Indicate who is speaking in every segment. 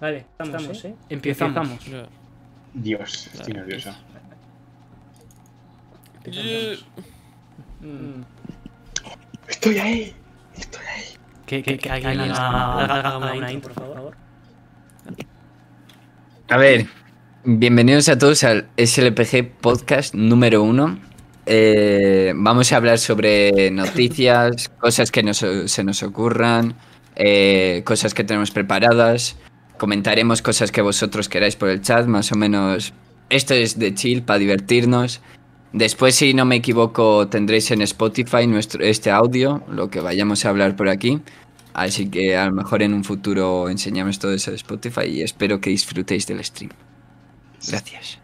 Speaker 1: Vale, estamos,
Speaker 2: Estamos,
Speaker 1: ¿eh?
Speaker 2: ¿eh? Empezamos.
Speaker 3: Ya.
Speaker 4: Dios, estoy
Speaker 3: Claro.
Speaker 4: nervioso.
Speaker 3: Ye-
Speaker 1: Mm.
Speaker 4: Estoy ahí.
Speaker 2: Que, que, que alguien
Speaker 1: Alguien
Speaker 2: haga- haga-
Speaker 1: haga
Speaker 2: haga
Speaker 1: una
Speaker 2: una
Speaker 1: intro,
Speaker 2: intro.
Speaker 1: por favor.
Speaker 5: A ver, bienvenidos a todos al SLPG Podcast número uno. Eh, vamos a hablar sobre noticias, cosas que nos- se nos ocurran, eh, cosas que tenemos preparadas. Comentaremos cosas que vosotros queráis por el chat, más o menos. Esto es de chill, para divertirnos. Después, si no me equivoco, tendréis en Spotify nuestro, este audio, lo que vayamos a hablar por aquí. Así que a lo mejor en un futuro enseñamos todo eso de Spotify y espero que disfrutéis del stream. Gracias.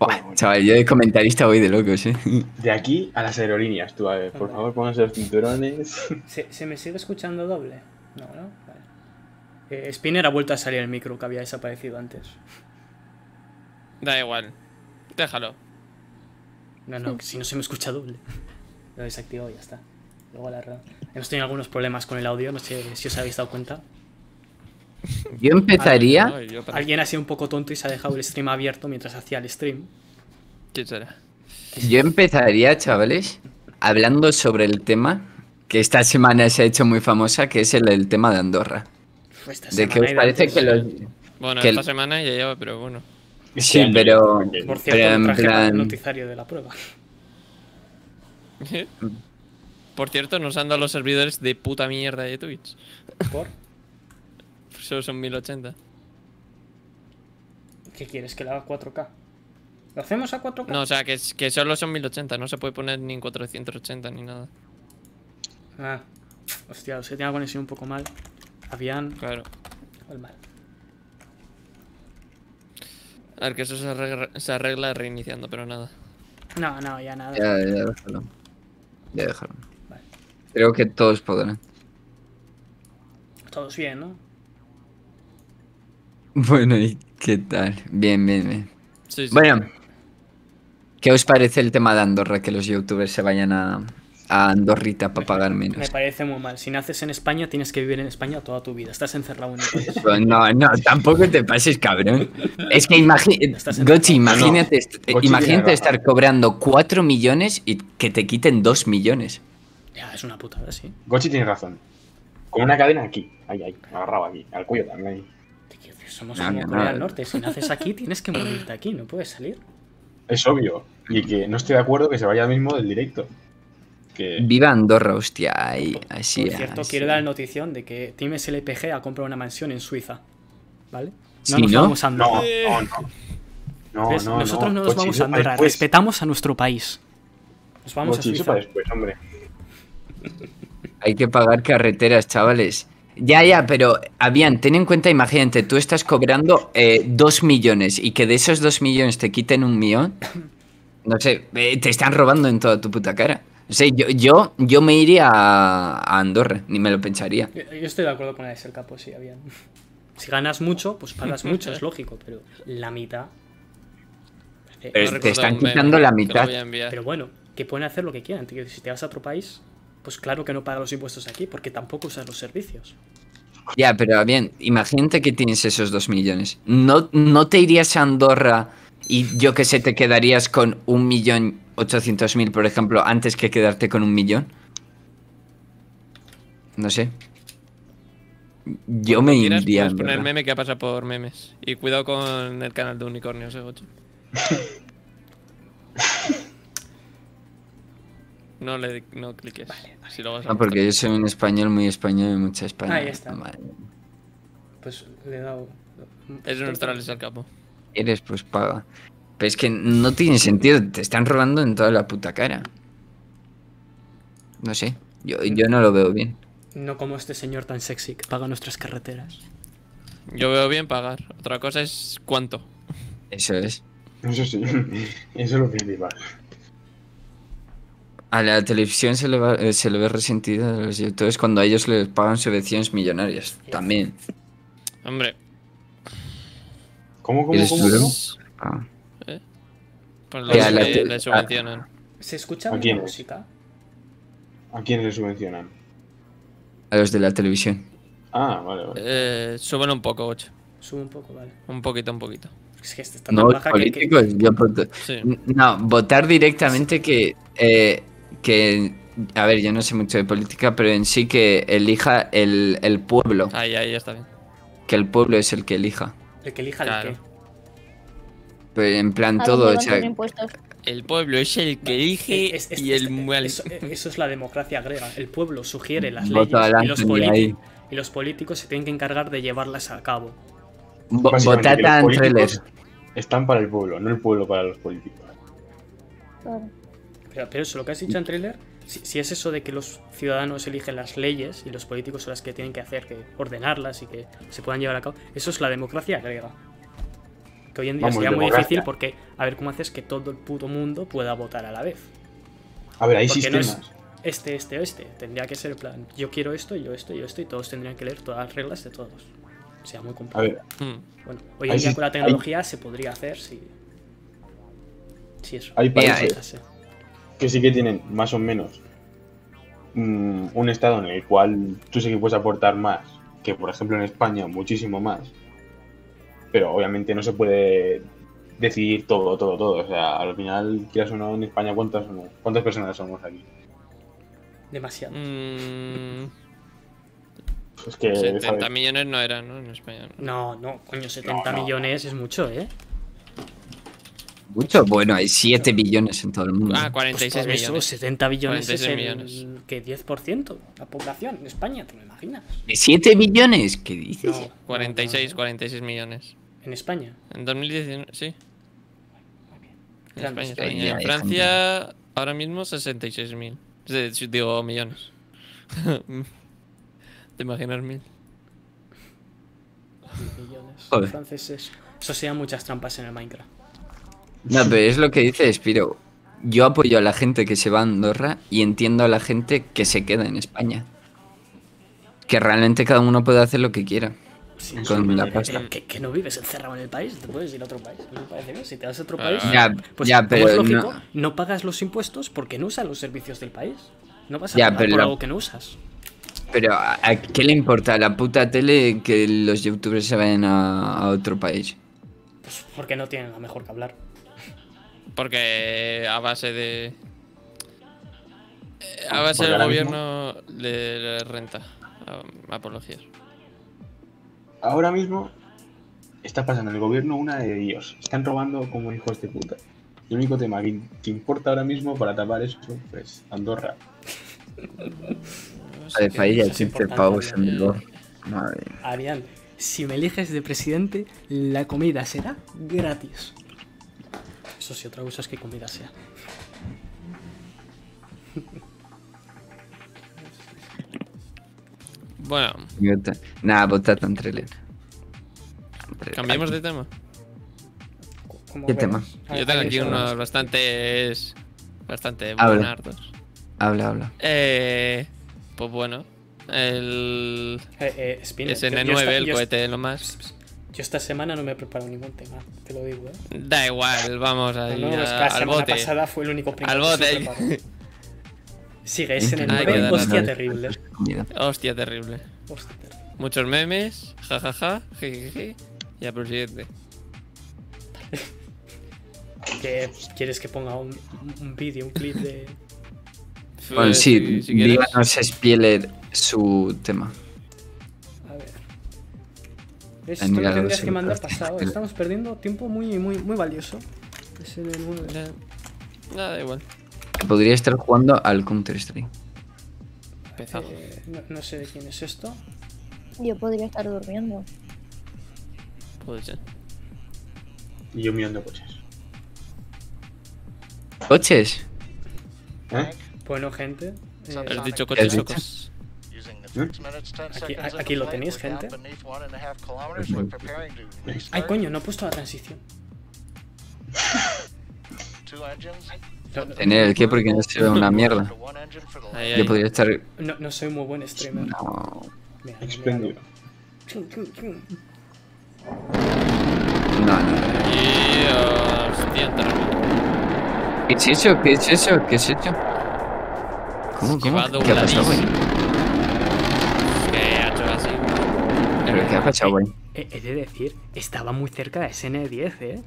Speaker 5: Buah,
Speaker 4: Bueno,
Speaker 5: chaval, yo de comentarista voy de locos, ¿eh?
Speaker 4: De aquí a las aerolíneas, tú, a ver, por
Speaker 1: Hombre.
Speaker 4: favor, pónganse los cinturones.
Speaker 1: ¿Se, se me sigue escuchando doble? No, ¿no? Vale. Eh, Spinner ha vuelto a salir el micro que había desaparecido antes.
Speaker 3: Da igual. Déjalo.
Speaker 1: No, no, si no se me escucha doble. Lo desactivo y ya está. Luego la red. Hemos tenido algunos problemas con el audio, no sé si os habéis dado cuenta.
Speaker 5: Yo empezaría...
Speaker 3: Ay, yo para-
Speaker 1: Alguien ha sido un poco tonto y se ha dejado el stream abierto mientras hacía el stream.
Speaker 3: ¿Quién será?
Speaker 5: Yo empezaría, chavales, hablando sobre el tema que esta semana se ha hecho muy famosa, que es el, el tema de Andorra.
Speaker 1: Pues esta
Speaker 5: De que
Speaker 1: semana
Speaker 5: os
Speaker 1: hay
Speaker 5: parece
Speaker 1: datos.
Speaker 5: que los...
Speaker 3: Bueno,
Speaker 5: Que el-
Speaker 3: esta semana ya lleva, pero bueno.
Speaker 5: Sí, pero-
Speaker 1: Por
Speaker 5: pero
Speaker 1: cierto,
Speaker 5: en
Speaker 1: no traje
Speaker 5: plan-
Speaker 1: el notizario de la prueba.
Speaker 3: Por cierto, nos han dado los servidores de puta mierda de Twitch.
Speaker 1: ¿Por?
Speaker 3: Solo son 1080.
Speaker 1: ¿Qué quieres? ¿Que lo haga 4K? ¿Lo hacemos a 4K?
Speaker 3: No, o sea, que, es- que solo son 1080, no se puede poner ni en 480 ni nada.
Speaker 1: Ah, hostia, os he tenido la conexión un poco mal. Habían.
Speaker 3: Claro.
Speaker 1: el mal.
Speaker 3: A ver, que eso se arregla, se arregla reiniciando, pero nada.
Speaker 1: No, no, ya nada.
Speaker 5: Ya, ya déjalo. Ya déjalo.
Speaker 1: Vale.
Speaker 5: Creo que todos podrán.
Speaker 1: Todos bien, ¿no?
Speaker 5: Bueno, ¿y qué tal? Bien, bien, bien.
Speaker 3: Sí, sí.
Speaker 5: Bueno, eh, ¿qué os parece el tema de Andorra? Que los youtubers se vayan a, a Andorrita para pagar
Speaker 1: Me
Speaker 5: menos.
Speaker 1: parece muy mal. Si naces en España, tienes que vivir en España toda tu vida. Estás encerrado en el país.
Speaker 5: No, no, tampoco te pases, cabrón. Es que imagínate,
Speaker 1: Estás en
Speaker 5: Gochi,
Speaker 4: razón.
Speaker 5: imagínate, est-
Speaker 4: tiene
Speaker 5: imagínate
Speaker 4: razón.
Speaker 5: estar cobrando 4 millones y que te quiten 2 millones.
Speaker 1: Ya, es una putada, sí.
Speaker 4: Gochi tiene razón. Con una cadena aquí, ahí, ahí, agarrado aquí, al cuello también. ahí.
Speaker 1: Te quiero decir, Somos
Speaker 5: No,
Speaker 1: como
Speaker 5: que
Speaker 1: Corea
Speaker 5: no.
Speaker 1: del Norte. Si naces aquí, tienes que morirte aquí. No puedes salir.
Speaker 4: Es obvio. Y que no estoy de acuerdo que se vaya mismo del directo. Que.
Speaker 5: Viva Andorra, hostia. ahí, así,
Speaker 1: Por cierto,
Speaker 5: así.
Speaker 1: quiero dar notición de que Team SLPG ha comprado una mansión en Suiza. ¿Vale? No
Speaker 5: Sí,
Speaker 1: nos
Speaker 5: ¿no?
Speaker 1: vamos a
Speaker 4: No,
Speaker 1: Andorra.
Speaker 4: no, no. No,
Speaker 1: Eh. ¿Ves?
Speaker 4: no, Pues
Speaker 1: Nosotros no nos
Speaker 4: Gochi,
Speaker 1: vamos
Speaker 4: eso
Speaker 1: a Andorra.
Speaker 4: pa' después.
Speaker 1: Respetamos a nuestro país. Nos vamos
Speaker 4: Gochi,
Speaker 1: a
Speaker 4: eso
Speaker 1: Suiza.
Speaker 4: pa' después, hombre.
Speaker 5: Hay que pagar carreteras, chavales. Ya, ya, pero habían, ten en cuenta, imagínate, tú estás cobrando eh, dos millones y que de esos dos millones te quiten un millón. No sé, eh, te están robando en toda tu puta cara. O sea, yo, yo, yo me iría a, a Andorra, ni me lo pensaría.
Speaker 1: Yo, yo estoy de acuerdo con la de ser capo, sí, había. Si ganas mucho, pues pagas mucho, es lógico, pero la mitad. Eh,
Speaker 5: Pero-
Speaker 3: No
Speaker 5: te están
Speaker 3: recuerdo un meme
Speaker 5: quitando la
Speaker 3: que lo
Speaker 5: mitad.
Speaker 3: voy a enviar.
Speaker 1: pero bueno, que pueden hacer lo que quieran. te quiero decir, Si te vas a otro país, pues claro que no pagas los impuestos aquí, porque tampoco usas los servicios.
Speaker 5: Ya, pero bien, imagínate que tienes esos dos millones. ¿No, no te irías a Andorra y yo que sé, te quedarías con un millón ochocientos mil, por ejemplo, antes que quedarte con un millón? No sé. Yo me
Speaker 3: Quieras,
Speaker 5: iría a
Speaker 3: puedes poner
Speaker 5: Andorra.
Speaker 3: meme que ha pasado por memes. Y cuidado con el canal de unicornios, eh, Gocho. No le no cliques. Si lo vas a
Speaker 5: Ah, porque yo soy un español muy español y mucha España.
Speaker 1: Ahí está.
Speaker 5: Madre.
Speaker 1: Pues le he dado.
Speaker 3: Es un Australis al capo.
Speaker 5: Eres pues paga. Pero es que no tiene sentido, te están robando en toda la puta cara. No sé, yo, yo no lo veo bien.
Speaker 1: No como este señor tan sexy que paga nuestras carreteras.
Speaker 3: Yo veo bien pagar. Otra cosa es cuánto.
Speaker 5: Eso es.
Speaker 4: Eso sí. Eso es lo principal.
Speaker 5: A la televisión se le, va- eh, se le ve resentida a los youtubers cuando a ellos les pagan subvenciones millonarias. También.
Speaker 3: Hombre,
Speaker 4: ¿Cómo, cómo,
Speaker 5: ¿Eres
Speaker 4: cómo?
Speaker 5: tú,
Speaker 4: cómo?
Speaker 5: Ah.
Speaker 3: pues
Speaker 5: Que
Speaker 3: los
Speaker 5: a la
Speaker 3: que
Speaker 5: te-
Speaker 3: le subvencionan.
Speaker 1: ¿Se escucha
Speaker 4: ¿A
Speaker 1: buena
Speaker 4: quién?
Speaker 1: música?
Speaker 4: ¿A quién le subvencionan?
Speaker 5: A los de la televisión.
Speaker 4: Ah, vale, vale.
Speaker 3: Eh, súbelo un poco, Gocho.
Speaker 1: Subo un poco, vale.
Speaker 3: Un poquito, un poquito.
Speaker 1: Es que este está tan
Speaker 5: No,
Speaker 1: baja que- que,
Speaker 5: políticos. yo voto-
Speaker 3: Sí.
Speaker 5: No, votar directamente que, eh, que. A ver, yo no sé mucho de política, pero en sí que elija el, el pueblo.
Speaker 3: Ahí, ahí está bien.
Speaker 5: Que el pueblo es el que elija.
Speaker 1: el que elija
Speaker 3: Claro.
Speaker 1: el que.
Speaker 5: Pero en plan
Speaker 6: ¿A
Speaker 5: todo.
Speaker 6: dónde
Speaker 5: o
Speaker 6: van
Speaker 5: sea,
Speaker 6: tus impuestos?
Speaker 3: El pueblo es el que elige
Speaker 1: Eh, Es- es-
Speaker 3: y
Speaker 1: es-
Speaker 3: el mal.
Speaker 1: Eso, eh, eso es la democracia griega. El pueblo sugiere las
Speaker 5: Voto
Speaker 1: leyes
Speaker 5: al
Speaker 1: y los,
Speaker 5: Anthony
Speaker 1: politi-
Speaker 5: ahí.
Speaker 1: y los políticos se tienen que encargar de llevarlas a cabo.
Speaker 5: vo-
Speaker 4: Básicamente
Speaker 5: votad
Speaker 4: que los
Speaker 5: a
Speaker 4: políticos
Speaker 5: Antreles.
Speaker 4: Están para el pueblo, no el pueblo para los políticos.
Speaker 6: Claro.
Speaker 1: Pero, pero eso, lo que has dicho en trailer, si, si es eso de que los ciudadanos eligen las leyes y los políticos son las que tienen que hacer, que ordenarlas y que se puedan llevar a cabo, eso es la democracia griega. Que hoy en día
Speaker 4: Vamos,
Speaker 1: sería muy
Speaker 4: democracia.
Speaker 1: difícil porque a ver cómo haces que todo el puto mundo pueda votar a la vez.
Speaker 4: A ver, hay
Speaker 1: Porque no es-
Speaker 4: sistemas.
Speaker 1: Este, este, o este. Tendría que ser el plan, yo quiero esto, yo esto, yo esto, y todos tendrían que leer todas las reglas de todos. Sea muy
Speaker 4: A
Speaker 1: complicado.
Speaker 4: ver,
Speaker 3: Hmm.
Speaker 1: Bueno, hoy en
Speaker 4: Ahí
Speaker 1: día
Speaker 4: sí-
Speaker 1: con la
Speaker 4: ahí-
Speaker 1: tecnología se podría hacer si. Si eso.
Speaker 4: hay
Speaker 5: ahí-
Speaker 4: países que sí que tienen más o menos mm, un estado en el cual tú sí que puedes aportar más que, por ejemplo, en España, muchísimo más. Pero obviamente no se puede decidir todo, todo, todo. O sea, al final, quieras o no, en España, ¿cuántas, somos? ¿cuántas personas somos aquí?
Speaker 1: Demasiado.
Speaker 3: Mm,
Speaker 1: Pues
Speaker 4: Es que,
Speaker 3: 70
Speaker 4: ¿sabes?
Speaker 3: millones no eran, ¿no? En España. ¿no?
Speaker 1: No, no, coño, 70
Speaker 4: No, no.
Speaker 1: millones es mucho, ¿eh?
Speaker 5: Mucho, bueno, hay 7 billones en todo el mundo.
Speaker 3: Ah, 46
Speaker 1: Pues por
Speaker 3: millones.
Speaker 1: Eso, 70 billones es
Speaker 3: 46
Speaker 1: el
Speaker 3: millones.
Speaker 1: que 10% la población en España, ¿te lo imaginas?
Speaker 5: ¿De 7 billones? ¿Qué
Speaker 1: No,
Speaker 5: dices?
Speaker 1: no,
Speaker 3: 46,
Speaker 1: no.
Speaker 3: 46 millones.
Speaker 1: En España.
Speaker 3: En 2019, sí. En
Speaker 1: Grande
Speaker 3: España,
Speaker 5: España,
Speaker 3: España. Y en
Speaker 5: hay
Speaker 3: Francia, ahora mismo 66.000. Es decir, Digo, millones. ¿Te imaginas mil?
Speaker 1: 10 millones
Speaker 5: Joder.
Speaker 1: franceses. Eso sean muchas trampas en el Minecraft.
Speaker 5: No, pero es lo que dice Spiro. Yo apoyo a la gente que se va a Andorra y entiendo a la gente que se queda en España. Que realmente cada uno puede hacer lo que quiera.
Speaker 1: Sí,
Speaker 5: Con la
Speaker 1: eh,
Speaker 5: pasta.
Speaker 1: Que, que no vives encerrado en el país, te puedes ir a otro país. ¿No te parece bien? Si te vas a otro
Speaker 3: Claro.
Speaker 1: país,
Speaker 5: Ya,
Speaker 1: pues
Speaker 5: ya,
Speaker 1: como es
Speaker 5: pero
Speaker 1: lógico,
Speaker 5: no-
Speaker 1: no... pagas los impuestos porque no usas los servicios del país. No vas a
Speaker 5: Ya,
Speaker 1: pagar
Speaker 5: pero
Speaker 1: por
Speaker 5: la-
Speaker 1: algo que no usas.
Speaker 5: Pero ¿a a qué le importa a la puta tele que los youtubers se vayan a, a otro país?
Speaker 1: Pues porque no tienen nada mejor que hablar.
Speaker 3: Porque a base de. eh, A base
Speaker 4: Porque
Speaker 3: del
Speaker 4: ahora
Speaker 3: gobierno le, le renta. um, Apologías.
Speaker 4: Ahora mismo está pasando en el gobierno una de Dios. Están robando como hijos de puta. El único tema que, que importa ahora mismo para tapar eso es Andorra.
Speaker 3: No sé
Speaker 5: A de
Speaker 3: qué-
Speaker 5: Failla,
Speaker 1: eso es
Speaker 5: 15
Speaker 1: importante,
Speaker 5: pavos
Speaker 1: ¿no?
Speaker 5: en vigor. Madre.
Speaker 1: Arián, si me eliges de presidente, la comida será gratis. Eso sí, otra cosa es que comida sea.
Speaker 3: Bueno,
Speaker 5: idiota. Nada, votad entre Elena.
Speaker 3: cambiemos de tema.
Speaker 1: Como
Speaker 5: ¿Qué
Speaker 1: veas,
Speaker 5: tema?
Speaker 1: hay-
Speaker 3: Yo tengo
Speaker 1: hay
Speaker 3: aquí
Speaker 1: eso,
Speaker 3: unos bastantes. Bastante
Speaker 5: Habla.
Speaker 3: buenardos.
Speaker 5: Habla, habla.
Speaker 3: Eh, pues bueno. El.
Speaker 1: Eh, eh, Spinner, yo- yo
Speaker 3: SN9,
Speaker 1: esta-
Speaker 3: el
Speaker 1: yo-
Speaker 3: cohete nomás.
Speaker 1: Yo esta semana no me he preparado ningún tema, te lo digo, ¿eh?
Speaker 3: Da igual, vamos
Speaker 1: No,
Speaker 3: ahí
Speaker 1: no, es que
Speaker 3: a-
Speaker 1: la
Speaker 3: al
Speaker 1: semana
Speaker 3: bote.
Speaker 1: pasada fue el único primero
Speaker 3: Al
Speaker 1: que se
Speaker 3: bote.
Speaker 1: preparó. Sigue, es en el
Speaker 5: Entra-
Speaker 3: Hay que
Speaker 1: nueve,
Speaker 3: dar
Speaker 1: hostia,
Speaker 5: la-
Speaker 1: terrible.
Speaker 5: Comida.
Speaker 3: Hostia, terrible.
Speaker 1: Hostia, terrible.
Speaker 3: Muchos memes, jajaja, jejeje. Ya, por el siguiente.
Speaker 1: Que- ¿Quieres que ponga un, un vídeo, un clip de...?
Speaker 5: Bueno,
Speaker 1: Pues,
Speaker 3: Eh,
Speaker 5: sí,
Speaker 3: si quieres.
Speaker 5: díganos Spieler su tema.
Speaker 1: A ver. Esto
Speaker 5: Mira,
Speaker 1: lo
Speaker 5: lo
Speaker 1: tendrías
Speaker 5: sé,
Speaker 1: que mandar
Speaker 5: hostia,
Speaker 1: pasado.
Speaker 5: terrible.
Speaker 1: Estamos perdiendo tiempo muy, muy, muy valioso. Es en el eh, nueve.
Speaker 3: Ya. Nada, da igual.
Speaker 5: Que podría estar jugando al Counter-Strike.
Speaker 3: Empezamos.
Speaker 1: Eh, no, no sé de quién es esto.
Speaker 6: Yo podría estar durmiendo.
Speaker 3: Puede ser.
Speaker 4: Y yo mirando coches.
Speaker 5: ¿Coches?
Speaker 4: ¿Eh?
Speaker 1: Bueno, gente. eh,
Speaker 3: Has dicho coches
Speaker 5: dicho.
Speaker 3: locos.
Speaker 1: Aquí-
Speaker 7: Aquí,
Speaker 1: a- aquí
Speaker 7: aquí
Speaker 1: lo
Speaker 7: lo
Speaker 1: tenéis,
Speaker 7: tenéis, gente.
Speaker 1: gente. Ay, coño, no he puesto la transición. No, no,
Speaker 5: Tener el qué porque no se ve una mierda.
Speaker 3: Ahí, ahí.
Speaker 5: Yo podría estar.
Speaker 1: no- no soy muy buen streamer.
Speaker 5: No.
Speaker 1: Mira, mira.
Speaker 4: Expléndido.
Speaker 1: Chum, chum, chum.
Speaker 5: No, no.
Speaker 3: Y. Hostia, un terremoto.
Speaker 5: ¿Qué es eso? ¿Qué es eso? ¿Qué es eso? ¿Cómo,
Speaker 3: Que va
Speaker 5: cómo? ¿Qué ha pasado, güey?
Speaker 3: dobladísimo. Es que ha hecho así.
Speaker 5: ¿Pero qué ha pasado, güey?
Speaker 1: Eh, he de decir, estaba muy cerca de SN10, ¿eh?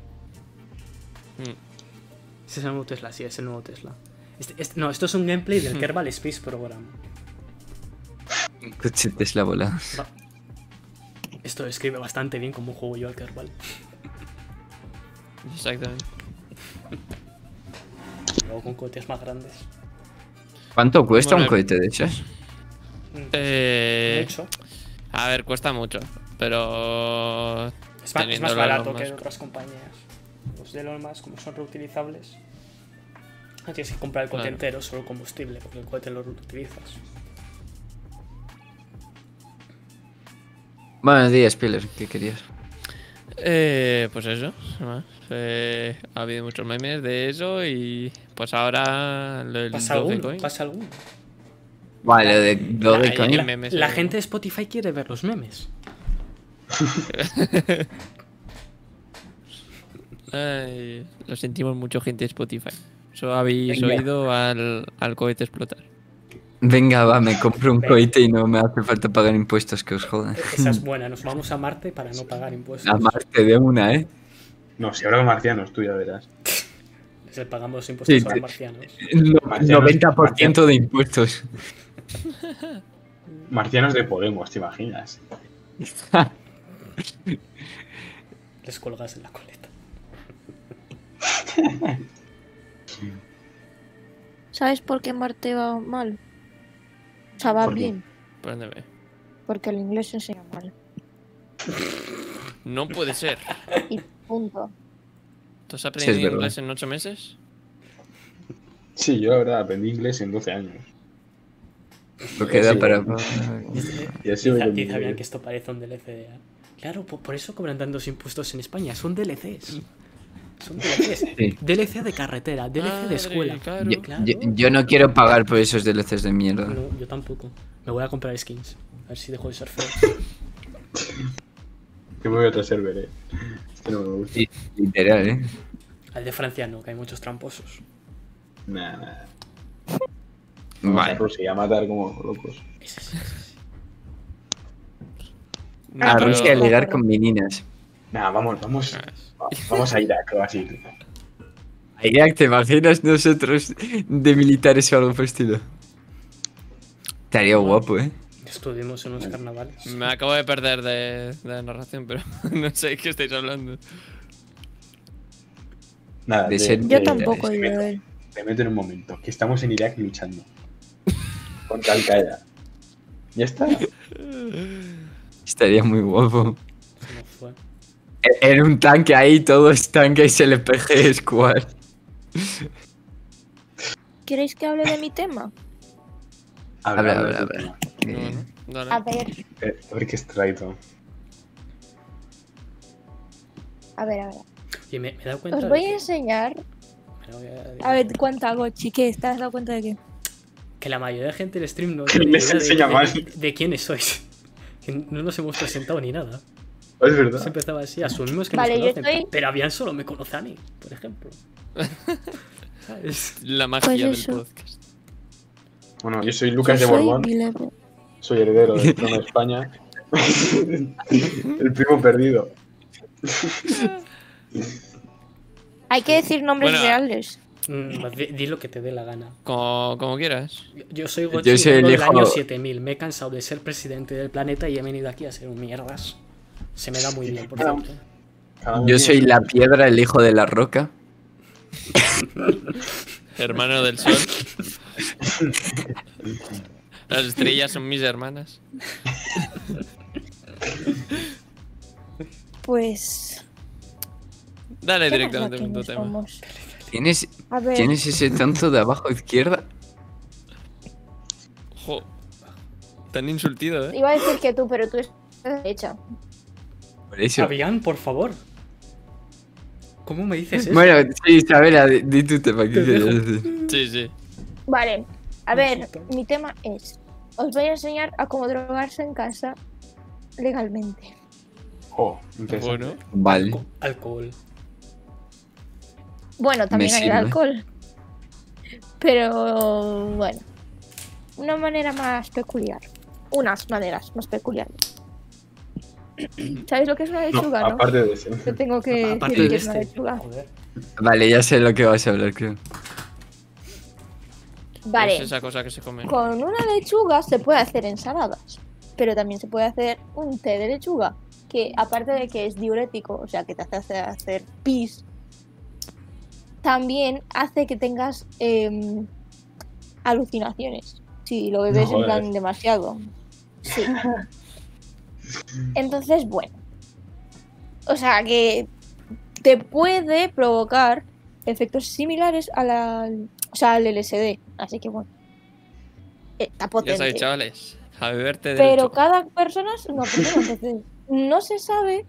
Speaker 3: Mm,
Speaker 1: Ese Este es el nuevo Tesla, sí, es el nuevo Tesla. Este- este- no, esto es un gameplay del Kerbal Space Program.
Speaker 5: Un coche Tesla volado.
Speaker 1: Va- Esto describe bastante bien cómo juego yo al Kerbal.
Speaker 3: Exactamente.
Speaker 1: Luego con cohetes más grandes.
Speaker 5: ¿Cuánto cuesta un
Speaker 3: Bueno,
Speaker 5: cohete de esos?
Speaker 3: Eh,
Speaker 1: De hecho,
Speaker 3: A ver, cuesta mucho. Pero.
Speaker 1: es más, es
Speaker 3: teniendo
Speaker 1: más
Speaker 3: el
Speaker 1: barato
Speaker 3: Elon
Speaker 1: que de
Speaker 3: Musk.
Speaker 1: otras compañías. Los de Elon Musk, como son reutilizables, no tienes que comprar el cohete
Speaker 3: Claro.
Speaker 1: entero, solo combustible, porque el cohete lo reutilizas.
Speaker 5: Buenos días, Pilar, ¿qué querías?
Speaker 3: Eh, pues eso. nada más. Eh, ha habido muchos memes de eso y. Pues ahora. Lo del
Speaker 1: Pasa alguno,
Speaker 3: Dogecoin.
Speaker 1: pasa alguno.
Speaker 5: Vale, de Dogecoin.
Speaker 3: Hay memes
Speaker 1: La
Speaker 3: ahí.
Speaker 1: gente de Spotify quiere ver los memes.
Speaker 3: Ay, lo sentimos mucho, gente de Spotify. Eso habéis
Speaker 5: Venga.
Speaker 3: oído al, al cohete explotar.
Speaker 5: Venga, va, me compro un cohete y no me hace falta pagar impuestos que os jodan.
Speaker 1: Esa es buena, nos vamos a Marte para no pagar impuestos.
Speaker 5: A Marte de una, ¿eh?
Speaker 4: No, si habrá marcianos, tú ya verás.
Speaker 1: Les pagamos los impuestos
Speaker 5: Sí,
Speaker 1: a
Speaker 5: sí.
Speaker 1: los marcianos.
Speaker 5: No-
Speaker 4: Marcianos,
Speaker 5: 90% de impuestos.
Speaker 4: Marcianos de Podemos, ¿te imaginas?
Speaker 1: Les colgas en la coleta.
Speaker 6: ¿Sabes por qué Marte va mal? O sea, va
Speaker 4: ¿Por qué?
Speaker 6: bien.
Speaker 3: ¿Por dónde ve?
Speaker 6: Porque el inglés se enseña mal.
Speaker 3: No puede ser.
Speaker 6: Y punto.
Speaker 3: ¿Tú has aprendido
Speaker 5: verdad.
Speaker 3: inglés en ocho meses?
Speaker 4: Sí, yo la verdad aprendí inglés en 12 años.
Speaker 5: Lo que da
Speaker 4: Sí.
Speaker 5: para.
Speaker 4: Y así
Speaker 1: Dice-
Speaker 4: voy con mi
Speaker 1: dice Fabián
Speaker 4: nivel.
Speaker 1: que esto parece un DLC. ¿eh? Claro, po- por, eso cobran tantos impuestos en España. Son DLCs. Son DLCs.
Speaker 5: Sí.
Speaker 1: DLC de carretera, DLC de
Speaker 3: Madre,
Speaker 1: escuela.
Speaker 3: claro.
Speaker 5: Yo,
Speaker 1: Claro.
Speaker 5: yo- yo no quiero pagar por esos DLCs de mierda.
Speaker 1: No, yo tampoco. Me voy a comprar skins. A ver si dejo de ser feo.
Speaker 4: Que me voy a otro server, eh. Este no me gusta.
Speaker 5: Sí, Literal, ¿eh?
Speaker 1: Al de Francia no, que hay muchos tramposos.
Speaker 4: Nah, nah. Vamos a
Speaker 5: Vale.
Speaker 4: Rusia y a matar como locos.
Speaker 1: Ese sí, ese sí.
Speaker 3: No,
Speaker 5: A
Speaker 3: pero-
Speaker 5: Rusia a ligar con meninas.
Speaker 4: Nah, vamos, vamos. va- Vamos a Irak o así.
Speaker 5: Irak, ¿te imaginas nosotros de militares o algo por el estilo? Estaría guapo, ¿eh?
Speaker 1: Estuvimos en unos
Speaker 4: Mm.
Speaker 1: carnavales.
Speaker 3: Me acabo de perder de, de la narración, pero no sé de qué estáis hablando.
Speaker 4: Nada,
Speaker 5: De
Speaker 4: te-
Speaker 5: ser-
Speaker 4: te-
Speaker 5: Yo
Speaker 6: Yo
Speaker 5: Sí,
Speaker 6: tampoco,
Speaker 5: tampoco,
Speaker 4: te, meto,
Speaker 6: Joel.
Speaker 4: te meto en un momento. Que estamos en Irak luchando. Contra Al Qaeda. Ya está.
Speaker 5: Estaría muy guapo.
Speaker 1: Se nos fue.
Speaker 5: E- En un tanque ahí, todos tanques LPG Squad.
Speaker 6: ¿Queréis que hable de mi tema?
Speaker 5: Habla,
Speaker 4: Habla,
Speaker 5: habla,
Speaker 4: habla,
Speaker 5: habla.
Speaker 4: habla.
Speaker 5: Eh,
Speaker 3: Bueno, dale.
Speaker 6: A ver,
Speaker 4: Eh, A ver qué es traído.
Speaker 6: a ver, a ver.
Speaker 1: Oye, me, me he dado cuenta.
Speaker 6: Os
Speaker 1: de
Speaker 6: voy a
Speaker 1: que-
Speaker 6: enseñar.
Speaker 1: me he dado-
Speaker 6: A ver, cuánta gochi. ¿Qué? ¿Te has dado cuenta de qué?
Speaker 1: Que la mayoría de gente del stream no
Speaker 4: Que
Speaker 1: tiene
Speaker 4: les
Speaker 1: idea de,
Speaker 4: enseña
Speaker 1: de-
Speaker 4: mal.
Speaker 1: de quiénes sois. Que no nos hemos presentado ni nada.
Speaker 4: Oh, Es
Speaker 1: Siempre
Speaker 4: verdad.
Speaker 1: empezaba así, asumimos que
Speaker 6: Vale,
Speaker 1: nos
Speaker 6: yo
Speaker 1: conocen,
Speaker 6: estoy-
Speaker 1: pero Avian solo me conoce a mí, por ejemplo. ¿Sabes?
Speaker 3: La magia
Speaker 6: Pues
Speaker 3: del
Speaker 6: eso.
Speaker 3: podcast.
Speaker 4: Bueno, yo soy Lucas de
Speaker 6: Yo soy
Speaker 4: Borbón.
Speaker 6: Vileve.
Speaker 4: Soy heredero del trono de España. El primo perdido.
Speaker 6: Hay que decir nombres
Speaker 3: Bueno,
Speaker 6: reales.
Speaker 1: Mm, di, di lo que te dé la gana.
Speaker 3: Como, como quieras.
Speaker 1: Yo- Yo soy Gochi
Speaker 5: Yo soy el
Speaker 1: vengo del
Speaker 5: hijo-
Speaker 1: año 7000. Me he cansado de ser presidente del planeta y he venido aquí a ser un mierdas. Se me da muy bien, por cierto.
Speaker 4: Cada uno
Speaker 5: Yo
Speaker 4: tiene-
Speaker 5: soy la piedra, el hijo de la roca.
Speaker 3: Hermano del sol. Las estrellas son mis hermanas.
Speaker 6: Pues.
Speaker 3: Dale
Speaker 6: ¿qué más da
Speaker 3: directamente
Speaker 6: que
Speaker 3: con tu
Speaker 6: no
Speaker 3: tema.
Speaker 6: somos?
Speaker 5: ¿Tienes,
Speaker 6: A ver,
Speaker 5: ¿Tienes ese tanto de abajo izquierda?
Speaker 3: Jo. Tan insultido, ¿eh?
Speaker 6: iba a decir que tú, pero tú estás a la derecha.
Speaker 5: Por eso.
Speaker 1: Avian, por favor. ¿Cómo me dices eso?
Speaker 5: Bueno, sí, Isabela, di, di tu tema. ¿qué
Speaker 1: Te
Speaker 5: querías
Speaker 1: dejo.
Speaker 5: decir?
Speaker 3: Sí, sí.
Speaker 6: Vale, a ver,
Speaker 1: Consulta.
Speaker 6: mi tema es: os voy a enseñar a cómo drogarse en casa legalmente.
Speaker 4: Oh, interesante.
Speaker 3: Bueno.
Speaker 5: Vale.
Speaker 1: Co- Alcohol.
Speaker 6: Bueno, también hay el
Speaker 5: sirve.
Speaker 6: alcohol. Pero bueno, una manera más peculiar. Unas maneras más peculiares. ¿Sabéis lo que es una
Speaker 4: No,
Speaker 6: lechuga, no?
Speaker 4: aparte de ese.
Speaker 6: Yo tengo que
Speaker 1: Aparte del
Speaker 6: decir que es una
Speaker 1: este.
Speaker 6: lechuga.
Speaker 1: Joder.
Speaker 5: Vale, ya sé lo que vas a hablar, creo.
Speaker 6: Vale.
Speaker 3: pues Es esa cosa que se come.
Speaker 6: Con una lechuga se puede hacer ensaladas, pero también se puede hacer un té de lechuga, que aparte de que es diurético, o sea, que te hace hacer, hacer pis, también hace que tengas em, alucinaciones, si lo bebes en
Speaker 4: Joder.
Speaker 6: plan demasiado. Sí. Entonces, bueno. O sea, que te puede provocar efectos similares a la, o sea, al LSD, así que bueno. Eh, Está
Speaker 3: Ya sabéis,
Speaker 6: potente.
Speaker 3: chavales. A beberte de
Speaker 6: Pero cada persona es una persona, entonces no se sabe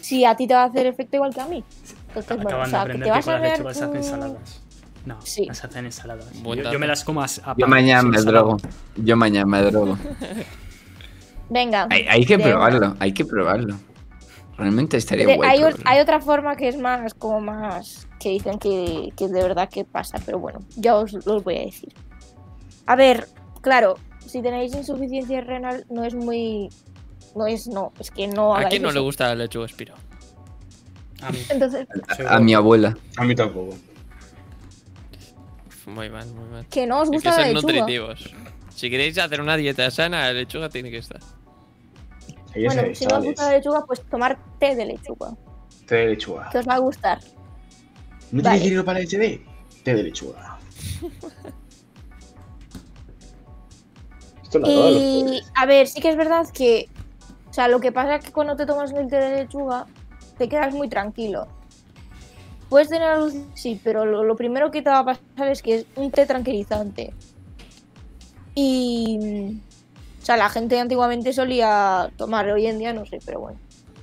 Speaker 6: si a ti te va a hacer efecto igual que a mí. Entonces, bueno, o
Speaker 1: Acaban de
Speaker 6: sea, que
Speaker 1: aprender
Speaker 6: te
Speaker 1: que
Speaker 6: vas
Speaker 1: con
Speaker 6: a
Speaker 1: las
Speaker 6: ver.
Speaker 1: lechugas se hacen
Speaker 6: un-
Speaker 1: ensaladas. No,
Speaker 6: Sí.
Speaker 1: las hacen ensaladas. Yo,
Speaker 3: Buen
Speaker 1: yo
Speaker 3: dato.
Speaker 1: me las como as- a
Speaker 5: Yo
Speaker 1: pan,
Speaker 5: mañana
Speaker 1: sin
Speaker 5: me
Speaker 1: ensalada.
Speaker 5: drogo. Yo mañana me drogo.
Speaker 6: Venga.
Speaker 5: Hay, hay que
Speaker 6: de-
Speaker 5: probarlo, hay que probarlo. Realmente estaría
Speaker 6: de-
Speaker 5: guay.
Speaker 6: hay, o-
Speaker 5: probarlo.
Speaker 6: hay otra forma que es más, como más, que dicen que, que de verdad que pasa, pero bueno, ya os los voy a decir. A ver, claro, si tenéis insuficiencia renal, no es muy. No es, no, es que no.
Speaker 3: ¿A
Speaker 6: hagáis
Speaker 3: quién no le
Speaker 6: eso.
Speaker 3: gusta el lechuga espiro?
Speaker 1: A mí,
Speaker 6: Entonces,
Speaker 1: soy
Speaker 5: A mi
Speaker 1: gordo.
Speaker 5: abuela.
Speaker 4: A mí tampoco.
Speaker 3: Muy mal, muy mal.
Speaker 6: que no os
Speaker 3: Es que
Speaker 6: gusta la
Speaker 3: son
Speaker 6: lechuga.
Speaker 3: nutritivos. Si queréis hacer una dieta sana, la lechuga tiene que estar.
Speaker 4: Ahí es
Speaker 6: Bueno,
Speaker 4: ahí,
Speaker 6: si no os
Speaker 4: sales.
Speaker 6: gusta la lechuga, pues tomar té de lechuga,
Speaker 4: Té de lechuga.
Speaker 6: que os va a gustar.
Speaker 4: ¿No
Speaker 6: Vale.
Speaker 4: tienes dinero para el SD? Té de lechuga. Esto lo hago a los
Speaker 6: Y
Speaker 4: pobres.
Speaker 6: a ver, sí que es verdad que, o sea, lo que pasa es que cuando te tomas el té de lechuga, te quedas muy tranquilo. Puedes tener luz, sí, pero lo, lo primero que te va a pasar es que es un té tranquilizante. Y, o sea, la gente antiguamente solía tomarlo, hoy en día no sé, pero bueno.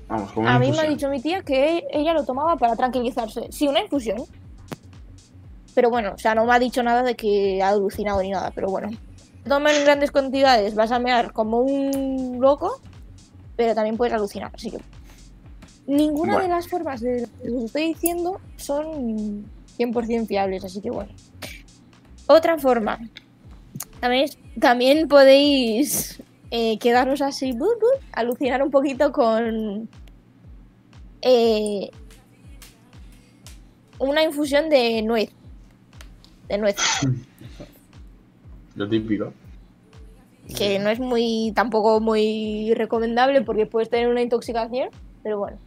Speaker 4: Vamos, como
Speaker 6: A
Speaker 4: una
Speaker 6: mí me ha
Speaker 4: infusión.
Speaker 6: dicho mi tía que ella lo tomaba para tranquilizarse. Sí, una infusión. Pero bueno, o sea, no me ha dicho nada de que ha alucinado ni nada, pero bueno. Toma en grandes cantidades, vas a mear como un loco, pero también puedes alucinar, así que... Ninguna de
Speaker 4: Bueno.
Speaker 6: las formas de lo que os estoy diciendo son 100% fiables, así que bueno. Otra forma. También, también podéis eh, quedaros así, bu, bu, alucinar un poquito con eh, una infusión de nuez. De nuez,
Speaker 4: Lo típico.
Speaker 6: que no es muy tampoco muy recomendable porque puedes tener una intoxicación, pero bueno.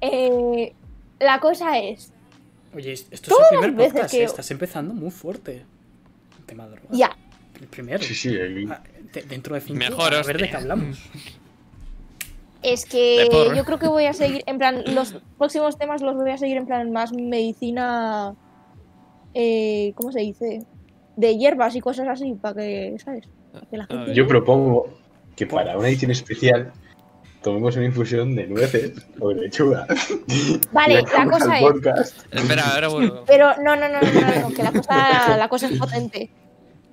Speaker 6: Eh, la cosa es,
Speaker 1: Oye, esto es el primer
Speaker 6: veces
Speaker 1: podcast,
Speaker 6: que-
Speaker 1: eh, Estás empezando muy fuerte. El tema de drogas.
Speaker 6: ya,
Speaker 1: El primero.
Speaker 4: Sí, sí, ahí.
Speaker 1: Ah, de- dentro de cinco
Speaker 3: Mejor,
Speaker 1: a ver de qué
Speaker 3: hostia.
Speaker 1: hablamos.
Speaker 6: es que
Speaker 3: De porro.
Speaker 6: yo creo que voy a seguir, en plan, los próximos temas los voy a seguir en plan más medicina, eh, ¿cómo se dice? De hierbas y cosas así, para que, ¿sabes? Para que la
Speaker 3: A
Speaker 6: gente...
Speaker 3: ver.
Speaker 4: Yo propongo que
Speaker 6: pues-
Speaker 4: para una edición especial tomemos una infusión de nueces o de lechuga. Y
Speaker 6: Vale, la
Speaker 4: hagamos al
Speaker 6: cosa es...
Speaker 4: podcast.
Speaker 3: Espera, ahora vuelvo.
Speaker 6: Pero no, no, no, no, no, no, que la cosa, la cosa es potente.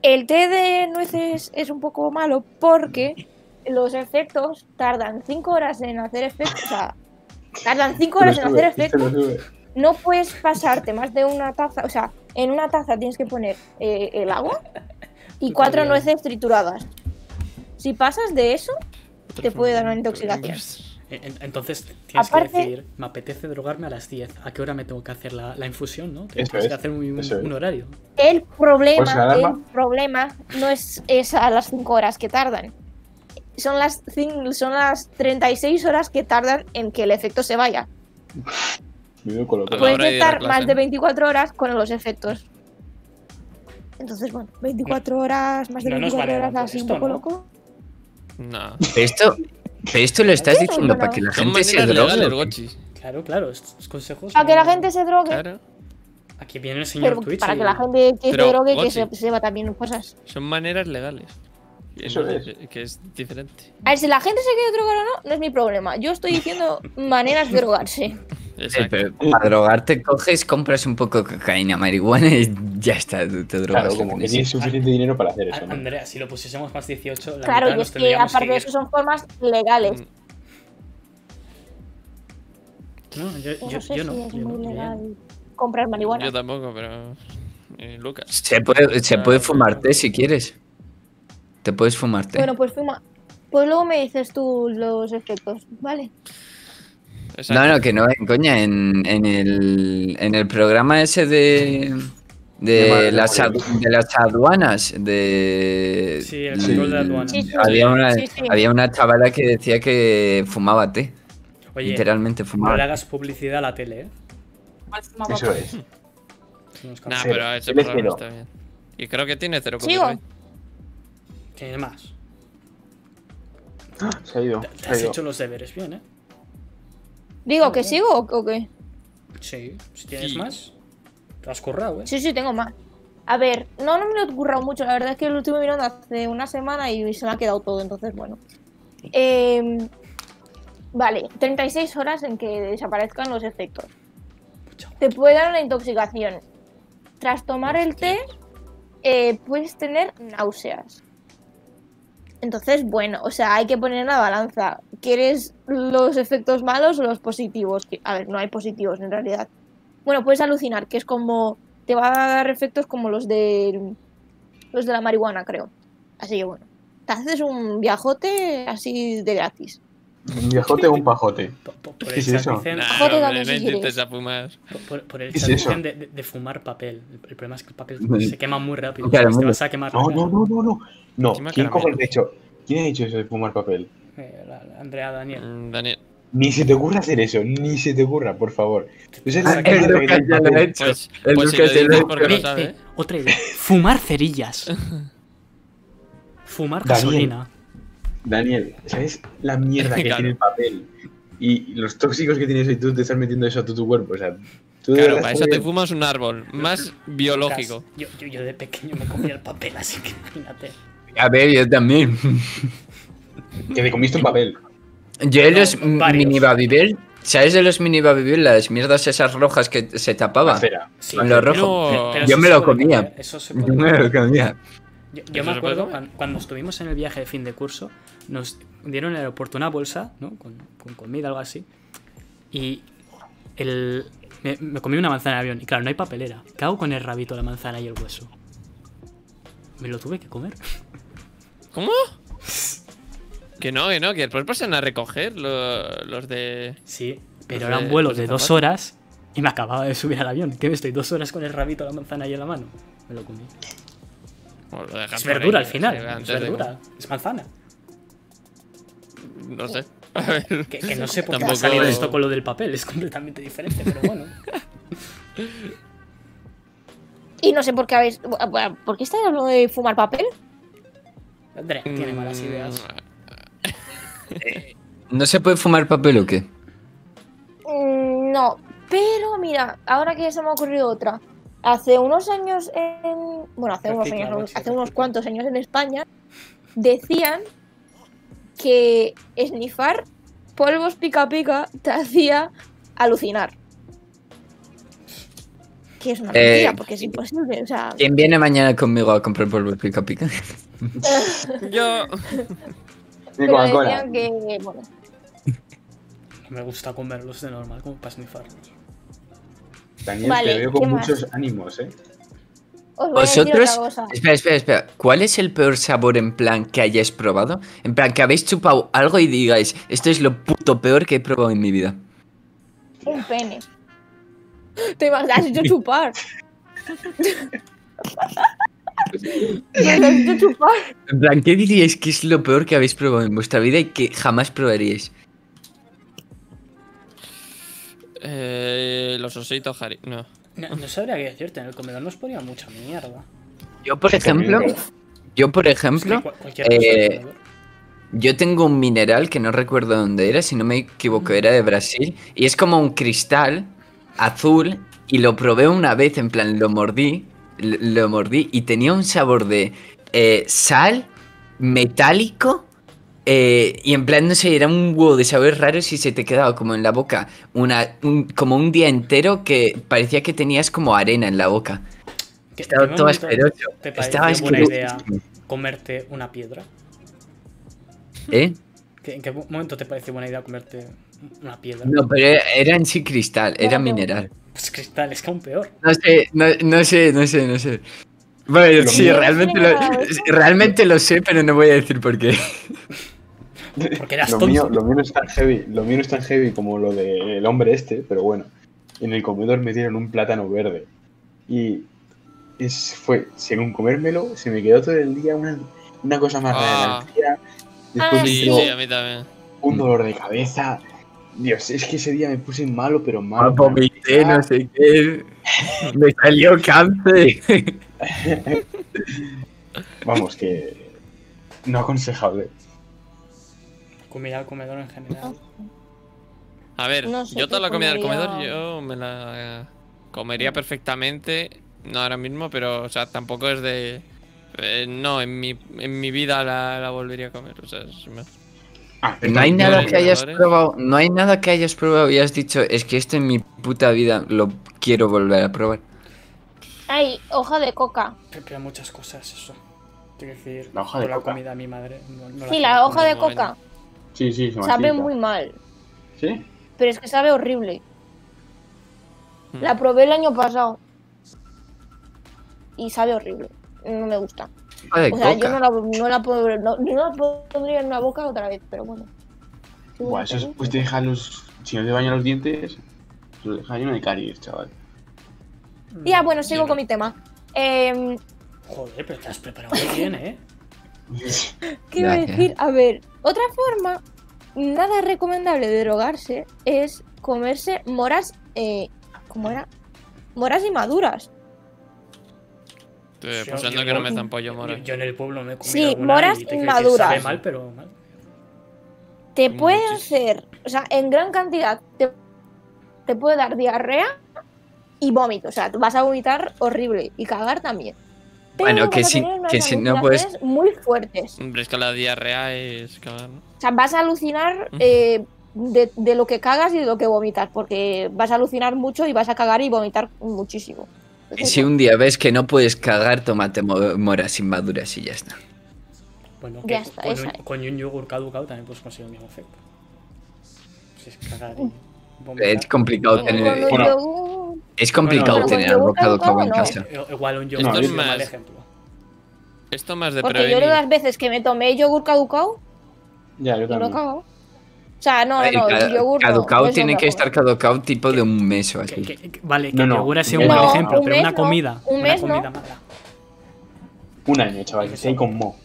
Speaker 6: El té de nueces es un poco malo porque los efectos tardan 5 horas en hacer efectos. O sea, tardan 5 horas en
Speaker 4: Lo sube,
Speaker 6: hacer
Speaker 4: esto lo
Speaker 6: efectos.
Speaker 4: sube.
Speaker 6: No puedes pasarte más de una taza. O sea, en una taza tienes que poner eh, el agua y cuatro
Speaker 1: Tutorial.
Speaker 6: nueces trituradas. Si pasas de eso, te puede dar una intoxicación.
Speaker 3: Mm.
Speaker 1: En- E, en- Entonces tienes
Speaker 6: Aparte-
Speaker 1: que decidir, me apetece drogarme a las 10. ¿A qué hora me tengo que hacer la, la infusión, no? Tienes
Speaker 4: es,
Speaker 1: que hacer un, un-
Speaker 4: eso es.
Speaker 1: un horario.
Speaker 6: El
Speaker 4: ¿Puedes
Speaker 6: problema,
Speaker 4: alarma?
Speaker 6: el problema no es, es a las 5 horas que tardan. Son las, cin- son las 36 horas que tardan en que el efecto se vaya.
Speaker 4: Me veo colocado.
Speaker 3: A la
Speaker 6: Puedes
Speaker 3: hora de ir a
Speaker 6: estar
Speaker 3: clase,
Speaker 6: más de
Speaker 3: ¿no?
Speaker 6: 24 horas con los efectos. Entonces, bueno, 24 horas, más de
Speaker 1: No nos
Speaker 6: 24
Speaker 1: vale
Speaker 6: horas
Speaker 1: nada
Speaker 6: así un
Speaker 1: esto,
Speaker 6: poco
Speaker 1: ¿no?
Speaker 6: loco.
Speaker 3: No.
Speaker 5: Pero esto, pero esto lo estás
Speaker 6: Sí,
Speaker 5: diciendo
Speaker 6: bueno.
Speaker 5: para que la
Speaker 3: Son
Speaker 5: gente se
Speaker 3: maneras legales,
Speaker 5: drogue.
Speaker 3: Gochi.
Speaker 1: Claro, claro, estos consejos.
Speaker 6: Para que la
Speaker 1: no-
Speaker 6: gente se drogue,
Speaker 3: Claro.
Speaker 1: Aquí viene el señor
Speaker 6: pero
Speaker 1: Twitch.
Speaker 6: para
Speaker 1: y-
Speaker 6: que la gente que
Speaker 3: Pero,
Speaker 6: se drogue, que
Speaker 3: Gochi.
Speaker 6: se, se va también cosas.
Speaker 3: Son maneras legales.
Speaker 4: Eso
Speaker 3: Entonces, Que es diferente.
Speaker 6: A ver, si la gente se quiere drogar o no, no es mi problema. Yo estoy diciendo maneras de drogarse.
Speaker 5: Sí,
Speaker 3: Exacto.
Speaker 5: pero para drogarte coges, compras un poco de cocaína, marihuana y ya está, tú te drogas.
Speaker 4: Claro,
Speaker 5: lo
Speaker 4: como que
Speaker 5: tienes.
Speaker 4: tienes suficiente dinero para hacer
Speaker 1: A-
Speaker 4: eso, ¿no?
Speaker 1: Andrea, si lo pusiésemos más 18, la
Speaker 6: Claro,
Speaker 1: mitad
Speaker 6: y
Speaker 1: nos
Speaker 6: es que
Speaker 1: tendríamos
Speaker 6: aparte de
Speaker 1: ir.
Speaker 6: eso son formas legales.
Speaker 1: No, yo, yo,
Speaker 6: Pues no sé
Speaker 1: yo
Speaker 6: si
Speaker 1: no.
Speaker 6: es
Speaker 1: yo no,
Speaker 6: muy
Speaker 1: yo
Speaker 6: legal comprar marihuana.
Speaker 3: Yo tampoco, pero. eh, Lucas.
Speaker 5: Se puede, se
Speaker 3: Ah,
Speaker 5: puede
Speaker 3: sí.
Speaker 5: fumarte si quieres. Te puedes fumarte.
Speaker 6: Bueno, pues fuma. Pues luego me dices tú los efectos, ¿vale?
Speaker 3: Exacto.
Speaker 5: No, no, que no, en coña, en, en el, en el programa ese de,
Speaker 4: De
Speaker 5: de,
Speaker 4: madre,
Speaker 5: las,
Speaker 4: madre.
Speaker 5: adu- de las aduanas, de...
Speaker 1: Sí, el control de aduanas.
Speaker 6: Sí, sí,
Speaker 5: Había una,
Speaker 6: sí, sí.
Speaker 5: había una chavala que decía que fumaba té,
Speaker 1: Oye,
Speaker 5: literalmente
Speaker 1: no le
Speaker 5: fumaba.
Speaker 1: hagas publicidad a la tele, ¿eh?
Speaker 4: Eso es.
Speaker 1: No nos
Speaker 3: Nah,
Speaker 1: cansamos.
Speaker 4: Cero.
Speaker 3: pero ese
Speaker 4: Él es
Speaker 3: programa
Speaker 4: cero.
Speaker 3: está bien. Y creo que tiene cero
Speaker 6: ¿Sigo?
Speaker 3: copyright.
Speaker 1: Tiene más.
Speaker 4: Se ha ido.
Speaker 1: Te- Te
Speaker 4: Se ha
Speaker 1: has
Speaker 4: ido.
Speaker 1: hecho los deberes bien, ¿eh?
Speaker 6: Digo, ¿que sigo o- o qué?
Speaker 1: Sí. Si tienes
Speaker 3: Sí.
Speaker 1: más, te has currado, ¿eh?
Speaker 6: Sí, sí, tengo más. A ver, no, no me lo he currado mucho. La verdad es que lo estuve mirando hace una semana y se me ha quedado todo, entonces, bueno. Eh, vale, 36 horas en que desaparezcan los efectos. Te puede dar una intoxicación. Tras tomar el té, eh, puedes tener náuseas. Entonces, bueno, o sea, hay que poner en la balanza. ¿Quieres los efectos malos o los positivos? Que- A ver, no hay positivos en realidad. Bueno, puedes alucinar, que es como. Te va a dar efectos como los de. Los de la marihuana, creo. Así que bueno. Te haces un viajote así de gratis.
Speaker 4: ¿Un viajote o un pajote?
Speaker 1: Por, por- por
Speaker 4: ¿Qué
Speaker 1: el
Speaker 4: es eso?
Speaker 1: chaticen,
Speaker 3: Nah,
Speaker 6: Joder,
Speaker 3: hombre,
Speaker 6: dame
Speaker 3: no
Speaker 6: si
Speaker 3: intentes
Speaker 6: quieres.
Speaker 3: a fumar.
Speaker 1: por- por- por el
Speaker 4: ¿Qué es
Speaker 1: chaticen
Speaker 4: eso?
Speaker 1: de, de- de fumar papel. El, el problema es que el papel
Speaker 5: Sí.
Speaker 1: se quema muy rápido.
Speaker 5: Claro,
Speaker 1: te
Speaker 5: muy
Speaker 1: vas a quemar. la
Speaker 4: No,
Speaker 1: cara.
Speaker 4: no, no, no, no. No,
Speaker 3: Encima
Speaker 4: ¿quién coge
Speaker 3: caramelo.
Speaker 4: el hecho? ¿Quién ha dicho eso de fumar papel?
Speaker 1: Eh, la- la Andrea, Daniel.
Speaker 3: Mm, Daniel,
Speaker 4: Ni se te ocurra hacer eso, ni se te ocurra, por favor. Tú sabes la
Speaker 1: Ah,
Speaker 4: mierda que tiene el papel?
Speaker 3: pues,
Speaker 5: El
Speaker 3: pues si lo
Speaker 5: Lucas ya lo
Speaker 3: dices
Speaker 5: ha
Speaker 3: porque lo
Speaker 1: Oye,
Speaker 3: sabe.
Speaker 1: eh, otra idea. Fumar cerillas. Fumar
Speaker 4: Daniel.
Speaker 1: gasolina.
Speaker 4: Daniel, ¿sabes la mierda que
Speaker 3: Claro.
Speaker 4: tiene el papel? Y los tóxicos que tienes y tú te estás metiendo eso a tu, tu cuerpo. O sea, tú de
Speaker 3: Claro,
Speaker 4: verdad
Speaker 3: para eso te
Speaker 4: sabes-
Speaker 3: fumas un árbol, más biológico.
Speaker 1: Cas- Yo, yo- yo de pequeño me comía el papel, así que imagínate.
Speaker 5: A ver, yo también.
Speaker 4: que te comiste un papel.
Speaker 5: Yo en los
Speaker 1: No, varios.
Speaker 5: mini Babybel, ¿sabes de los mini Babybel? Las mierdas esas rojas que se tapaban.
Speaker 4: Acera.
Speaker 1: Sí,
Speaker 5: Con lo rojo.
Speaker 3: No,
Speaker 1: pero
Speaker 5: Yo
Speaker 1: eso
Speaker 5: me
Speaker 1: se
Speaker 5: lo
Speaker 1: puede
Speaker 5: comía.
Speaker 1: comer, ¿eh? Eso se puede
Speaker 5: Yo me lo
Speaker 1: comer.
Speaker 5: comía.
Speaker 1: Yo, yo me
Speaker 3: ¿Eso se puede
Speaker 1: acuerdo
Speaker 3: comer?
Speaker 1: cuan- cuando estuvimos en el viaje de fin de curso, nos dieron en el aeropuerto una bolsa, ¿no? Con, con comida, algo así. Y el, me, me comí una manzana en el avión. Y claro, no hay papelera. Cago con el rabito, la manzana y el hueso. Me lo tuve que comer.
Speaker 3: ¿Cómo? Que no, que no, que después pasan a recoger lo- los de.
Speaker 1: Sí, pero
Speaker 3: Pues,
Speaker 1: era un
Speaker 3: eh,
Speaker 1: vuelo
Speaker 3: pues
Speaker 1: de
Speaker 3: está
Speaker 1: dos
Speaker 3: fácil.
Speaker 1: horas y me acababa de subir al avión. ¿Qué me estoy? Dos horas con el rabito, la manzana y en la mano. Me lo comí.
Speaker 3: bueno, Pues lo dejan
Speaker 1: Es
Speaker 3: por
Speaker 1: verdura
Speaker 3: ahí,
Speaker 1: al final.
Speaker 3: sí,
Speaker 1: Es
Speaker 3: antes de-
Speaker 1: verdura. Es manzana.
Speaker 3: No sé. A ver.
Speaker 1: Que, que no sé por qué ha
Speaker 3: Tampoco-
Speaker 1: salido esto con lo del papel. Es completamente diferente, pero bueno.
Speaker 6: Y no sé por qué habéis. bueno, ¿Por qué estáis hablando de fumar papel?
Speaker 1: Andrea tiene malas
Speaker 3: Mm,
Speaker 1: ideas.
Speaker 5: ¿No se puede fumar papel o qué?
Speaker 6: Mm, No, pero mira, ahora que ya se me ha ocurrido otra. Hace unos años en. Bueno, hace unos
Speaker 1: Recicla,
Speaker 6: años, no,
Speaker 1: Maxi,
Speaker 6: hace unos
Speaker 1: recicla.
Speaker 6: cuantos años en España, decían que esnifar polvos pica pica te hacía alucinar. Que es una
Speaker 5: Eh,
Speaker 6: mentira, porque es imposible. O sea,
Speaker 5: ¿Quién viene mañana conmigo a comprar polvo pica pica?
Speaker 3: Yo.
Speaker 4: De
Speaker 6: pero
Speaker 4: Coca-Cola.
Speaker 6: decían que, bueno,
Speaker 1: No me gusta comerlos de normal, como para snifarlos.
Speaker 4: Daniel,
Speaker 6: Vale,
Speaker 4: te veo
Speaker 6: ¿qué
Speaker 4: con
Speaker 6: más?
Speaker 4: muchos ánimos, ¿eh?
Speaker 6: os voy a decir otra
Speaker 5: ¿Vosotros?
Speaker 6: cosa.
Speaker 5: Espera, espera, espera. ¿Cuál es el peor sabor en plan que hayáis probado? En plan que habéis chupado algo y digáis, esto es lo puto peor que he probado en mi vida.
Speaker 6: Un pene. Te vas- has hecho chupar. Me lo has hecho chupar.
Speaker 5: En plan, ¿qué diríais que es lo peor que habéis probado en vuestra vida y que jamás probaríais?
Speaker 3: Eh, los ositos, Harry. No.
Speaker 1: No, no sabría qué decirte, en el comedor nos ponía mucha mierda.
Speaker 5: Yo, por ejemplo, yo, por
Speaker 1: Es que
Speaker 5: ejemplo,
Speaker 1: cua- cualquier cosa del
Speaker 5: eh,
Speaker 1: comedor.
Speaker 5: yo tengo un mineral que no recuerdo dónde era, si no me equivoco, era de Brasil, y es como un cristal azul, y lo probé una vez, en plan, lo mordí, l- lo mordí, y tenía un sabor de eh, sal, metálico, eh, y en plan, no sé, era un huevo de sabores raros y se te quedaba como en la boca, una, un- como un día entero que parecía que tenías como arena en la boca.
Speaker 1: ¿Qué-
Speaker 5: Estaba
Speaker 1: qué
Speaker 5: todo
Speaker 1: momento
Speaker 5: asqueroso.
Speaker 1: ¿Te pareció
Speaker 5: Estaba
Speaker 1: buena idea
Speaker 5: asqueroso.
Speaker 1: comerte una piedra?
Speaker 5: ¿Eh?
Speaker 1: ¿Qué- ¿En qué momento te pareció buena idea comerte una piedra?
Speaker 5: No, pero era en sí cristal, era
Speaker 6: Bueno.
Speaker 5: mineral.
Speaker 1: Pues cristal, es que aún peor.
Speaker 5: No sé, no, no sé, no sé, no sé. Bueno,
Speaker 4: Lo
Speaker 5: sí,
Speaker 4: mío-
Speaker 5: realmente lo,
Speaker 6: ¿Tiene nada de eso?
Speaker 5: realmente lo sé, pero no voy a decir por qué.
Speaker 1: Porque eras
Speaker 4: Lo
Speaker 1: tonto.
Speaker 4: mío, lo mío no es tan heavy, lo mío no es tan heavy como lo del hombre este, pero bueno. En el comedor me dieron un plátano verde. Y es, fue, según comérmelo, se me quedó todo el día una, una cosa más
Speaker 3: Ah.
Speaker 4: rara. Después
Speaker 6: Ah,
Speaker 4: me
Speaker 3: Sí,
Speaker 4: entró
Speaker 3: sí, a mí también.
Speaker 4: un dolor de cabeza. Dios, es que ese día me puse malo, pero malo.
Speaker 5: Ah, vomité, no sé qué. Me salió cáncer.
Speaker 4: Vamos, que no aconsejable.
Speaker 1: Comida al comedor en general.
Speaker 3: A ver,
Speaker 6: No sé
Speaker 3: yo
Speaker 6: qué
Speaker 3: toda la comida del comedor
Speaker 6: comería.
Speaker 3: yo me la comería perfectamente, no ahora mismo, pero o sea, tampoco es de eh, no, en mi, en mi vida la, la volvería a comer, o sea, es me-
Speaker 4: Ah,
Speaker 5: No hay nada que hayas
Speaker 3: Innovadores.
Speaker 5: probado, no hay nada que hayas probado y has dicho, es que esto en mi puta vida lo quiero volver a probar.
Speaker 6: Ay, hoja de coca.
Speaker 1: Pero, pero muchas cosas, eso. Quiero decir,
Speaker 4: La hoja
Speaker 1: yo
Speaker 4: de
Speaker 1: la
Speaker 4: coca.
Speaker 1: comida a mi madre. no- no
Speaker 6: Sí,
Speaker 1: hacía.
Speaker 6: la hoja de
Speaker 3: como
Speaker 6: coca.
Speaker 4: Sí, sí, se
Speaker 6: Sabe
Speaker 4: mastiza.
Speaker 6: muy mal.
Speaker 4: ¿Sí?
Speaker 6: Pero es que sabe horrible.
Speaker 3: Mm.
Speaker 6: La probé el año pasado. Y sabe horrible. No me gusta.
Speaker 5: Hoja de
Speaker 6: O sea, yo
Speaker 5: coca.
Speaker 6: no la, no la puedo- no- no la pondría en una boca otra vez, pero bueno. Sí,
Speaker 4: Buah, eso es,
Speaker 6: sí.
Speaker 4: pues te deja los. Si no te bañan los dientes, te lo deja lleno de caries, chaval.
Speaker 6: Ya, bueno, sigo
Speaker 3: no.
Speaker 6: con mi tema. Em,
Speaker 1: Joder, pero te has preparado muy bien, ¿eh?
Speaker 6: ¿Qué iba a
Speaker 5: Gracias.
Speaker 6: decir? A ver, otra forma nada recomendable de drogarse es comerse moras. Eh, ¿Cómo era? Moras inmaduras.
Speaker 3: Eh,
Speaker 1: Yo-
Speaker 3: pensando
Speaker 1: yo-
Speaker 3: que no
Speaker 1: yo-
Speaker 3: me tan pollo moro.
Speaker 1: Yo, yo en el pueblo me he comido
Speaker 6: Sí,
Speaker 1: alguna
Speaker 6: moras
Speaker 1: y te quiero decir,
Speaker 6: inmaduras.
Speaker 1: Sabe mal, pero mal.
Speaker 6: Te
Speaker 3: Mm,
Speaker 6: puede
Speaker 3: sí.
Speaker 6: hacer, o sea, en gran cantidad, te, te puede dar diarrea y vómito. O sea, vas a vomitar horrible y cagar también. Pero
Speaker 5: Bueno, que
Speaker 6: vas a
Speaker 5: si-
Speaker 6: tener unas
Speaker 5: que si no, pues-
Speaker 6: alucinaciones Muy fuertes.
Speaker 3: Hombre, es que la diarrea es cagar, ¿no?
Speaker 6: O sea, vas a alucinar eh, de, de lo que cagas y de lo que vomitas, porque vas a alucinar mucho y vas a cagar y vomitar muchísimo.
Speaker 5: Y si un día ves que no puedes cagar, tómate mo- moras inmaduras y ya está.
Speaker 1: Bueno,
Speaker 6: Ya
Speaker 1: que
Speaker 6: está,
Speaker 1: con,
Speaker 6: esa
Speaker 1: un,
Speaker 6: es.
Speaker 1: con un yogur caducado también puedes conseguir el mismo efecto. Si es cagar
Speaker 6: Uh.
Speaker 1: y vomitar.
Speaker 5: Es complicado
Speaker 6: Con
Speaker 5: tener,
Speaker 6: un
Speaker 4: Bueno.
Speaker 6: yogur-
Speaker 5: es complicado
Speaker 4: Bueno, con
Speaker 5: tener
Speaker 6: yogur
Speaker 5: algo caducado en
Speaker 6: caducado,
Speaker 5: casa.
Speaker 1: I- Eh, Igual un yogur
Speaker 4: Esto
Speaker 1: es
Speaker 4: es
Speaker 1: el
Speaker 3: más-
Speaker 1: mal ejemplo.
Speaker 3: Esto más de
Speaker 6: Porque yo
Speaker 3: prevenir.
Speaker 6: de las veces que me tomé yogur caducado,
Speaker 4: Ya, yo
Speaker 6: yo lo
Speaker 4: también.
Speaker 6: cago. O sea, no,
Speaker 5: A ver,
Speaker 6: no,
Speaker 5: ca-
Speaker 6: yogur no, pues
Speaker 5: caducado
Speaker 6: no es
Speaker 5: tiene
Speaker 6: yogur
Speaker 5: que estar
Speaker 6: caducado.
Speaker 5: caducado tipo de un mes o
Speaker 1: Que-
Speaker 5: así.
Speaker 1: que- que- vale, que
Speaker 4: No,
Speaker 1: el
Speaker 4: no,
Speaker 1: yogur ha sido
Speaker 4: un
Speaker 1: un mal
Speaker 4: mes
Speaker 1: ejemplo,
Speaker 4: no,
Speaker 1: pero
Speaker 6: un
Speaker 1: una
Speaker 6: mes no,
Speaker 1: comida.
Speaker 6: un
Speaker 1: una
Speaker 6: mes no.
Speaker 1: comida mala.
Speaker 4: Un año, chaval, que se con mo.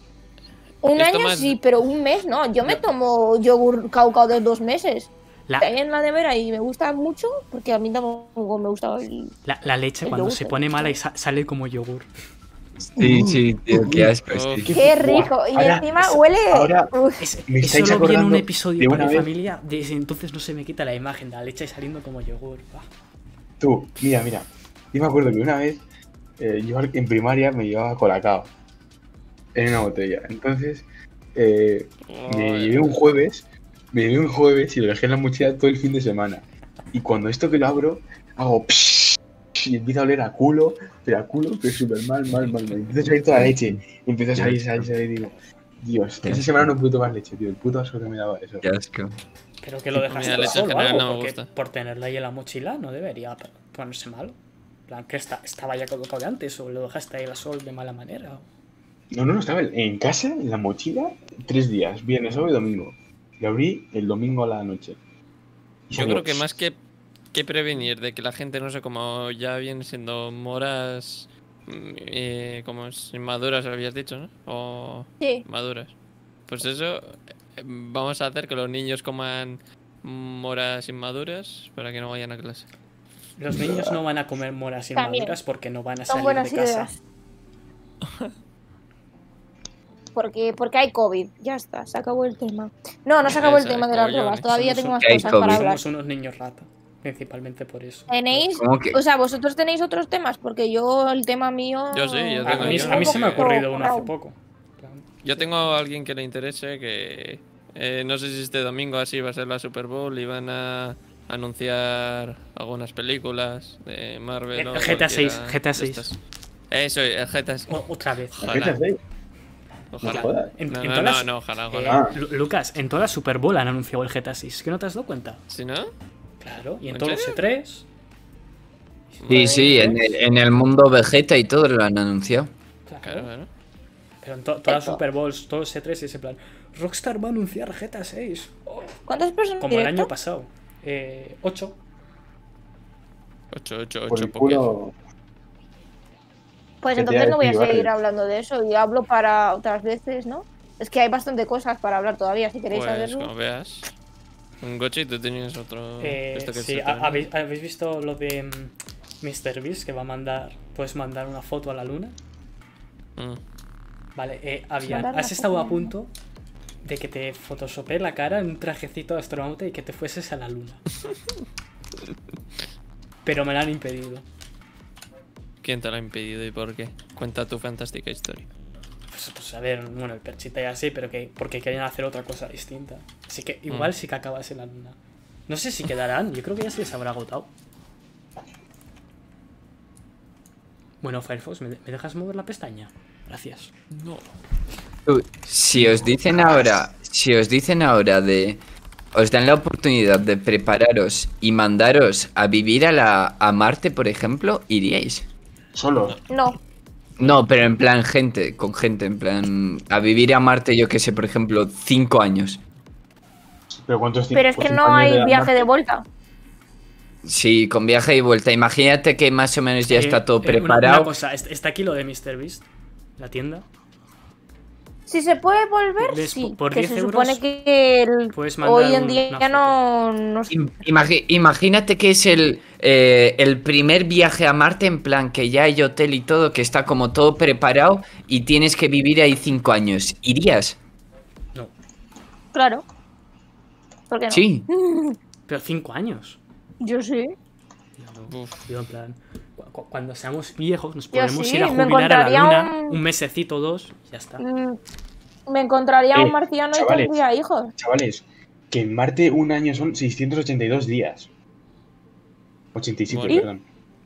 Speaker 6: Un
Speaker 3: Esto
Speaker 6: año
Speaker 3: más-
Speaker 6: sí, pero un mes no. Yo me tomo yogur caducado de dos meses.
Speaker 1: La,
Speaker 6: Está en la nevera y me gusta mucho porque a mí tampoco me gusta el...
Speaker 1: la- la leche
Speaker 6: El
Speaker 1: cuando
Speaker 6: yogur,
Speaker 1: se
Speaker 6: el
Speaker 1: pone
Speaker 6: yogur.
Speaker 1: mala y sa- sale como yogur.
Speaker 5: Sí, sí, tío, Oh, qué asco.
Speaker 3: Uf.
Speaker 5: sí.
Speaker 6: ¡Qué rico! Y
Speaker 4: Ahora-
Speaker 6: encima huele...
Speaker 4: ahora-
Speaker 6: Uf,
Speaker 1: Es,
Speaker 4: Me
Speaker 1: eso
Speaker 4: estáis
Speaker 1: lo vi en un
Speaker 4: acordando de
Speaker 1: episodio con
Speaker 4: una
Speaker 1: mi
Speaker 4: vez.
Speaker 1: familia. Desde entonces no se me quita la imagen de la leche saliendo como yogur. Buah.
Speaker 4: Tú, mira, mira. Yo me acuerdo que una vez eh, yo en primaria me llevaba colacao en una botella. Entonces, eh, me
Speaker 3: Joder.
Speaker 4: llevé un jueves, me llevé un jueves y lo dejé en la mochila todo el fin de semana. Y cuando esto que lo abro, hago psh, psh, y empieza a oler a culo, pero a culo, pero súper mal, mal, mal, mal. Empieza a salir toda la leche. Y empieza a salir, salir, salir. Y digo, Dios,
Speaker 5: Qué
Speaker 4: esa
Speaker 5: asco.
Speaker 4: semana no pude tomar leche, tío. El puto asco que me daba eso.
Speaker 5: Qué asco.
Speaker 1: Pero que lo
Speaker 3: Sí,
Speaker 1: dejaste
Speaker 3: comida
Speaker 1: por
Speaker 3: leche en
Speaker 1: solo,
Speaker 3: general
Speaker 1: algo,
Speaker 3: no me
Speaker 1: porque
Speaker 3: gusta.
Speaker 1: Por tenerla ahí en la mochila no debería p- ponerse mal. En plan, que esta- estaba ya colocado de antes o lo dejaste ahí la sol de mala manera.
Speaker 4: No, no, no, estaba en en casa, en la mochila, tres días, viernes, sábado y domingo. Lo abrí el domingo a la noche. Y
Speaker 3: Yo
Speaker 4: salió,
Speaker 3: creo que más que, que prevenir de que la gente no sé como ya vienen siendo moras mm, eh, como es, inmaduras habías dicho, ¿no? O
Speaker 6: sí.
Speaker 3: maduras. Pues eso eh, vamos a hacer que los niños coman moras inmaduras para que no vayan a clase.
Speaker 1: Los niños no van a comer moras
Speaker 6: También.
Speaker 1: inmaduras porque no van a salir
Speaker 6: Son
Speaker 1: de
Speaker 6: buenas
Speaker 1: casa.
Speaker 6: ideas. Porque, porque hay COVID. Ya está, se acabó el tema. No, no se acabó el
Speaker 3: Exacto,
Speaker 6: tema de las
Speaker 3: yo-
Speaker 6: drogas. Todavía tengo más
Speaker 5: Hay
Speaker 6: cosas para
Speaker 5: COVID.
Speaker 6: hablar.
Speaker 1: Somos unos niños rata, principalmente por eso.
Speaker 6: ¿Tenéis?
Speaker 5: ¿Cómo que?
Speaker 6: O sea, vosotros tenéis otros temas, porque yo el tema mío...
Speaker 3: Yo sí, yo
Speaker 1: A
Speaker 3: tengo
Speaker 1: mí,
Speaker 3: yo.
Speaker 1: a mí se me ha
Speaker 3: Porque-
Speaker 1: ocurrido uno hace poco. En plan,
Speaker 3: Yo tengo a alguien que le interese que eh, no sé si este domingo así va a ser la Super Bowl y van a anunciar algunas películas de Marvel.
Speaker 1: El
Speaker 3: o
Speaker 1: GTA VI,
Speaker 3: cualquiera
Speaker 1: GTA
Speaker 3: de
Speaker 1: VI.
Speaker 3: estas. Eso, el GTA VI.
Speaker 1: o- Otra vez.
Speaker 4: ¿Qué te
Speaker 3: Ojalá,
Speaker 4: haces?
Speaker 3: ojalá.
Speaker 4: No jodas.
Speaker 1: En-
Speaker 3: No,
Speaker 1: en
Speaker 3: no,
Speaker 1: todas
Speaker 3: no,
Speaker 1: las-
Speaker 3: no, ojalá,
Speaker 1: Eh,
Speaker 3: ojalá.
Speaker 1: Lu- Lucas, en toda la Super Bowl han anunciado el GTA 6. ¿Que no te has dado cuenta?
Speaker 3: Si no,
Speaker 1: Claro, y en
Speaker 3: ¿En
Speaker 1: todos los E
Speaker 3: serio?
Speaker 1: E3.
Speaker 5: Sí, sí, en el, en el mundo Vegeta y todo lo han anunciado.
Speaker 1: Claro.
Speaker 3: claro, claro.
Speaker 1: Pero en to- todas las
Speaker 6: Eso.
Speaker 1: Super Bowls, todos los E E3 y ese plan. Rockstar va a anunciar GTA 6. Oh,
Speaker 6: ¿Cuántas personas
Speaker 1: como el
Speaker 6: directo?
Speaker 1: año pasado. Eh, 8.
Speaker 3: 8, 8,
Speaker 4: Por
Speaker 3: 8
Speaker 4: el culo.
Speaker 6: Pues
Speaker 4: que te
Speaker 6: entonces no voy a
Speaker 4: activar
Speaker 6: seguir
Speaker 4: el-
Speaker 6: hablando de eso y hablo para otras veces, ¿no? Es que hay bastante cosas para hablar todavía, si queréis
Speaker 3: Pues como
Speaker 6: saberlo.
Speaker 3: veas. Un goche y tú tenías otro.
Speaker 1: Eh,
Speaker 3: esto Ah, ¿este que
Speaker 1: sí,
Speaker 3: se termina.
Speaker 1: ha- ¿habéis, habéis visto lo de Mr. Beast que va a mandar. Puedes mandar una foto a la luna?
Speaker 3: Mm.
Speaker 1: Vale, eh, había-
Speaker 6: Mandar una
Speaker 1: has estado
Speaker 6: foto a
Speaker 1: a
Speaker 6: la
Speaker 1: punto de que te photoshopé la cara en un trajecito de astronauta y que te fueses a la luna. Pero me lo han impedido.
Speaker 3: ¿Quién te lo ha impedido y por qué? Cuenta tu fantástica historia.
Speaker 1: Pues, pues, a ver, bueno, el perchita y así, pero que porque querían hacer otra cosa distinta. Así que igual
Speaker 3: Mm.
Speaker 1: sí que acabas en la luna. No sé si quedarán, yo creo que ya se les habrá agotado. Bueno, Firefox, ¿me, de- me dejas mover la pestaña? Gracias.
Speaker 3: No.
Speaker 5: Tú, Si os dicen ahora, si os dicen ahora de os dan la oportunidad de prepararos y mandaros a vivir a la a Marte, por ejemplo, iríais.
Speaker 4: Solo.
Speaker 6: No,
Speaker 5: No, pero en plan gente, con gente, en plan a vivir a Marte, yo que sé, por ejemplo, cinco años.
Speaker 4: Pero cuántos
Speaker 6: pero es que no hay viaje de vuelta.
Speaker 5: Sí, con viaje y vuelta. Imagínate que más o menos ya
Speaker 1: Eh,
Speaker 5: está todo
Speaker 1: eh, una- Una,
Speaker 5: preparado.
Speaker 1: cosa, ¿est- ¿está aquí lo de MrBeast? ¿La tienda?
Speaker 6: Si se puede volver,
Speaker 1: Les-
Speaker 6: sí.
Speaker 1: por
Speaker 6: que
Speaker 1: 10
Speaker 6: se
Speaker 1: euros
Speaker 6: supone que el-
Speaker 1: puedes mandar
Speaker 6: hoy en
Speaker 1: un-
Speaker 6: día
Speaker 1: una
Speaker 6: ya
Speaker 1: foto.
Speaker 6: no, no se-
Speaker 5: Im- imagi- imagínate que es el, eh, el primer viaje a Marte, en plan que ya hay hotel y todo, que está como todo preparado y tienes que vivir ahí cinco años. ¿Irías?
Speaker 1: No.
Speaker 6: Claro. ¿Por qué no?
Speaker 5: Sí.
Speaker 1: Pero cinco años.
Speaker 6: Yo sí.
Speaker 1: Yo no.
Speaker 3: Uf.
Speaker 1: Yo en plan, cu- cu- cuando seamos viejos nos
Speaker 6: Yo
Speaker 1: podemos
Speaker 6: sí,
Speaker 1: ir a
Speaker 6: me
Speaker 1: jubilar a la
Speaker 6: encontraría
Speaker 1: luna
Speaker 6: un-
Speaker 1: un... mesecito dos, ya está.
Speaker 6: Mm, Me encontraría
Speaker 4: Eh,
Speaker 6: un marciano y
Speaker 4: chavales.
Speaker 6: tendría hijos.
Speaker 4: Chavales, que en Marte un año son 682 días. 87,
Speaker 3: Bueno.
Speaker 4: perdón.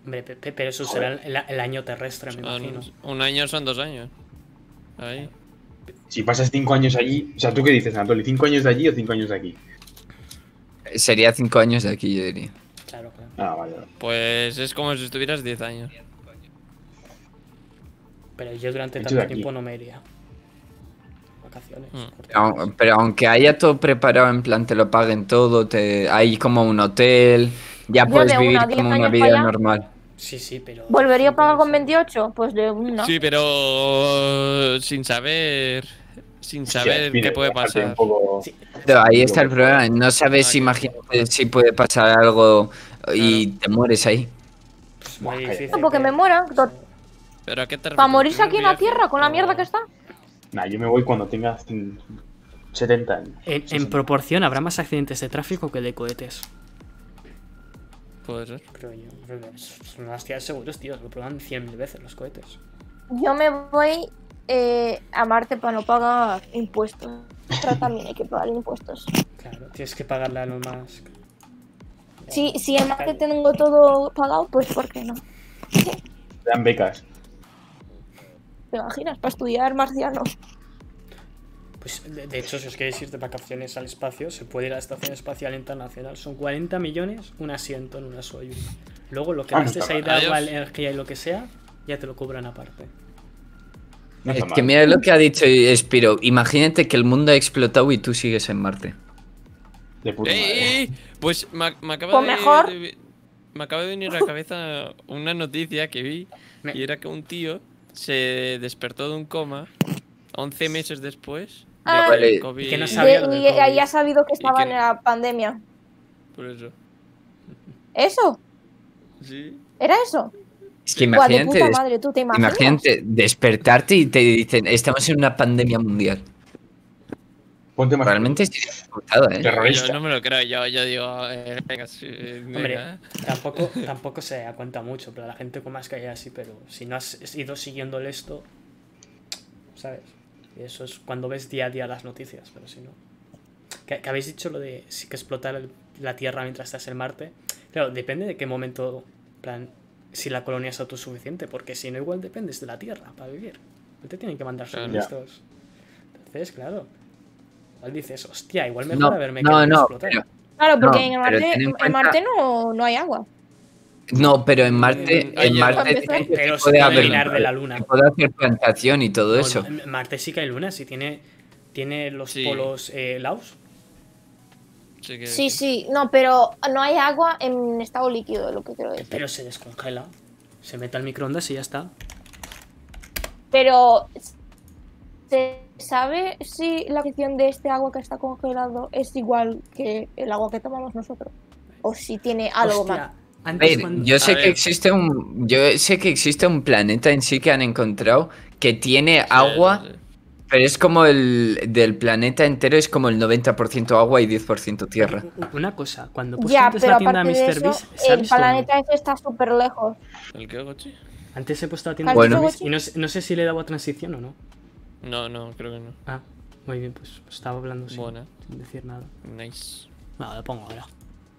Speaker 1: Hombre, pe- pe- pero eso será el, el- el año terrestre, me
Speaker 3: Son-
Speaker 1: imagino.
Speaker 3: Ah, un año son dos años. Ahí.
Speaker 4: Si pasas 5 años allí, o sea, ¿tú qué dices, Anatoli? ¿5 años de allí o 5 años de aquí?
Speaker 5: Sería cinco años de aquí, yo diría.
Speaker 1: Claro, claro.
Speaker 4: Ah, vale. vale.
Speaker 3: Pues es como si estuvieras 10 años.
Speaker 1: Pero yo durante
Speaker 4: Me
Speaker 1: tanto
Speaker 4: echo de aquí.
Speaker 1: tiempo no me iría. Vacaciones.
Speaker 3: Mm.
Speaker 1: cortas.
Speaker 5: Au- Pero aunque haya todo preparado, en plan te lo paguen todo, te, hay como un hotel, ya
Speaker 6: Yo
Speaker 5: puedes
Speaker 6: de
Speaker 5: vivir
Speaker 6: una, diez
Speaker 5: como una
Speaker 6: años para
Speaker 5: vida
Speaker 6: allá.
Speaker 5: normal.
Speaker 1: Sí, sí, pero.
Speaker 6: ¿Volvería a pagar con
Speaker 1: 28
Speaker 6: 28? Pues de una.
Speaker 3: Sí, pero sin saber. Sin saber
Speaker 4: Sí,
Speaker 3: qué
Speaker 4: mira,
Speaker 3: puede
Speaker 4: aparte un
Speaker 3: pasar.
Speaker 4: poco-
Speaker 1: Sí.
Speaker 5: Pero ahí está el problema, no
Speaker 3: Ah,
Speaker 5: sabes,
Speaker 3: claro.
Speaker 5: imagínate si puede pasar algo y te mueres ahí.
Speaker 1: Muy
Speaker 4: Buah,
Speaker 1: difícil. ¿eh?
Speaker 6: No, porque me muera.
Speaker 3: ¿Pero a qué te refieres?
Speaker 6: Para morirse aquí en la
Speaker 3: ¿Un viaje?
Speaker 6: Tierra con la
Speaker 3: ¿O-
Speaker 6: mierda que está.
Speaker 4: Nah, yo me voy cuando tenga mm, 70 años.
Speaker 1: En,
Speaker 4: Sí,
Speaker 1: en
Speaker 4: sí.
Speaker 1: proporción habrá más accidentes de tráfico que de cohetes.
Speaker 3: Puede ser.
Speaker 1: Creo yo. Creo que Son unas ciudades seguros, tío. Lo prueban 100.000 veces los cohetes.
Speaker 6: Yo me voy eh, a Marte para no pagar impuestos. Pero también hay que pagar impuestos.
Speaker 1: Claro, tienes que pagarle a Elon Musk.
Speaker 6: Si, si en Marte tengo todo pagado, pues ¿por qué no?
Speaker 4: Te dan becas.
Speaker 6: ¿Te imaginas? Para estudiar marciano.
Speaker 1: Pues de, de hecho, si os queréis ir de vacaciones al espacio, se puede ir a la Estación Espacial Internacional. Son 40 millones, un asiento en una Soyuz. Luego lo que
Speaker 4: Ah, no
Speaker 1: gastes
Speaker 4: está
Speaker 1: ahí de
Speaker 3: mal.
Speaker 1: agua,
Speaker 3: Adiós.
Speaker 1: energía y lo que sea, ya te lo cobran aparte.
Speaker 4: No
Speaker 5: Es
Speaker 4: está
Speaker 5: que
Speaker 4: mal.
Speaker 5: mira lo que ha dicho Spiro. Imagínate que el mundo ha explotado y tú sigues en Marte.
Speaker 4: De puta
Speaker 3: ¡Ey,
Speaker 4: madre.
Speaker 3: ey, ey! Pues me, ac- me acaba
Speaker 6: Pues
Speaker 3: de,
Speaker 6: mejor.
Speaker 3: de- Me acaba de venir a la cabeza una noticia que vi.
Speaker 1: Me-
Speaker 3: Y era que un tío se despertó de un coma 11 meses después. De
Speaker 6: Ah.
Speaker 3: que el
Speaker 5: Vale.
Speaker 3: COVID-
Speaker 1: Y que no
Speaker 6: Y,
Speaker 1: sabía lo del
Speaker 6: y ahí
Speaker 1: COVID.
Speaker 6: ha sabido que
Speaker 3: Y
Speaker 6: estaba
Speaker 3: que-
Speaker 6: en la pandemia.
Speaker 3: Por eso.
Speaker 6: ¿Eso?
Speaker 3: Sí.
Speaker 6: ¿Era eso?
Speaker 5: Es que
Speaker 6: Buah, de
Speaker 5: imagínate,
Speaker 6: puta
Speaker 5: des-
Speaker 6: madre, ¿tú te imaginas?
Speaker 5: imagínate despertarte y te dicen, estamos en una pandemia mundial.
Speaker 4: Ponte más.
Speaker 5: Realmente sería una putada, ¿eh?
Speaker 4: Terrorista.
Speaker 3: Yo no me lo creo, yo, yo digo, eh, venga, sí, eh,
Speaker 1: Hombre,
Speaker 3: venga.
Speaker 1: tampoco, tampoco se da cuenta mucho, pero la gente con más calle así, pero si no has ido siguiéndole esto, ¿sabes? Y eso es cuando ves día a día las noticias, pero si no. Que, que habéis dicho lo de sí que explotar el- la Tierra mientras estás en Marte. Claro, depende de qué momento, en plan, si la colonia es autosuficiente, porque si no, igual dependes de la Tierra para vivir. No te tienen que mandar
Speaker 3: Claro.
Speaker 1: suministros. Entonces, claro. Igual dices, hostia, igual mejor
Speaker 5: No,
Speaker 1: haberme
Speaker 5: no,
Speaker 1: quedado
Speaker 5: no,
Speaker 1: explotar.
Speaker 5: pero,
Speaker 6: Claro, porque
Speaker 5: No,
Speaker 6: en
Speaker 5: pero
Speaker 6: Marte,
Speaker 5: ten en
Speaker 6: en
Speaker 5: cuenta-
Speaker 6: Marte no, no hay agua.
Speaker 5: no, pero en
Speaker 1: Eh,
Speaker 5: Marte,
Speaker 3: Oye,
Speaker 5: en Marte
Speaker 6: pero-
Speaker 5: te-
Speaker 1: Pero
Speaker 5: te
Speaker 1: se
Speaker 5: este puede
Speaker 1: puede
Speaker 5: haber- eh,
Speaker 1: mirar de la luna.
Speaker 5: te puede hacer plantación y todo
Speaker 1: No,
Speaker 5: eso.
Speaker 1: no, en Marte sí que hay luna, si tiene ¿Tiene los
Speaker 3: Sí.
Speaker 1: polos eh, helados?
Speaker 3: Sí, que-
Speaker 6: Sí, sí, no, pero no hay agua en estado líquido, lo que creo es.
Speaker 1: Pero se descongela. Se mete al microondas y ya está.
Speaker 6: Pero ¿se sabe si la acción de este agua que está congelado es igual que el agua que tomamos nosotros? O si tiene algo
Speaker 1: Hostia,
Speaker 6: Ah, más.
Speaker 5: A
Speaker 1: antes
Speaker 5: ver,
Speaker 1: cuando-
Speaker 5: yo sé
Speaker 3: a
Speaker 5: que
Speaker 3: ver.
Speaker 5: existe un. Yo sé que existe un planeta en sí que han encontrado que tiene
Speaker 3: sí,
Speaker 5: agua,
Speaker 3: sí, sí.
Speaker 5: pero es como el del planeta entero, es como el 90% agua y 10% tierra.
Speaker 1: U- Una cosa, cuando puse
Speaker 6: Ya,
Speaker 1: antes
Speaker 6: pero
Speaker 1: la tienda
Speaker 6: aparte de
Speaker 1: Mr.
Speaker 6: eso,
Speaker 1: Beast,
Speaker 6: el
Speaker 1: ¿sabes tú o no?
Speaker 6: planeta ese está súper lejos.
Speaker 3: ¿El qué, Gochi?
Speaker 1: Antes he puesto la tienda
Speaker 5: Bueno.
Speaker 1: Mr. Beast y no, sé- no sé si le he dado a transición o no.
Speaker 3: No, no, creo que no.
Speaker 1: Ah, muy bien, pues estaba hablando sin,
Speaker 3: Buena.
Speaker 1: sin decir nada.
Speaker 3: Nice.
Speaker 1: No, lo pongo ahora.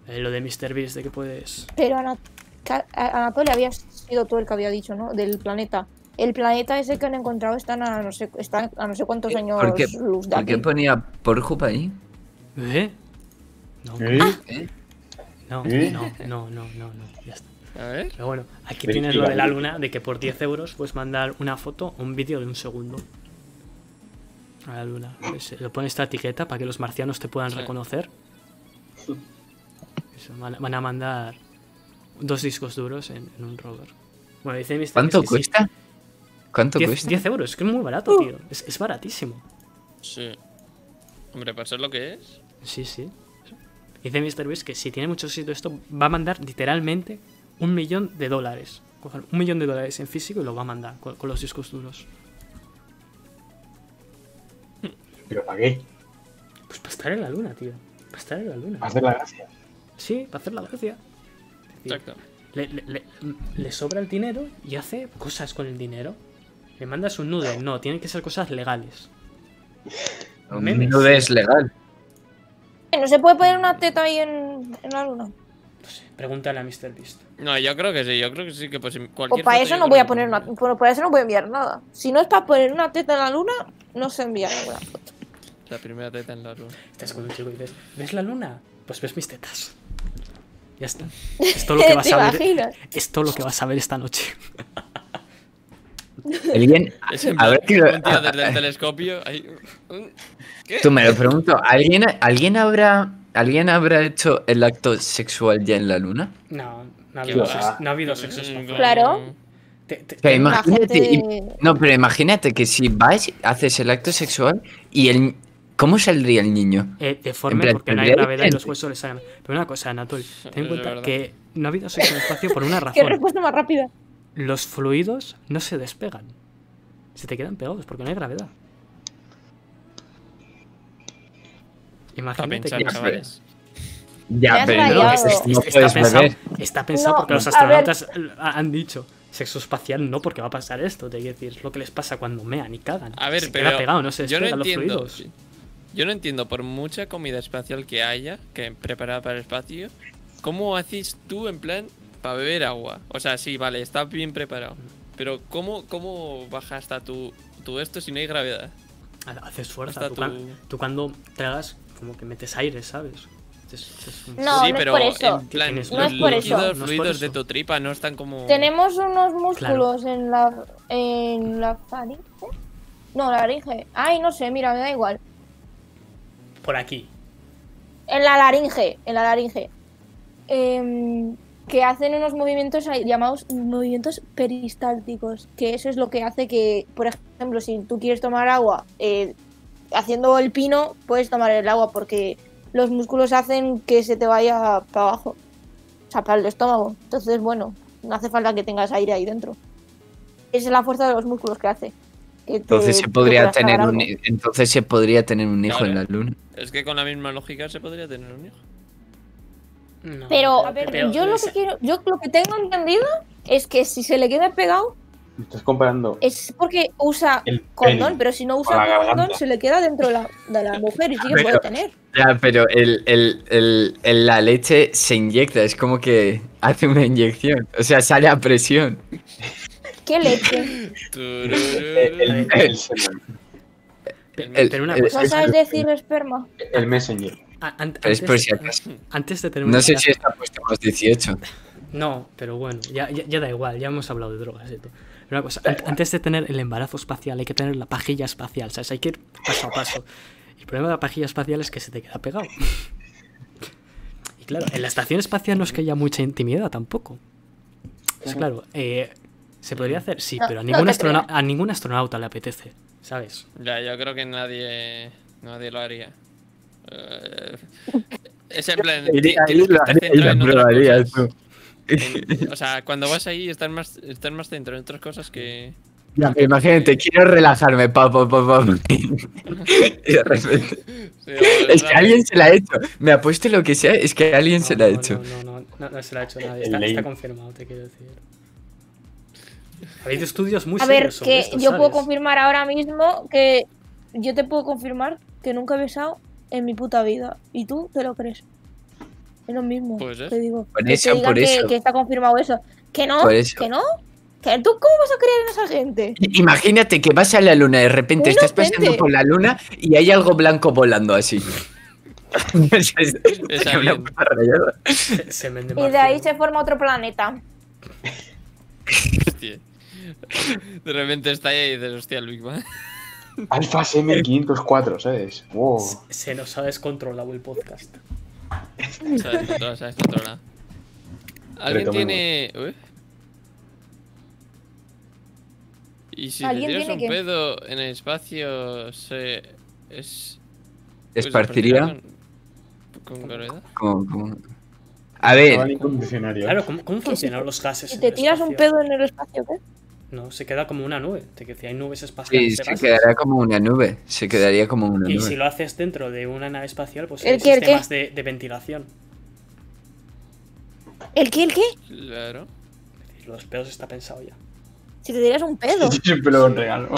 Speaker 1: Eh, lo de Mr. Beast, de que puedes.
Speaker 6: Pero Ana- Ca- a- Anatolia habías sido tú el que había dicho, ¿no? Del planeta. El planeta ese que han encontrado están a no sé, están a no sé cuántos
Speaker 5: Eh,
Speaker 6: años
Speaker 5: ¿por qué-
Speaker 6: luz de
Speaker 5: ¿Por qué
Speaker 6: aquí.
Speaker 5: ponía Porjup ahí?
Speaker 1: ¿Eh? No,
Speaker 4: ¿Eh?
Speaker 5: Ah.
Speaker 1: no,
Speaker 4: ¿Eh?
Speaker 1: no, no, no, no, no, ya está.
Speaker 3: A ver.
Speaker 1: Pero bueno, aquí
Speaker 4: Ven,
Speaker 1: tienes lo de la
Speaker 4: Iván.
Speaker 1: luna, de que por 10 euros puedes mandar una foto o un vídeo de un segundo a la luna. Pues, Lo pones esta etiqueta para que los marcianos te puedan
Speaker 3: Sí.
Speaker 1: reconocer. Eso, van, van a mandar dos discos duros en, en un rover. Bueno, dice Mr.
Speaker 5: ¿Cuánto
Speaker 1: Beast que sí.
Speaker 5: cuesta? ¿Cuánto
Speaker 1: 10,
Speaker 5: cuesta? Uh.
Speaker 1: 10 euros, es que es muy barato, tío. Es, es baratísimo.
Speaker 3: Sí. Hombre, para ser lo que es.
Speaker 1: Sí, sí. Dice Mr. Beast que si tiene mucho éxito esto, va a mandar literalmente un millón de dólares. Coger un millón de dólares en físico y lo va a mandar con, con los discos duros.
Speaker 4: ¿Pero para qué?
Speaker 1: Pues para estar en la luna, tío. Para estar en la luna.
Speaker 4: Hacer la gracia.
Speaker 1: Sí, para hacer la gracia. Sí.
Speaker 3: Exacto.
Speaker 1: Le, le- le- le sobra el dinero y hace cosas con el dinero. Le mandas un nude. No, tienen que ser cosas legales. memes.
Speaker 5: No es legal.
Speaker 6: No se puede poner una teta ahí en, en la luna.
Speaker 1: No sé, pregúntale a Mr. Beast.
Speaker 3: No, yo creo que sí, yo creo que sí que pues
Speaker 6: O
Speaker 3: cualquier
Speaker 6: para
Speaker 3: foto
Speaker 6: eso
Speaker 3: yo
Speaker 6: no
Speaker 3: creo
Speaker 6: voy a
Speaker 3: que
Speaker 6: poner una,
Speaker 3: pondría.
Speaker 6: bueno, para eso no voy a enviar nada. Si no es para poner una teta en la luna, no se envía ninguna.
Speaker 3: La primera teta en la luna.
Speaker 1: Estás con un chico y dices, ¿ves la luna? Pues ves mis tetas. Ya está. Es todo lo que vas
Speaker 6: ¿Te
Speaker 1: a ver.
Speaker 6: imaginas?
Speaker 1: Es todo lo que vas a ver esta noche.
Speaker 5: ¿Alguien?
Speaker 3: Es en
Speaker 5: A ver
Speaker 3: plan,
Speaker 5: que lo-
Speaker 3: un tío desde el telescopio. ahí- ¿Qué?
Speaker 5: Tú me lo pregunto. ¿Alguien, ¿alguien, habrá, ¿Alguien habrá hecho el acto sexual ya en la luna?
Speaker 1: No, no ha
Speaker 3: Qué
Speaker 1: habido,
Speaker 4: va.
Speaker 1: sexo- no ha habido sexo
Speaker 3: Mm,
Speaker 1: espacial.
Speaker 6: Claro.
Speaker 1: Te- te-
Speaker 5: O sea,
Speaker 1: te-
Speaker 6: La
Speaker 5: imagínate.
Speaker 6: gente-
Speaker 5: y- no, pero imagínate que si vas, haces el acto sexual y el. ¿Cómo saldría el niño?
Speaker 1: eh,
Speaker 5: en
Speaker 1: deforme
Speaker 5: plan,
Speaker 1: porque no hay
Speaker 5: tendría
Speaker 1: gravedad y los
Speaker 5: dientes.
Speaker 1: huesos le salen. Pero una cosa, Anatol, ten en
Speaker 3: Es
Speaker 1: cuenta
Speaker 3: verdad.
Speaker 1: que no ha habido sexo en el espacio por una
Speaker 6: Qué
Speaker 1: razón.
Speaker 6: respuesta más rápida.
Speaker 1: Los fluidos no se despegan. Se te quedan pegados porque no hay gravedad.
Speaker 3: Para
Speaker 1: Imagínate
Speaker 3: pensar,
Speaker 1: que
Speaker 5: Ya,
Speaker 3: chavales.
Speaker 6: Me
Speaker 5: Ya,
Speaker 6: has
Speaker 5: pero no,
Speaker 6: rayado.
Speaker 5: es- no
Speaker 1: está,
Speaker 5: puedes
Speaker 1: pensado,
Speaker 5: beber.
Speaker 1: está pensado
Speaker 6: No,
Speaker 1: porque los
Speaker 6: a
Speaker 1: astronautas eh, han dicho sexo espacial no porque va a pasar esto. Te quiero decir, es lo que les pasa cuando mean y cagan.
Speaker 3: A ver,
Speaker 1: se
Speaker 3: pero
Speaker 1: queda pegado, no se
Speaker 3: yo no
Speaker 1: despegan los
Speaker 3: entiendo.
Speaker 1: fluidos.
Speaker 3: Yo no entiendo por mucha comida espacial que haya, que preparada para el espacio, cómo haces tú en plan para beber agua. O sea, sí, vale, está bien preparado. Pero cómo cómo baja hasta tu tu esto si no hay gravedad.
Speaker 1: Haces fuerza.
Speaker 3: Hasta
Speaker 1: Tú,
Speaker 3: tu-
Speaker 1: cuan- tú cuando tragas, como que metes aire, ¿sabes? Es- es un-
Speaker 6: No,
Speaker 3: sí,
Speaker 6: no es
Speaker 3: pero
Speaker 6: por eso.
Speaker 3: en plan
Speaker 1: No
Speaker 3: los
Speaker 1: es por eso.
Speaker 3: líquidos,
Speaker 1: No es por
Speaker 3: fluidos de
Speaker 1: eso.
Speaker 3: tu tripa no están como
Speaker 6: Tenemos unos músculos en la en la faringe. No, la laringe. Ay, no sé, mira, me da igual.
Speaker 1: Por aquí.
Speaker 6: En la laringe, en la laringe. Em, que hacen unos movimientos ahí llamados movimientos peristálticos. Que eso es lo que hace que, por ejemplo, si tú quieres tomar agua eh, haciendo el pino, puedes tomar el agua porque los músculos hacen que se te vaya para abajo. O sea, para el estómago. Entonces, bueno, no hace falta que tengas aire ahí dentro. Esa es la fuerza de los músculos que hace. que te-
Speaker 5: Entonces se
Speaker 6: que
Speaker 5: podría
Speaker 6: puedas
Speaker 5: tener
Speaker 6: tragar
Speaker 5: un
Speaker 6: algo.
Speaker 5: entonces se podría tener un hijo
Speaker 3: Claro.
Speaker 5: en la luna.
Speaker 3: Es que con la misma lógica se podría tener un hijo.
Speaker 1: No,
Speaker 6: Pero, a ver,
Speaker 1: pero
Speaker 6: yo lo
Speaker 1: esa-
Speaker 6: que quiero, yo lo que tengo entendido es que si se le queda pegado
Speaker 4: Estás comparando
Speaker 6: es porque usa
Speaker 4: el
Speaker 6: condón,
Speaker 4: pene.
Speaker 6: pero si no
Speaker 4: con
Speaker 6: usa
Speaker 4: la
Speaker 6: condón
Speaker 4: garganta.
Speaker 6: se le queda dentro de la, de la mujer y sí que puede
Speaker 5: Pero-
Speaker 6: tener.
Speaker 5: Ya, pero el, el- el- el- la leche se inyecta, es como que hace una inyección, o sea, sale a presión.
Speaker 6: ¿Qué leche?
Speaker 4: El,
Speaker 3: Tururú.
Speaker 4: el- el semen,
Speaker 1: pe-
Speaker 5: el-
Speaker 1: pero una
Speaker 5: el-
Speaker 1: cosa.
Speaker 6: ¿No
Speaker 4: es-
Speaker 6: sabes decir esperma?
Speaker 4: el messenger.
Speaker 1: a- an-
Speaker 5: Pero es por
Speaker 1: antes-
Speaker 5: si acaso.
Speaker 1: Antes de tener
Speaker 5: No
Speaker 1: una
Speaker 5: sé si
Speaker 1: relación-
Speaker 5: está puesto más 18.
Speaker 1: No, pero bueno, ya, ya, ya da igual, ya hemos hablado de drogas y todo. Pero una cosa,
Speaker 6: Eh,
Speaker 1: an- antes de tener el embarazo espacial hay que tener la pajilla espacial, ¿sabes? Hay que ir paso a paso. El problema de la pajilla espacial es que se te queda pegado. Y claro, en la estación espacial no es que haya mucha intimidad tampoco. Es claro, eh, se podría hacer, sí,
Speaker 6: No,
Speaker 1: pero a
Speaker 6: no
Speaker 1: ningún,
Speaker 6: te
Speaker 1: astrona-
Speaker 6: creas.
Speaker 1: a ningún astronauta le apetece, ¿sabes?
Speaker 3: Ya, yo creo que nadie, nadie lo haría. Eh, es en plan. ti- ti- estás centrado en otras cosas. En- O sea, cuando vas ahí estás más, estás más centrado en otras cosas que.
Speaker 5: Imagínate, quiero relajarme, pa, pa, pa, pa. Y de repente-
Speaker 3: Sí,
Speaker 5: Es que
Speaker 3: claro.
Speaker 5: alguien se la ha hecho. Me apuesto lo que sea, es que alguien se
Speaker 1: No,
Speaker 5: la ha
Speaker 1: no,
Speaker 5: hecho.
Speaker 1: No, no, no, no, no se la ha hecho nadie.
Speaker 4: El
Speaker 1: Está,
Speaker 4: ley.
Speaker 1: está confirmado, te quiero decir. Habéis estudios muy
Speaker 6: A ver,
Speaker 1: serios sobre
Speaker 6: que
Speaker 1: esto,
Speaker 6: yo puedo
Speaker 1: ¿sabes?
Speaker 6: confirmar ahora mismo que. Yo te puedo confirmar que nunca he besado en mi puta vida. Y tú te lo crees. Pues Es lo mismo.
Speaker 3: Puede ser.
Speaker 6: Te digo.
Speaker 5: Por
Speaker 6: Que te
Speaker 5: eso,
Speaker 6: digan
Speaker 5: por
Speaker 6: que,
Speaker 5: eso.
Speaker 6: que está confirmado eso. Que no,
Speaker 5: Por eso.
Speaker 6: que no. Que tú, ¿cómo vas a creer en esa gente?
Speaker 5: Imagínate que vas a la luna, de repente
Speaker 6: De
Speaker 5: estás
Speaker 6: repente.
Speaker 5: pasando por la luna y hay algo blanco volando así. Es- es-
Speaker 3: Es
Speaker 5: una
Speaker 3: alguien.
Speaker 5: puta rayada.
Speaker 1: Se- semen de
Speaker 6: Y de
Speaker 1: marciano.
Speaker 6: ahí se forma otro planeta.
Speaker 3: Hostia. De repente está ahí y dices, hostia, Luis, va.
Speaker 4: Alfa
Speaker 5: Eh.
Speaker 4: SM504, ¿sabes? Wow.
Speaker 1: Se- Se nos ha descontrolado el podcast.
Speaker 3: Se ha descontrolado, se ha descontrolado. Alguien
Speaker 4: Retomemos.
Speaker 3: tiene. Uy. Y si te
Speaker 6: ¿Alguien
Speaker 3: tiras
Speaker 6: tiene
Speaker 3: un
Speaker 6: qué?
Speaker 3: pedo en el espacio, se. Es. pues,
Speaker 5: Esparciría.
Speaker 3: con- Con gravedad.
Speaker 5: como- como- A
Speaker 4: Estaba
Speaker 5: ver,
Speaker 4: incondicionario.
Speaker 1: Claro, ¿cómo, cómo funcionan los gases?
Speaker 6: Si
Speaker 1: en
Speaker 6: te
Speaker 1: el
Speaker 6: tiras un
Speaker 1: espacio?
Speaker 6: pedo en el espacio, ¿qué?
Speaker 1: No, se queda como una nube. Te que si hay nubes espaciales.
Speaker 5: sí,
Speaker 1: de
Speaker 5: se
Speaker 1: gases.
Speaker 5: quedará como una nube. Se quedaría como una
Speaker 1: Y si
Speaker 5: nube.
Speaker 1: lo haces dentro de una nave espacial, pues
Speaker 6: ¿El
Speaker 1: hay
Speaker 6: qué, el qué?
Speaker 1: sistemas de, de ventilación.
Speaker 6: ¿El qué, el qué?
Speaker 3: Claro.
Speaker 1: Es decir, Los pedos está pensado ya.
Speaker 6: Si te tiras un pedo.
Speaker 4: Yo siempre lo regalo.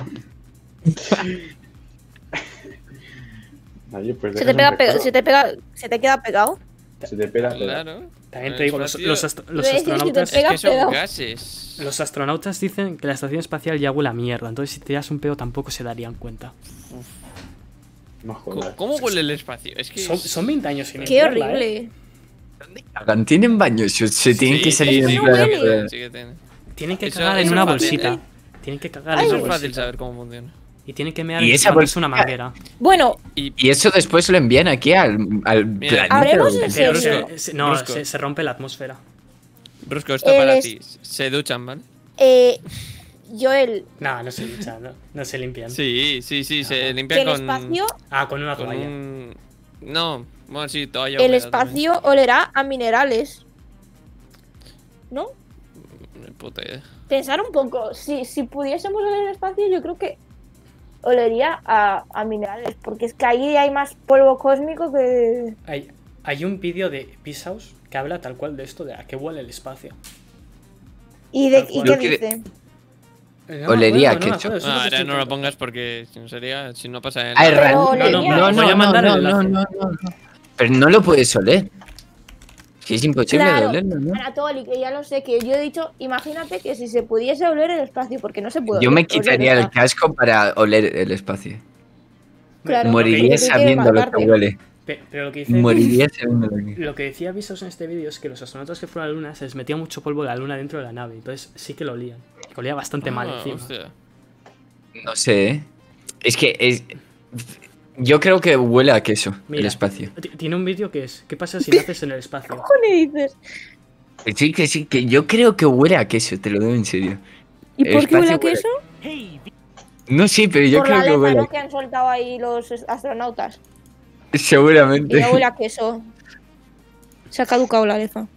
Speaker 4: Oye, pues dejas
Speaker 6: Se te
Speaker 4: un
Speaker 6: pega, pe-
Speaker 4: recado.
Speaker 6: se te pega, se te queda pegado.
Speaker 4: Se te pega.
Speaker 3: Claro.
Speaker 1: También
Speaker 3: En
Speaker 1: te
Speaker 3: el
Speaker 1: digo, los,
Speaker 3: espacio-
Speaker 1: los astro- los
Speaker 6: Iba a decir, si te
Speaker 1: astronautas.
Speaker 3: Es
Speaker 6: Pega
Speaker 3: que son
Speaker 6: pedo.
Speaker 3: gases.
Speaker 1: Los astronautas dicen que la estación espacial ya huele a mierda, entonces si te das un pedo tampoco se darían cuenta.
Speaker 4: No
Speaker 3: ¿Cómo,
Speaker 4: jodas.
Speaker 3: cómo huele el espacio? Es que.
Speaker 1: Son,
Speaker 3: es-
Speaker 1: son 20 años sin
Speaker 6: Qué
Speaker 1: limpiarla, ¿eh?
Speaker 6: horrible.
Speaker 5: Hagan, Tienen baños, se se tienen
Speaker 3: Sí,
Speaker 5: que salir
Speaker 3: sí,
Speaker 5: en
Speaker 6: no
Speaker 5: plan- eh,
Speaker 6: huele.
Speaker 3: Sí que tiene.
Speaker 1: Tienen que
Speaker 3: Eso-
Speaker 1: cagar en
Speaker 3: eso
Speaker 1: una
Speaker 3: es fácil,
Speaker 1: bolsita.
Speaker 3: ¿eh?
Speaker 1: Tienen que cagar en
Speaker 6: Ay,
Speaker 1: una
Speaker 3: es
Speaker 6: no.
Speaker 3: fácil
Speaker 1: bolsita.
Speaker 3: saber cómo funciona.
Speaker 1: Y tienen que mear
Speaker 5: Y
Speaker 1: en
Speaker 5: esa
Speaker 1: cuando es
Speaker 5: bolsita-
Speaker 1: una manguera.
Speaker 6: Bueno,
Speaker 3: Y
Speaker 5: Y eso después lo envían aquí al, al
Speaker 3: Mira,
Speaker 5: planeta.
Speaker 6: habremos
Speaker 5: ¿o
Speaker 6: en
Speaker 5: qué?
Speaker 1: Pero
Speaker 6: serio?
Speaker 1: se- se- no,
Speaker 3: Brusco.
Speaker 1: se, se rompe la atmósfera.
Speaker 3: Brusco, esto para
Speaker 6: Eres-
Speaker 3: ti. Se duchan, ¿vale?
Speaker 6: eh, Joel,
Speaker 1: No, no se lucha, no, no se limpian.
Speaker 3: Sí, sí, sí, se
Speaker 6: que
Speaker 3: limpia
Speaker 6: el
Speaker 3: con.
Speaker 6: espacio,
Speaker 1: Ah, con una
Speaker 3: con
Speaker 1: toalla.
Speaker 3: un- No, bueno, sí, toalla.
Speaker 6: el
Speaker 3: húmeda también.
Speaker 6: espacio olerá a minerales. ¿No?
Speaker 3: Ni Puta idea.
Speaker 6: Pensar un poco, si, si pudiésemos oler el espacio, yo creo que olería a, a minerales, porque es que ahí hay más polvo cósmico que...
Speaker 1: Hay, hay un vídeo de Peace House que habla tal cual de esto, de a qué huele el espacio.
Speaker 6: ¿Y, de, y
Speaker 1: Yo
Speaker 6: qué
Speaker 5: quiero-
Speaker 6: dice?
Speaker 1: Eh, no me
Speaker 5: Olería
Speaker 1: acuerdo, no
Speaker 5: a
Speaker 1: me
Speaker 5: ketchup.
Speaker 1: acuerdo, Pues es una
Speaker 3: No, Ah, ahora
Speaker 1: cuestión
Speaker 3: no lo
Speaker 1: tonta.
Speaker 3: pongas porque si no sería. Si no pasa
Speaker 5: Ah, es
Speaker 3: nada.
Speaker 6: Pero
Speaker 5: real.
Speaker 6: olería.
Speaker 1: No, no, voy a mandar el enlace.
Speaker 5: Pero no lo puedes oler. Que es imposible de olerlo, ¿no?
Speaker 6: Anatoly, que ya lo sé, que yo he dicho, imagínate que si se pudiese oler el espacio, porque no se puede.
Speaker 5: Yo
Speaker 6: oler-
Speaker 5: me
Speaker 6: oler
Speaker 5: quitaría el
Speaker 6: nada.
Speaker 5: casco para oler el espacio.
Speaker 6: Claro,
Speaker 5: Moriría
Speaker 6: porque tú quieres
Speaker 5: sabiendo lo que
Speaker 6: matarte.
Speaker 5: huele.
Speaker 1: Pe- Pero lo que dice.
Speaker 5: Moriría sabiendo lo que
Speaker 1: Lo que decía Visos en este vídeo es que los astronautas que fueron a la luna se les metía mucho polvo de la luna dentro de la nave, entonces sí que lo olían. Que Olía bastante mal
Speaker 3: Ah,
Speaker 1: encima.
Speaker 3: hostia.
Speaker 5: No sé, ¿eh? Es que es... Yo creo que huele a queso el
Speaker 1: Mira.
Speaker 5: espacio.
Speaker 1: T- Tiene un vídeo que es ¿Qué pasa si naces en el espacio?
Speaker 6: ¿Qué cojones dices?
Speaker 5: Que Sí, que sí, que yo creo que huele a queso, te lo doy en serio.
Speaker 6: ¿Y
Speaker 5: El
Speaker 6: por qué huele a
Speaker 5: espacio huele.
Speaker 6: queso?
Speaker 5: No sé, pero yo
Speaker 6: por
Speaker 5: creo
Speaker 6: la
Speaker 5: que
Speaker 6: letra
Speaker 5: huele.
Speaker 6: ¿no? que han soltado ahí los astronautas. Y
Speaker 5: Seguramente.
Speaker 6: ya huele a queso. Se ha caducado la lefa.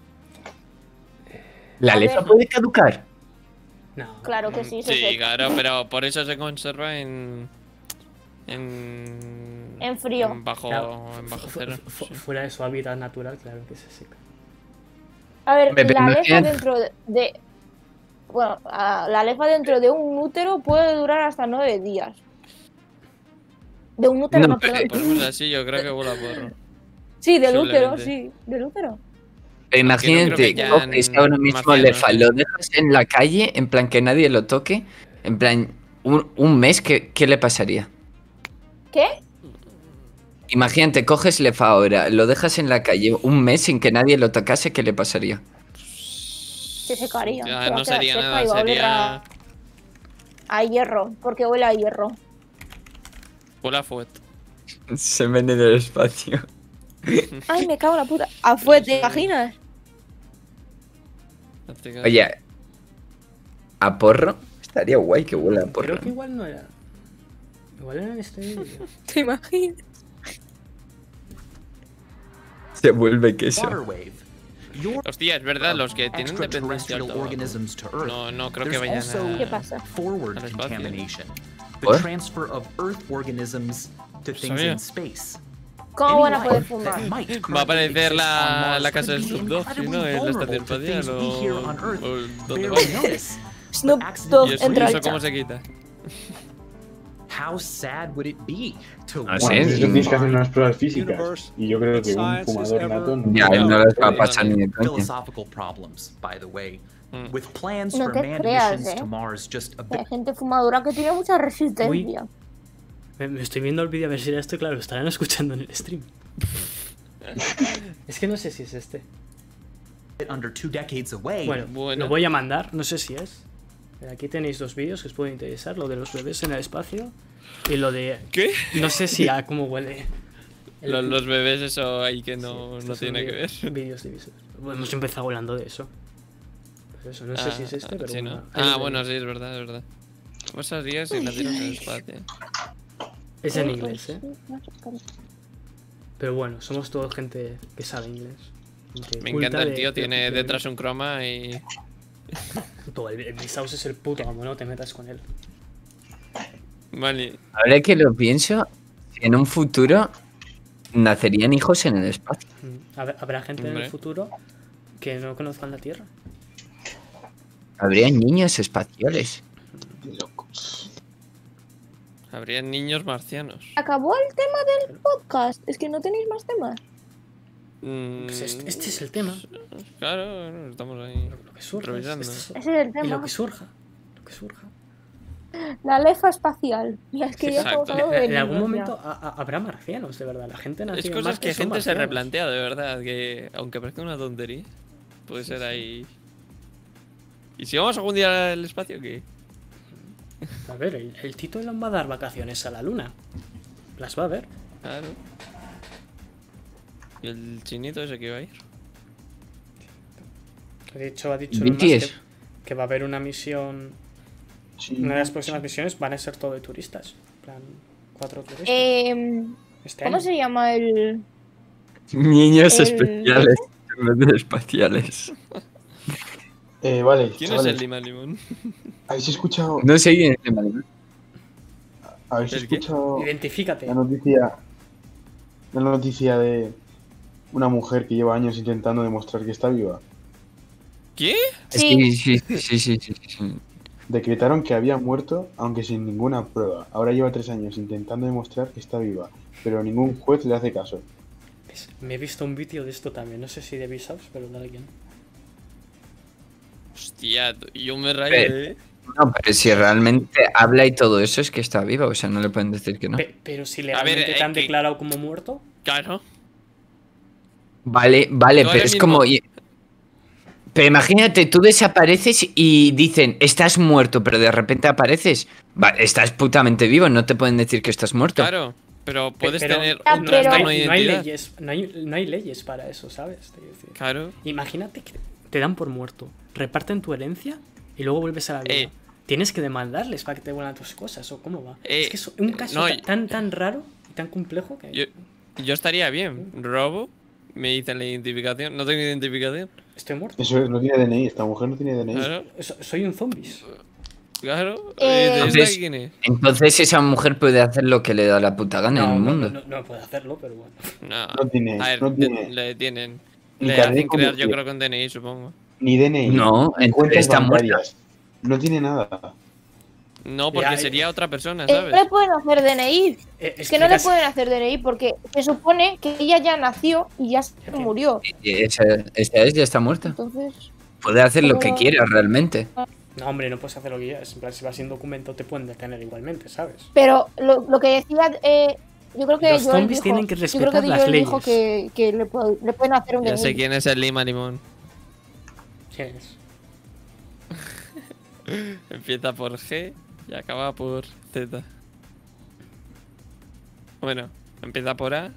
Speaker 5: ¿La
Speaker 6: A
Speaker 5: lefa
Speaker 6: ver.
Speaker 5: puede caducar?
Speaker 1: No.
Speaker 6: Claro que sí, se
Speaker 3: Sí,
Speaker 6: seca.
Speaker 3: claro, pero por eso se conserva en. En.
Speaker 6: En frío.
Speaker 3: en bajo,
Speaker 1: Claro,
Speaker 3: en
Speaker 1: fu-
Speaker 3: bajo
Speaker 1: fu-
Speaker 3: cero.
Speaker 1: fu-
Speaker 3: sí.
Speaker 1: Fuera de su hábitat natural, claro que se seca.
Speaker 6: A ver,
Speaker 5: Hombre, pero
Speaker 6: la lefa
Speaker 5: imagínate.
Speaker 6: dentro de- de. Bueno, a- la lefa dentro de un útero puede durar hasta nueve días. De un útero,
Speaker 5: No, eh,
Speaker 6: no, perdón.
Speaker 3: Por cosas así, yo creo que huele a porro.
Speaker 6: Sí, del útero,
Speaker 3: posiblemente.
Speaker 6: sí. Del útero.
Speaker 5: Pero
Speaker 3: Aunque no creo
Speaker 5: imagínate,
Speaker 3: que ya
Speaker 5: coges
Speaker 3: en
Speaker 5: ahora mismo
Speaker 3: Mafia no
Speaker 5: lefa,
Speaker 3: sé.
Speaker 5: lo dejas en la calle, en plan que nadie lo toque, en plan un, un mes, ¿qué, qué le pasaría?
Speaker 6: ¿Qué?
Speaker 5: Imagínate, coges lefa ahora, lo dejas en la calle un mes sin que nadie lo tocase, ¿qué le pasaría?
Speaker 6: Se secaría.
Speaker 3: Ya,
Speaker 6: se va a
Speaker 3: Ah, no
Speaker 6: quedar
Speaker 3: sería
Speaker 6: seca
Speaker 3: nada,
Speaker 6: y va a oler
Speaker 3: sería.
Speaker 6: a- a hierro, porque huele a hierro.
Speaker 3: Hola, fuerte.
Speaker 5: Se vende del espacio.
Speaker 6: Ay, me cago en la puta. A fuerte, Ah, ¿te imaginas?
Speaker 5: Oye, ¿a porro? Estaría guay que huela a porro.
Speaker 1: Creo que igual no era. Igual era en este vídeo.
Speaker 6: ¿Te imaginas?
Speaker 5: Se vuelve queso.
Speaker 7: Waterwave. Your
Speaker 3: Hostia, es verdad, los que tienen dependencia al
Speaker 7: extraterrestrial
Speaker 3: tabaco.
Speaker 7: organisms to Earth.
Speaker 3: No, no creo que
Speaker 7: There's
Speaker 3: vayan
Speaker 7: also
Speaker 1: Ah.
Speaker 3: a.
Speaker 6: ¿Qué pasa?
Speaker 7: forward
Speaker 3: al espacio.
Speaker 7: contamination. The
Speaker 5: What?
Speaker 7: transfer of Earth organisms to things
Speaker 3: Sabía.
Speaker 7: in space.
Speaker 6: ¿Cómo van Oh, a
Speaker 7: Any
Speaker 6: poder
Speaker 7: life that
Speaker 6: fumar?
Speaker 7: might
Speaker 3: Va a
Speaker 7: currently
Speaker 3: aparecer
Speaker 7: exist on
Speaker 3: la,
Speaker 7: Mars
Speaker 3: la casa
Speaker 7: could
Speaker 3: del
Speaker 7: be
Speaker 3: Sub 2, si
Speaker 7: incredibly
Speaker 3: ¿no? En la
Speaker 7: vulnerable
Speaker 3: estación
Speaker 7: to things
Speaker 3: espacial
Speaker 7: we
Speaker 3: o.
Speaker 7: here on Earth
Speaker 3: o ¿Dónde
Speaker 7: barely
Speaker 3: va?
Speaker 7: notice.
Speaker 6: Snoop
Speaker 7: accidentally
Speaker 6: Dogg
Speaker 3: ¿Y eso,
Speaker 7: entra
Speaker 3: y
Speaker 6: entra
Speaker 3: eso
Speaker 7: al
Speaker 3: cómo
Speaker 7: chat.
Speaker 3: se quita?
Speaker 7: How sad would it be to
Speaker 5: Ah,
Speaker 7: one
Speaker 5: sí.
Speaker 4: Bueno, eso
Speaker 7: day
Speaker 4: tienes que hacer
Speaker 7: find
Speaker 4: unas pruebas físicas. Y yo creo que un fumador nato no.
Speaker 5: Ya, él no las va a pasar ni de coña.
Speaker 7: philosophical problems, by the way,
Speaker 3: Mm.
Speaker 7: with plans
Speaker 6: No
Speaker 7: for
Speaker 6: te
Speaker 7: manned
Speaker 6: creas,
Speaker 7: missions
Speaker 6: eh.
Speaker 7: to Mars just a
Speaker 6: Hay
Speaker 7: bit
Speaker 6: gente fumadora que tiene mucha resistencia.
Speaker 1: Me, me estoy viendo el vídeo a ver si era esto, claro, lo estarán escuchando en el stream. es que no sé si es este.
Speaker 7: under two decades away.
Speaker 1: Bueno,
Speaker 3: Bueno.
Speaker 1: lo voy a mandar, no sé si es. Pero Aquí tenéis dos vídeos que os pueden interesar, lo de los bebés en el espacio y lo de...
Speaker 3: ¿Qué?
Speaker 1: No sé si a cómo huele. El-
Speaker 3: Los, los bebés, eso ahí que no,
Speaker 1: Estos
Speaker 3: no
Speaker 1: son
Speaker 3: tiene que ver.
Speaker 1: vídeos- Vídeos divisos. Bueno, hemos empezado hablando de eso. Pues eso, no sé si es este, pero...
Speaker 3: sí,
Speaker 1: bueno,
Speaker 3: ¿no?
Speaker 1: ahí lo
Speaker 3: Ah,
Speaker 1: tenéis.
Speaker 3: bueno, sí, es verdad, es verdad. ¿Qué pasaría si nacieron en el espacio?
Speaker 1: Es en inglés, ¿eh? Pero bueno, somos todos gente que sabe inglés. Gente
Speaker 3: Me
Speaker 1: culta
Speaker 3: encanta el
Speaker 1: de-
Speaker 3: tío,
Speaker 1: de-
Speaker 3: tiene
Speaker 1: de-
Speaker 3: detrás un croma y.
Speaker 1: Todo, el, el Brisaus es el puto amo, no te metas con él.
Speaker 3: Vale.
Speaker 5: Ahora que lo pienso, en un futuro nacerían hijos en el espacio.
Speaker 1: Mm. Hab- Habrá gente en
Speaker 3: Hombre.
Speaker 1: el futuro que no conozcan la Tierra.
Speaker 5: Habrían niños espaciales.
Speaker 3: Habrían niños marcianos.
Speaker 6: Acabó el tema del podcast. Es que no tenéis más temas.
Speaker 3: Mm,
Speaker 1: Pues este, este es el tema,
Speaker 3: Claro, bueno, estamos ahí.
Speaker 1: lo que surja.
Speaker 3: Improvisando.
Speaker 1: este es-
Speaker 6: Ese es
Speaker 1: y
Speaker 6: el
Speaker 1: lo
Speaker 6: tema.
Speaker 1: que surja. Lo que surja.
Speaker 6: La lefa espacial. La es que ya
Speaker 3: Exacto.
Speaker 6: estamos hablando de
Speaker 1: en algún
Speaker 6: niños ya.
Speaker 1: momento ha- ha- habrá marcianos, de verdad. La gente nació
Speaker 3: Es
Speaker 1: en
Speaker 3: cosas
Speaker 1: Marte
Speaker 3: que
Speaker 1: son
Speaker 3: gente se
Speaker 1: marcianos.
Speaker 3: replantea, de verdad. Que aunque parezca una tontería, puede ser ahí. ¿Y si vamos algún día al espacio? ¿Qué?
Speaker 1: A ver, el, el Tito Elon va a dar vacaciones a la Luna. Las va a ver.
Speaker 3: Claro. ¿Y el chinito ese que iba a ir?
Speaker 1: De hecho, ha dicho Elon Musk
Speaker 5: BTS.
Speaker 1: que, que va a haber una misión. Una de las próximas misiones van a ser todo de turistas. En plan, cuatro turistas.
Speaker 6: Em,
Speaker 1: este
Speaker 6: ¿Cómo
Speaker 1: año.
Speaker 6: se llama el.
Speaker 5: Niños
Speaker 6: El-
Speaker 5: especiales en vez de espaciales.
Speaker 4: Eh, vale,
Speaker 3: ¿Quién
Speaker 4: chavales,
Speaker 3: es el Lima Limón?
Speaker 4: ¿habéis escuchado,
Speaker 5: No sé quién es el
Speaker 4: habéis
Speaker 3: ¿El qué?
Speaker 4: escuchado
Speaker 1: Identifícate.
Speaker 4: la noticia, la noticia de una mujer que lleva años intentando demostrar que está viva?
Speaker 3: ¿Qué?
Speaker 5: Sí,
Speaker 6: Sí.
Speaker 5: sí, sí, sí, sí, sí, sí.
Speaker 4: Decretaron que había muerto, aunque sin ninguna prueba. Ahora lleva tres años intentando demostrar que está viva, pero ningún juez le hace caso.
Speaker 1: Es- Me he visto un vídeo de esto también. No sé si de Bisaus, pero de alguien.
Speaker 3: Hostia, t- yo me rayé. ¿eh?
Speaker 5: No, pero si realmente habla y todo eso es que está viva, o sea, no le pueden decir que no.
Speaker 1: Pe- pero si
Speaker 3: ver,
Speaker 1: legalmente
Speaker 3: eh,
Speaker 1: te han
Speaker 3: que-
Speaker 1: declarado como muerto.
Speaker 3: Claro.
Speaker 5: Vale, vale,
Speaker 3: Yo
Speaker 5: pero
Speaker 3: ahora
Speaker 5: es
Speaker 3: mismo-
Speaker 5: como... y- Pero imagínate, tú desapareces y dicen, estás muerto, pero de repente apareces. Va, estás putamente vivo, no te pueden decir que estás muerto.
Speaker 3: Claro, pero puedes
Speaker 1: pero-
Speaker 3: tener
Speaker 6: Ah,
Speaker 3: un
Speaker 1: no,
Speaker 6: pero-
Speaker 3: trastorno
Speaker 1: no
Speaker 3: de
Speaker 1: hay, no hay
Speaker 3: identidad.
Speaker 1: leyes, no hay, no hay leyes para eso, ¿sabes? Te quiero decir.
Speaker 3: Claro.
Speaker 1: Imagínate que te dan por muerto, reparten tu herencia y luego vuelves a la vida.
Speaker 3: Eh.
Speaker 1: Tienes que demandarles para que te vuelvan tus cosas, ¿o cómo va?
Speaker 3: Eh,
Speaker 1: es que es un caso
Speaker 3: no,
Speaker 1: ta-
Speaker 3: y-
Speaker 1: tan, tan raro y tan complejo que...
Speaker 3: Yo, yo estaría bien. Robo, me dicen la identificación. No tengo identificación.
Speaker 1: Estoy muerto.
Speaker 4: Eso es, no tiene DNI, esta mujer no tiene DNI.
Speaker 3: Claro,
Speaker 1: So- Soy un zombie.
Speaker 3: claro.
Speaker 6: Eh,
Speaker 3: ¿Y de esta
Speaker 5: Entonces-
Speaker 3: quién es?
Speaker 5: Entonces esa mujer puede hacer lo que le da la puta gana en
Speaker 1: No,
Speaker 5: el
Speaker 1: no,
Speaker 5: mundo.
Speaker 1: no, no, no puedo hacerlo, pero bueno.
Speaker 3: No.
Speaker 4: No tiene,
Speaker 3: A ver,
Speaker 4: no
Speaker 3: de-
Speaker 4: tiene.
Speaker 3: le detienen.
Speaker 4: Ni
Speaker 3: Le
Speaker 4: carnet
Speaker 3: hacen crear, yo
Speaker 4: comercial.
Speaker 3: creo, con DNI, supongo.
Speaker 4: Ni DNI.
Speaker 5: No,
Speaker 4: ni
Speaker 5: entonces
Speaker 4: cuentas
Speaker 5: está muerta.
Speaker 4: bancarias. No tiene nada.
Speaker 3: No, porque
Speaker 1: Ya, eh.
Speaker 3: sería otra persona,
Speaker 6: Eh, no
Speaker 3: ¿sabes?
Speaker 6: le pueden hacer DNI.
Speaker 1: Eh,
Speaker 6: Es que no le
Speaker 1: explicas-
Speaker 6: pueden hacer DNI porque se supone que ella ya nació y ya se murió.
Speaker 5: Y Esa, esa es, ya está muerta.
Speaker 6: Entonces,
Speaker 5: Puede hacer lo que
Speaker 6: Pero-
Speaker 5: quiera realmente.
Speaker 1: No, hombre, no puedes hacer lo que quieras. En plan, si vas sin documento te pueden detener igualmente, ¿sabes?
Speaker 6: pero lo, lo que decía, eh, yo creo que
Speaker 1: Los
Speaker 6: Joel
Speaker 1: zombies
Speaker 6: dijo,
Speaker 1: tienen que
Speaker 6: yo creo
Speaker 1: respetar
Speaker 6: que
Speaker 1: las
Speaker 6: Joel dijo
Speaker 1: leyes.
Speaker 6: que, que le, puede- le pueden hacer un
Speaker 3: Ya sé
Speaker 6: DNI.
Speaker 3: quién es el Lima Limón.
Speaker 1: ¿Quién es?
Speaker 3: Empieza por G y acaba por Z. Bueno, empieza por A.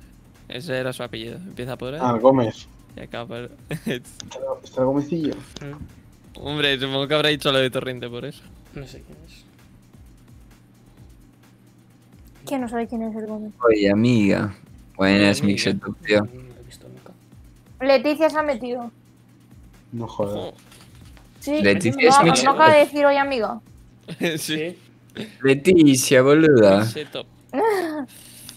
Speaker 3: Ese era su apellido. Empieza por
Speaker 4: Ah,
Speaker 3: A
Speaker 4: Gómez.
Speaker 3: y acaba por...
Speaker 4: Está está el Gómezillo.
Speaker 1: ¿Mm?
Speaker 3: Hombre, supongo que habrá dicho lo de Torrente por eso.
Speaker 1: No sé quién es.
Speaker 6: ¿Quién no sabe quién es el Gómez?
Speaker 5: Oye, amiga. Buenas,
Speaker 3: Amiga.
Speaker 5: Mixetop, tío.
Speaker 1: No lo he visto nunca.
Speaker 6: Leticia se ha metido.
Speaker 4: No jodas.
Speaker 3: Ojo.
Speaker 6: Sí.
Speaker 5: Leticia
Speaker 6: no,
Speaker 5: es mi
Speaker 6: no acaba de decir hoy amigo.
Speaker 3: sí. Ah.
Speaker 5: Leticia,
Speaker 4: Ah.
Speaker 5: boluda.
Speaker 3: Ese top.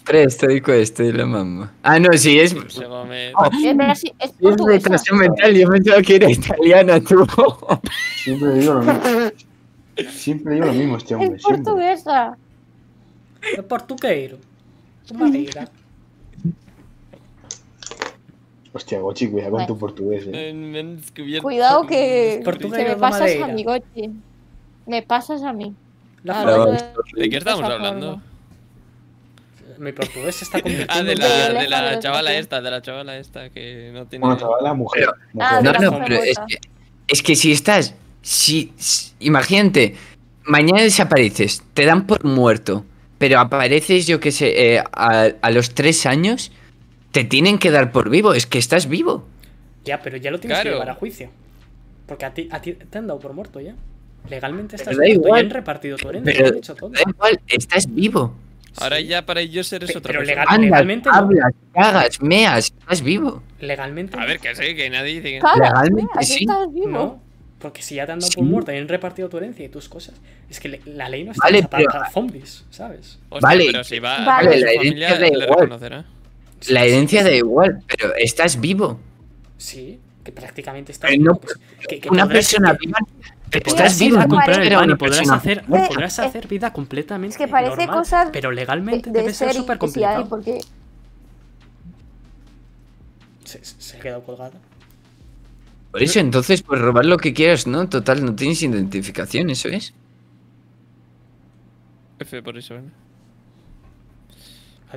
Speaker 5: Tres, te digo esto y la mamá. Ah, no, sí, es.
Speaker 3: Se come-
Speaker 4: Ah,
Speaker 6: Es, brasi- es
Speaker 5: Es
Speaker 6: portuguesa.
Speaker 5: retraso mental, yo pensaba que era italiana, tú.
Speaker 4: Siempre digo lo mismo. Siempre digo lo mismo este hombre.
Speaker 6: Es
Speaker 4: Siempre.
Speaker 6: portuguesa.
Speaker 1: É portugueiro. Madeira.
Speaker 4: Hostia, Gochi, cuidado con tu portugués. eh.
Speaker 3: Eh, me han descubierto.
Speaker 6: Cuidado que,
Speaker 1: Portugués
Speaker 6: que
Speaker 1: de
Speaker 6: me pasas
Speaker 1: Madeira.
Speaker 6: a mí, Gochi. Me pasas a mí.
Speaker 1: La
Speaker 6: Ah,
Speaker 1: flor.
Speaker 6: bueno.
Speaker 3: ¿De qué estamos
Speaker 6: Esa
Speaker 3: hablando?
Speaker 1: Mi portugués se está
Speaker 3: Ah,
Speaker 1: convirtiendo
Speaker 3: de
Speaker 1: en
Speaker 3: la,
Speaker 6: Portugués,
Speaker 3: de la
Speaker 6: Portugués.
Speaker 3: chavala esta, de la chavala esta que no tiene.
Speaker 4: Bueno, chavala, mujer.
Speaker 6: Ah,
Speaker 4: mujer.
Speaker 5: No,
Speaker 6: de la
Speaker 5: no,
Speaker 6: zona
Speaker 5: pero es
Speaker 6: rosa.
Speaker 5: que, es que si estás. Si, si- imagínate, mañana desapareces, te dan por muerto, pero apareces, yo qué sé, eh, a, a los tres años, te tienen que dar por vivo, es que estás vivo.
Speaker 1: Ya, pero ya lo tienes que
Speaker 3: Claro.
Speaker 1: llevar a juicio. Porque a ti, a ti te han dado por muerto ya. Legalmente estás
Speaker 5: da
Speaker 1: muerto,
Speaker 5: igual.
Speaker 1: ya han repartido tu herencia,
Speaker 5: Pero-
Speaker 1: han hecho todo.
Speaker 5: Da igual, estás vivo.
Speaker 3: Ahora
Speaker 1: Sí.
Speaker 3: ya para ellos eres
Speaker 1: Pe-
Speaker 3: otra
Speaker 1: pero
Speaker 3: persona.
Speaker 1: legal-
Speaker 5: Andas,
Speaker 1: legalmente no.
Speaker 5: hablas, cagas, meas, estás vivo.
Speaker 1: Legalmente
Speaker 3: A ver, que sí, que nadie dice que.
Speaker 6: Cara,
Speaker 5: Legalmente
Speaker 6: mira, tú
Speaker 5: sí.
Speaker 6: estás vivo.
Speaker 1: no. Porque si ya te han dado
Speaker 5: Sí.
Speaker 1: por muerto y han repartido tu herencia y tus cosas. Es que le- la ley no está
Speaker 5: Vale,
Speaker 1: hecha para
Speaker 5: pero-
Speaker 1: para zombies, ¿sabes?
Speaker 3: Hostia,
Speaker 5: Vale.
Speaker 3: Pero si va
Speaker 6: Vale.
Speaker 3: a su
Speaker 5: La herencia
Speaker 3: familia,
Speaker 5: da
Speaker 3: le
Speaker 5: igual.
Speaker 3: reconocerá.
Speaker 5: La herencia da igual, pero estás vivo.
Speaker 1: Sí, que prácticamente está.
Speaker 5: Pero no-
Speaker 1: que- que
Speaker 5: Una
Speaker 1: podrás-
Speaker 5: persona viva, pero
Speaker 6: podrás
Speaker 5: estás
Speaker 6: ir
Speaker 5: vivo.
Speaker 6: a
Speaker 5: no
Speaker 6: comprar el
Speaker 5: era
Speaker 1: pan y
Speaker 5: una
Speaker 1: podrás
Speaker 5: persona.
Speaker 1: hacer,
Speaker 6: Bueno,
Speaker 1: podrás
Speaker 6: es-
Speaker 1: hacer vida completamente
Speaker 6: Eh, es que parece
Speaker 1: normal,
Speaker 6: cosas
Speaker 1: pero
Speaker 6: De,
Speaker 1: legalmente
Speaker 6: de
Speaker 1: debe ser
Speaker 6: ser
Speaker 1: súper
Speaker 6: imposible,
Speaker 1: complicado.
Speaker 6: porque
Speaker 1: Se, se- se ha quedado colgada.
Speaker 5: Por eso, entonces, pues robar lo que quieras, ¿no? Total, no tienes identificación, eso es.
Speaker 3: F por eso, ¿eh? ¿no?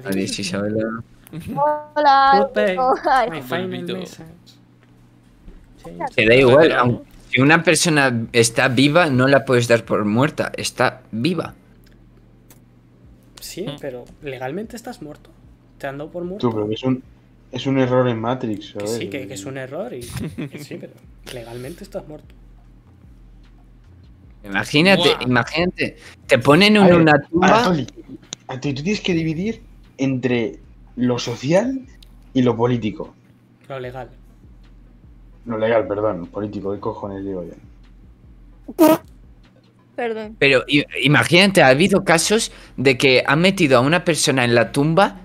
Speaker 5: Adiós, Isabela.
Speaker 6: Hola.
Speaker 1: Goodbye.
Speaker 6: hola.
Speaker 1: My final
Speaker 3: Volvito.
Speaker 1: message. Sí.
Speaker 5: Te da igual,
Speaker 3: Pero-
Speaker 5: aunque si una persona está viva, no la puedes dar por muerta, está viva.
Speaker 1: Sí,
Speaker 3: Mm.
Speaker 1: pero legalmente estás muerto. Te han dado por muerto.
Speaker 4: Tú, pero que es un, es un error en Matrix.
Speaker 1: Que
Speaker 4: ¿sabes?
Speaker 1: sí, que, que es un error y que sí, pero legalmente estás muerto.
Speaker 5: Imagínate,
Speaker 3: Buah.
Speaker 5: imagínate, te ponen
Speaker 4: A
Speaker 5: en
Speaker 4: ver,
Speaker 5: una tumba.
Speaker 4: Anatoli, Anatoli, tú tienes que dividir entre lo social y lo político.
Speaker 1: Lo legal.
Speaker 4: Lo legal, perdón, político, ¿qué cojones digo yo?
Speaker 6: Perdón.
Speaker 5: Pero i- imagínate, ha habido casos de que han metido a una persona en la tumba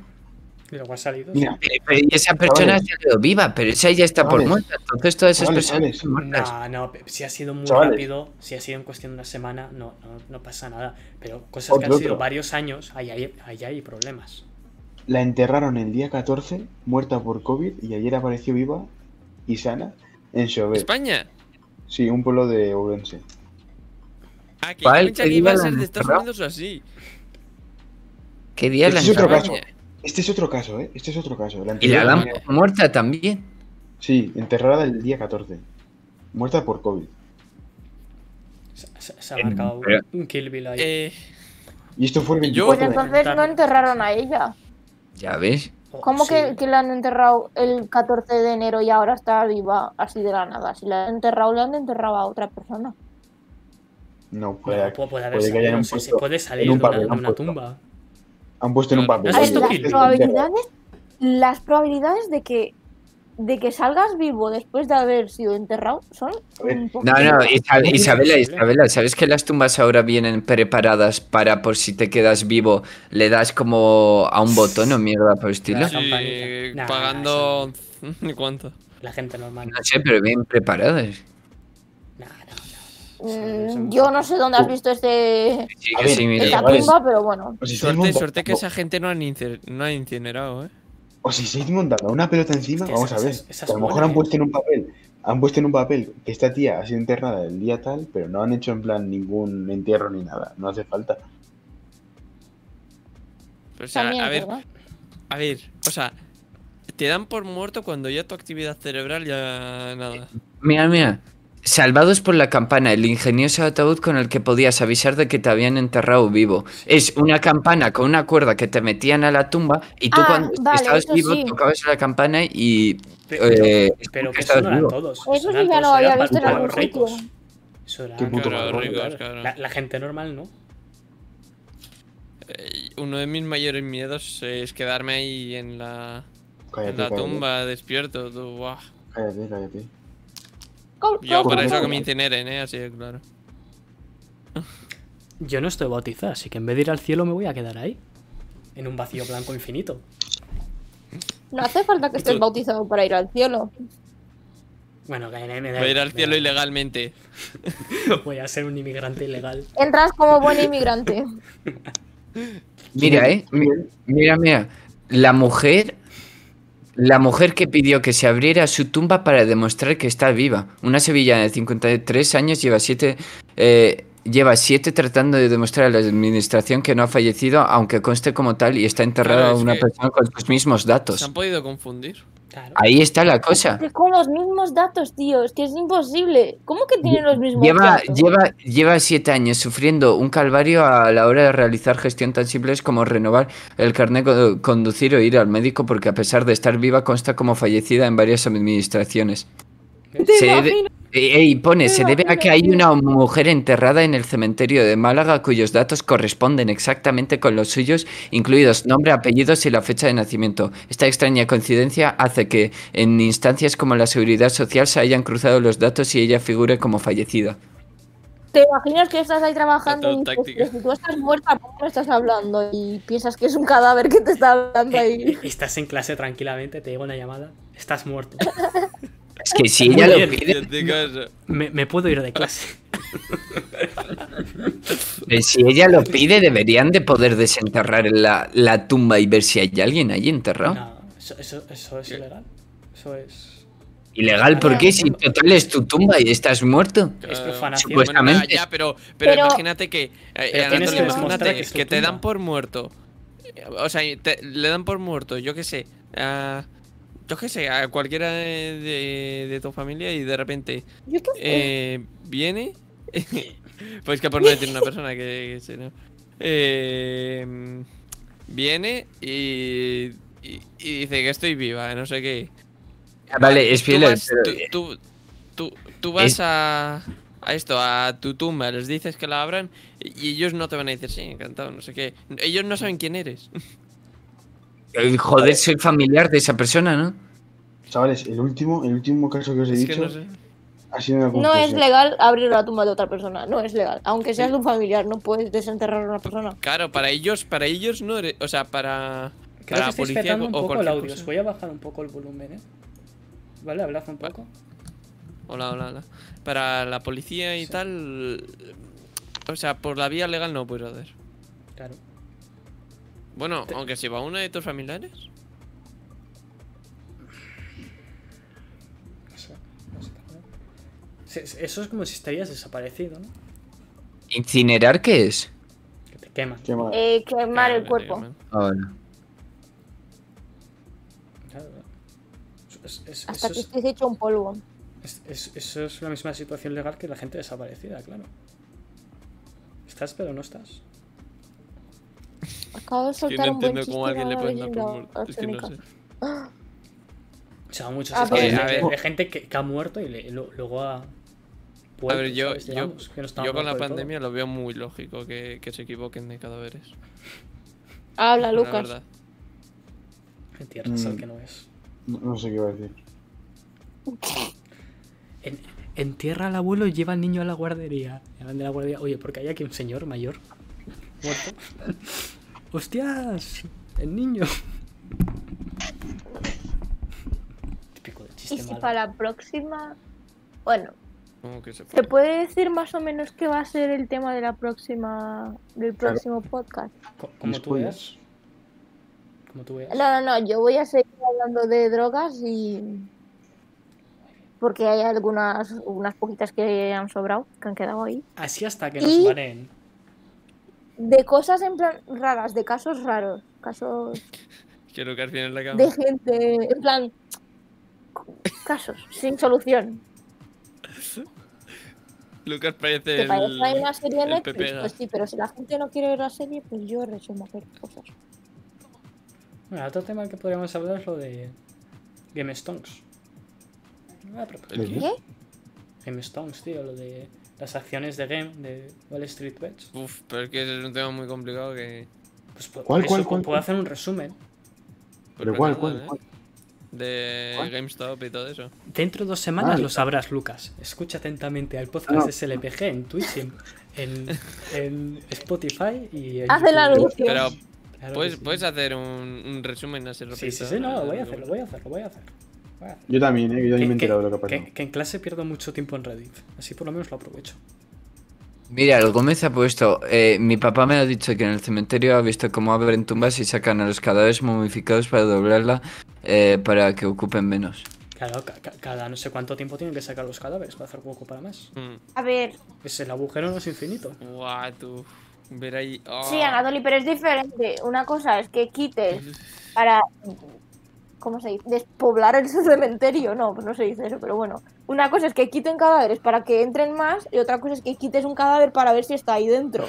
Speaker 1: Y luego ha salido. sí.
Speaker 4: Mira,
Speaker 5: eh, pero- y esa persona
Speaker 4: Chavales.
Speaker 5: se ha quedado viva, pero esa ya está por
Speaker 4: Chavales.
Speaker 5: muerta. Entonces todas esas
Speaker 4: Chavales,
Speaker 5: personas
Speaker 4: chavales.
Speaker 5: están muertas.
Speaker 1: No, no, pe- si ha sido muy
Speaker 4: Chavales.
Speaker 1: rápido, si ha sido en cuestión de una semana, no, no, no pasa nada. Pero cosas que
Speaker 4: Otro,
Speaker 1: han sido
Speaker 4: otro.
Speaker 1: varios años, ahí hay, ahí hay problemas.
Speaker 4: la enterraron el día 14, muerta por COVID, y ayer apareció viva y sana en
Speaker 5: Pues,
Speaker 4: Chauvet.
Speaker 3: España.
Speaker 4: Sí, un pueblo de Ourense.
Speaker 3: Ah, que yo
Speaker 5: ¿Cuál?
Speaker 3: pensaba
Speaker 5: ¿Que
Speaker 3: que iba a
Speaker 5: iban
Speaker 3: ser de
Speaker 5: a
Speaker 3: Estados
Speaker 5: encerrar?
Speaker 3: Unidos o así.
Speaker 5: ¿Qué día la
Speaker 4: Ese es otro
Speaker 5: enterraron?
Speaker 4: caso. Este es otro caso, ¿eh? Este es otro caso. La
Speaker 5: Y la
Speaker 4: enterraron-
Speaker 5: dan por muerta también.
Speaker 4: Sí, enterrada el día 14. Muerta por COVID.
Speaker 1: Se, se- se ha marcado
Speaker 5: pero-
Speaker 1: un kill bill ahí.
Speaker 3: Eh,
Speaker 4: Y esto fue el
Speaker 3: Yo-
Speaker 4: 24
Speaker 6: Pues
Speaker 4: de
Speaker 6: entonces no enterraron a ella.
Speaker 5: Ya ves.
Speaker 1: Oh,
Speaker 6: ¿Cómo
Speaker 1: sí.
Speaker 6: que, que la han enterrado el 14 de enero y ahora está viva así de la nada? Si la han enterrado, la han enterrado a otra persona.
Speaker 4: No, pues,
Speaker 1: No,
Speaker 4: puede,
Speaker 1: pu- puede haber
Speaker 4: puede que
Speaker 1: salido,
Speaker 4: hayan
Speaker 1: sí, se
Speaker 4: puesto
Speaker 1: puede salir de
Speaker 4: un
Speaker 1: una,
Speaker 4: papel,
Speaker 1: de
Speaker 4: han
Speaker 1: una
Speaker 4: puesto.
Speaker 1: tumba.
Speaker 4: han puesto en un papel.
Speaker 1: ¿Has
Speaker 6: A ver,
Speaker 1: visto
Speaker 6: las
Speaker 1: Kill Bill?
Speaker 6: probabilidades, las probabilidades de que de que salgas vivo después de haber sido enterrado son
Speaker 4: A ver.
Speaker 6: un poco.
Speaker 5: No, no, Isa-
Speaker 1: Es
Speaker 5: Isabela,
Speaker 1: imposible.
Speaker 5: Isabela, ¿sabes que las tumbas ahora vienen preparadas para por si te quedas vivo, le das como a un botón o mierda por estilo?
Speaker 1: Claro. campanita.
Speaker 3: sí,
Speaker 1: Nah,
Speaker 3: pagando. ¿Cuánto?
Speaker 1: La gente normal.
Speaker 5: No sé, pero bien preparadas.
Speaker 1: Nah, no, no.
Speaker 6: Mm, yo no sé dónde has visto este
Speaker 5: Sí,
Speaker 4: A
Speaker 5: que
Speaker 4: ver,
Speaker 5: sí, mira.
Speaker 6: esta
Speaker 4: chavales.
Speaker 6: tumba, pero bueno.
Speaker 4: Os estáis
Speaker 3: Suerte,
Speaker 4: montando-
Speaker 3: suerte que esa gente no han, incer- no han incinerado, ¿eh?
Speaker 4: O si se montando una pelota encima,
Speaker 1: Hostia,
Speaker 4: vamos
Speaker 1: esa-
Speaker 4: a ver.
Speaker 1: esa- esa es
Speaker 4: que a lo mejor
Speaker 1: buena,
Speaker 4: han
Speaker 1: eh.
Speaker 4: puesto en un papel, han puesto en un papel que esta tía ha sido enterrada el día tal, pero no han hecho en plan ningún entierro ni nada. No hace falta.
Speaker 3: Pues, O sea,
Speaker 6: también,
Speaker 3: a ver,
Speaker 6: ¿verdad?
Speaker 3: a ver, o sea, te dan por muerto cuando ya tu actividad cerebral ya nada.
Speaker 5: Mira, mira. Salvados por la campana, el ingenioso ataúd con el que podías avisar de que te habían enterrado vivo. Es una campana con una cuerda que te metían a la tumba y tú
Speaker 6: Ah,
Speaker 5: cuando
Speaker 6: vale,
Speaker 5: estabas
Speaker 6: eso
Speaker 5: vivo
Speaker 6: sí.
Speaker 5: tocabas la campana y...
Speaker 1: Pero,
Speaker 5: eh,
Speaker 1: pero que eso
Speaker 5: estabas
Speaker 1: no eran
Speaker 5: vivo.
Speaker 1: todos.
Speaker 6: Eso
Speaker 1: eran
Speaker 6: sí ya lo
Speaker 1: todos,
Speaker 6: había
Speaker 1: era
Speaker 6: visto en
Speaker 1: para
Speaker 6: algún
Speaker 1: los ricos.
Speaker 6: sitio.
Speaker 1: Eso era
Speaker 4: Qué puto
Speaker 1: claro,
Speaker 4: cabrón,
Speaker 1: claro.
Speaker 3: cabrón.
Speaker 1: La, la gente normal, ¿no?
Speaker 3: Eh, Uno de mis mayores miedos es quedarme ahí en la, en la tumba despierto. tú, buah.
Speaker 4: cállate, cállate.
Speaker 6: ¿Cómo-
Speaker 3: Yo
Speaker 6: cómo-
Speaker 3: para eso
Speaker 6: cómo?
Speaker 3: que me incineren, ¿eh? Así de claro.
Speaker 1: Yo no estoy bautizado, así que en vez de ir al cielo me voy a quedar ahí. En un vacío blanco infinito.
Speaker 6: No hace falta que estés
Speaker 3: Tú-
Speaker 6: bautizado para ir al cielo.
Speaker 1: Bueno, que me da-
Speaker 3: Voy a ir al
Speaker 1: me
Speaker 3: cielo
Speaker 1: da-
Speaker 3: ilegalmente.
Speaker 1: Voy a ser un inmigrante ilegal.
Speaker 6: Entras como buen inmigrante.
Speaker 5: Mira, eh. mi- Mira, mira. La mujer. La mujer que pidió que se abriera su tumba para demostrar que está viva. Una sevillana de 53 años lleva siete. eh, lleva siete tratando de demostrar a la administración que no ha fallecido, aunque conste como tal y está enterrada
Speaker 3: Claro, es
Speaker 5: una
Speaker 3: que-
Speaker 5: persona con sus mismos
Speaker 3: ¿Se
Speaker 5: datos.
Speaker 3: han podido confundir?
Speaker 1: Claro.
Speaker 5: Ahí está la cosa.
Speaker 6: Es Con los mismos datos, tío. Es que es imposible. ¿Cómo que tienen los mismos
Speaker 5: Lleva,
Speaker 6: datos?
Speaker 5: lleva, lleva siete años sufriendo un calvario a la hora de realizar gestión tan simples como renovar el carnet, co- conducir o ir al médico, porque a pesar de estar viva, consta como fallecida en varias administraciones.
Speaker 6: ¿Te
Speaker 5: se debe-
Speaker 6: imaginas?
Speaker 5: Eh, eh, Y pone,
Speaker 6: Pero,
Speaker 5: se debe a
Speaker 6: pero,
Speaker 5: que hay
Speaker 6: pero-
Speaker 5: una mujer enterrada en el cementerio de Málaga cuyos datos corresponden exactamente con los suyos, incluidos nombre, apellidos y la fecha de nacimiento. Esta extraña coincidencia hace que en instancias como la Seguridad Social se hayan cruzado los datos y ella figure como fallecida.
Speaker 6: ¿Te imaginas que estás ahí trabajando y
Speaker 3: Datos
Speaker 6: dices,
Speaker 3: tácticos.
Speaker 6: "Pero si tú estás muerta, ¿por qué me estás hablando? Y piensas que es un cadáver que te está hablando
Speaker 1: Eh,
Speaker 6: ahí.
Speaker 1: eh, Estás en clase tranquilamente, te llega una llamada, estás muerto.
Speaker 5: Es que si ella
Speaker 3: Bien,
Speaker 5: lo pide,
Speaker 3: bien, digo ah, eso.
Speaker 1: Me, me puedo ir de clase.
Speaker 5: eh, si ella lo pide, deberían de poder desenterrar la, la tumba y ver si hay alguien allí enterrado.
Speaker 1: No, eso, eso- eso es
Speaker 3: ¿Qué?
Speaker 1: ilegal. Eso es.
Speaker 5: Ilegal, ¿por qué? Si total es tu tumba y estás muerto.
Speaker 1: Es
Speaker 3: Claro.
Speaker 1: profanación.
Speaker 5: Supuestamente.
Speaker 3: Bueno, ya, pero, pero,
Speaker 6: Pero-
Speaker 3: imagínate que. eh,
Speaker 1: tienes
Speaker 3: Anatoly,
Speaker 6: que
Speaker 1: demostrar
Speaker 3: imagínate
Speaker 1: que es tu
Speaker 3: que te
Speaker 1: tumba.
Speaker 3: dan por muerto. Eh, O sea, te- le dan por muerto, yo qué sé. a- yo qué sé, a cualquiera de, de- de tu familia y de repente
Speaker 6: Yo qué sé.
Speaker 3: eh, viene. pues que por no decir una persona que, que sé, ¿no? Eh, viene y, y- y dice que estoy viva, no sé qué.
Speaker 5: Vale, es
Speaker 3: Tú
Speaker 5: fiel. eh,
Speaker 3: vas- tú- Tú, tú- tú vas
Speaker 5: Es-
Speaker 3: a, a esto, a tu tumba, les dices que la abran y y ellos no te van a decir, sí, encantado, no sé qué. Ellos no saben quién eres.
Speaker 5: Eh, Joder, soy familiar de esa persona, ¿no?
Speaker 4: Chavales, el último, el último caso que os he
Speaker 3: Es que
Speaker 4: dicho
Speaker 3: no sé.
Speaker 4: ha sido una
Speaker 6: No
Speaker 4: confusión.
Speaker 6: es legal abrir la tumba de otra persona, no es legal. Aunque seas de un familiar, no puedes desenterrar a una persona.
Speaker 3: Claro, para ellos, para ellos no eres. O sea, para.
Speaker 1: Creo
Speaker 3: para
Speaker 1: que
Speaker 3: la
Speaker 1: estáis
Speaker 3: policía
Speaker 1: petando un
Speaker 3: o
Speaker 1: poco el
Speaker 3: cualquier
Speaker 1: audio.
Speaker 3: cosa.
Speaker 1: Os voy a bajar un poco el volumen, ¿eh? ¿Vale? Hablad un
Speaker 3: Va-
Speaker 1: poco.
Speaker 3: Hola, hola, hola. Para la policía y tal. O sea, por la vía legal no puedes hacer.
Speaker 1: Claro.
Speaker 3: Bueno, aunque si va una de tus familiares.
Speaker 1: No sé, no sé tampoco. Se- se- Eso es como si estarías desaparecido, ¿no?
Speaker 5: ¿Incinerar qué es?
Speaker 1: Que te queman.
Speaker 4: Qué mal.
Speaker 6: Eh, quemar el
Speaker 3: Claro,
Speaker 6: cuerpo.
Speaker 3: man.
Speaker 5: Ahora.
Speaker 1: Claro. Es- es-
Speaker 6: Hasta
Speaker 1: Eso
Speaker 6: que
Speaker 1: es-
Speaker 6: estés hecho un polvo.
Speaker 1: es- es- eso es la misma situación legal que la gente desaparecida, claro. Estás pero no estás.
Speaker 6: Acabo
Speaker 3: Que no
Speaker 6: de soltar un buen
Speaker 3: entiendo
Speaker 6: chiste.
Speaker 3: cómo a alguien le
Speaker 6: ahora
Speaker 3: pueden dar por
Speaker 6: yendo
Speaker 3: muerto. Es que no
Speaker 6: arsónica.
Speaker 3: sé.
Speaker 1: O sea, muchos
Speaker 6: Ah,
Speaker 1: historias
Speaker 3: pues-
Speaker 1: de,
Speaker 3: A ver.
Speaker 1: de gente que, que ha muerto y le- lo- luego ha.
Speaker 3: A ver, yo,
Speaker 1: ¿sabes?
Speaker 3: yo,
Speaker 1: Digamos, que no estaba
Speaker 3: yo con la
Speaker 1: muerto del todo.
Speaker 3: pandemia lo veo muy lógico que, que se equivoquen de cadáveres. la
Speaker 6: Habla, Lucas.
Speaker 3: verdad.
Speaker 1: Entierras al
Speaker 4: Mm.
Speaker 1: que no es.
Speaker 4: No, no sé qué iba a decir.
Speaker 1: En- entierra al abuelo y lleva al niño a la guardería. Llevan de la guardería. Oye, porque hay aquí un señor mayor. Muerto. ¡Hostias! El niño. Típico de
Speaker 6: Y
Speaker 1: chiste
Speaker 6: si
Speaker 1: malo.
Speaker 6: para la próxima. Bueno,
Speaker 3: Como que se
Speaker 6: ¿se puede decir más o menos qué va a ser el tema de la próxima del
Speaker 4: Claro.
Speaker 6: próximo podcast?
Speaker 1: Co- Como tú
Speaker 4: Spoilers.
Speaker 1: veas. Como tú veas.
Speaker 6: No, no, no, yo voy a seguir hablando de drogas y. Porque hay algunas, unas poquitas que han sobrado, que han quedado ahí.
Speaker 1: Así hasta que
Speaker 6: Y-
Speaker 1: nos paren.
Speaker 6: De cosas en plan raras, de casos raros, casos
Speaker 3: Que Lucas viene en la cama.
Speaker 6: de gente, en plan. Casos, sin solución.
Speaker 3: Lucas parece
Speaker 6: Que
Speaker 3: el,
Speaker 6: para eso hay una serie en
Speaker 3: el
Speaker 6: Netflix,
Speaker 3: Pepega.
Speaker 6: pues sí, pero si la gente no quiere ver la serie, pues yo resumo hacer cosas.
Speaker 1: Bueno, otro tema que podríamos hablar es lo de Game Stones. Ah, pero-
Speaker 3: el-
Speaker 6: ¿Qué?
Speaker 1: Game Stones, tío, lo de las acciones de Game, de Wall Street Bets.
Speaker 3: Uf, pero es que ese es un tema muy complicado que...
Speaker 1: Pues pu-
Speaker 4: ¿Cuál,
Speaker 1: por
Speaker 4: cuál,
Speaker 1: eso
Speaker 4: cuál,
Speaker 1: puedo
Speaker 4: cuál?
Speaker 1: hacer un resumen.
Speaker 4: ¿Pero
Speaker 3: pues,
Speaker 4: cuál,
Speaker 3: no,
Speaker 4: cuál,
Speaker 3: ¿eh?
Speaker 4: cuál?
Speaker 3: De
Speaker 4: ¿Cuál?
Speaker 3: GameStop y todo eso.
Speaker 1: Dentro de dos semanas
Speaker 4: Vale.
Speaker 1: lo sabrás, Lucas. Escucha atentamente al podcast
Speaker 4: Ah, No.
Speaker 1: de SLPG en Twitch, en, en, en Spotify y en
Speaker 6: Haz el
Speaker 1: YouTube.
Speaker 6: anuncio.
Speaker 3: Pero
Speaker 1: Claro que
Speaker 3: puedes,
Speaker 1: sí.
Speaker 3: puedes hacer un, un resumen así
Speaker 1: Sí,
Speaker 3: rápido.
Speaker 1: sí, sí, no, lo voy a hacer, lo voy a hacer, lo voy a hacer. Lo voy a hacer.
Speaker 4: Yo también, ¿eh? Yo también me he
Speaker 1: Que-
Speaker 4: enterado de lo que ha
Speaker 1: que-
Speaker 4: pasado.
Speaker 1: que en clase pierdo mucho tiempo en Reddit. Así por lo menos lo aprovecho.
Speaker 5: Mira, el Gómez ha puesto. eh, mi papá me ha dicho que en el cementerio ha visto cómo abren tumbas y sacan a los cadáveres momificados para doblarla eh, para que ocupen menos.
Speaker 1: Claro, ca- ca- cada no sé cuánto tiempo tienen que sacar los cadáveres para hacer hueco para más.
Speaker 3: Mm.
Speaker 6: A ver,
Speaker 1: Es el agujero no es infinito.
Speaker 3: Guau, tú. Ver ahí... ah.
Speaker 6: sí, Anatoly, pero es diferente. Una cosa es que quites para. ¿Cómo se dice? Despoblar el cementerio. No, pues no se dice eso, pero bueno. Una cosa es que quiten cadáveres para que entren más, y otra cosa es que quites un cadáver para ver si está ahí dentro.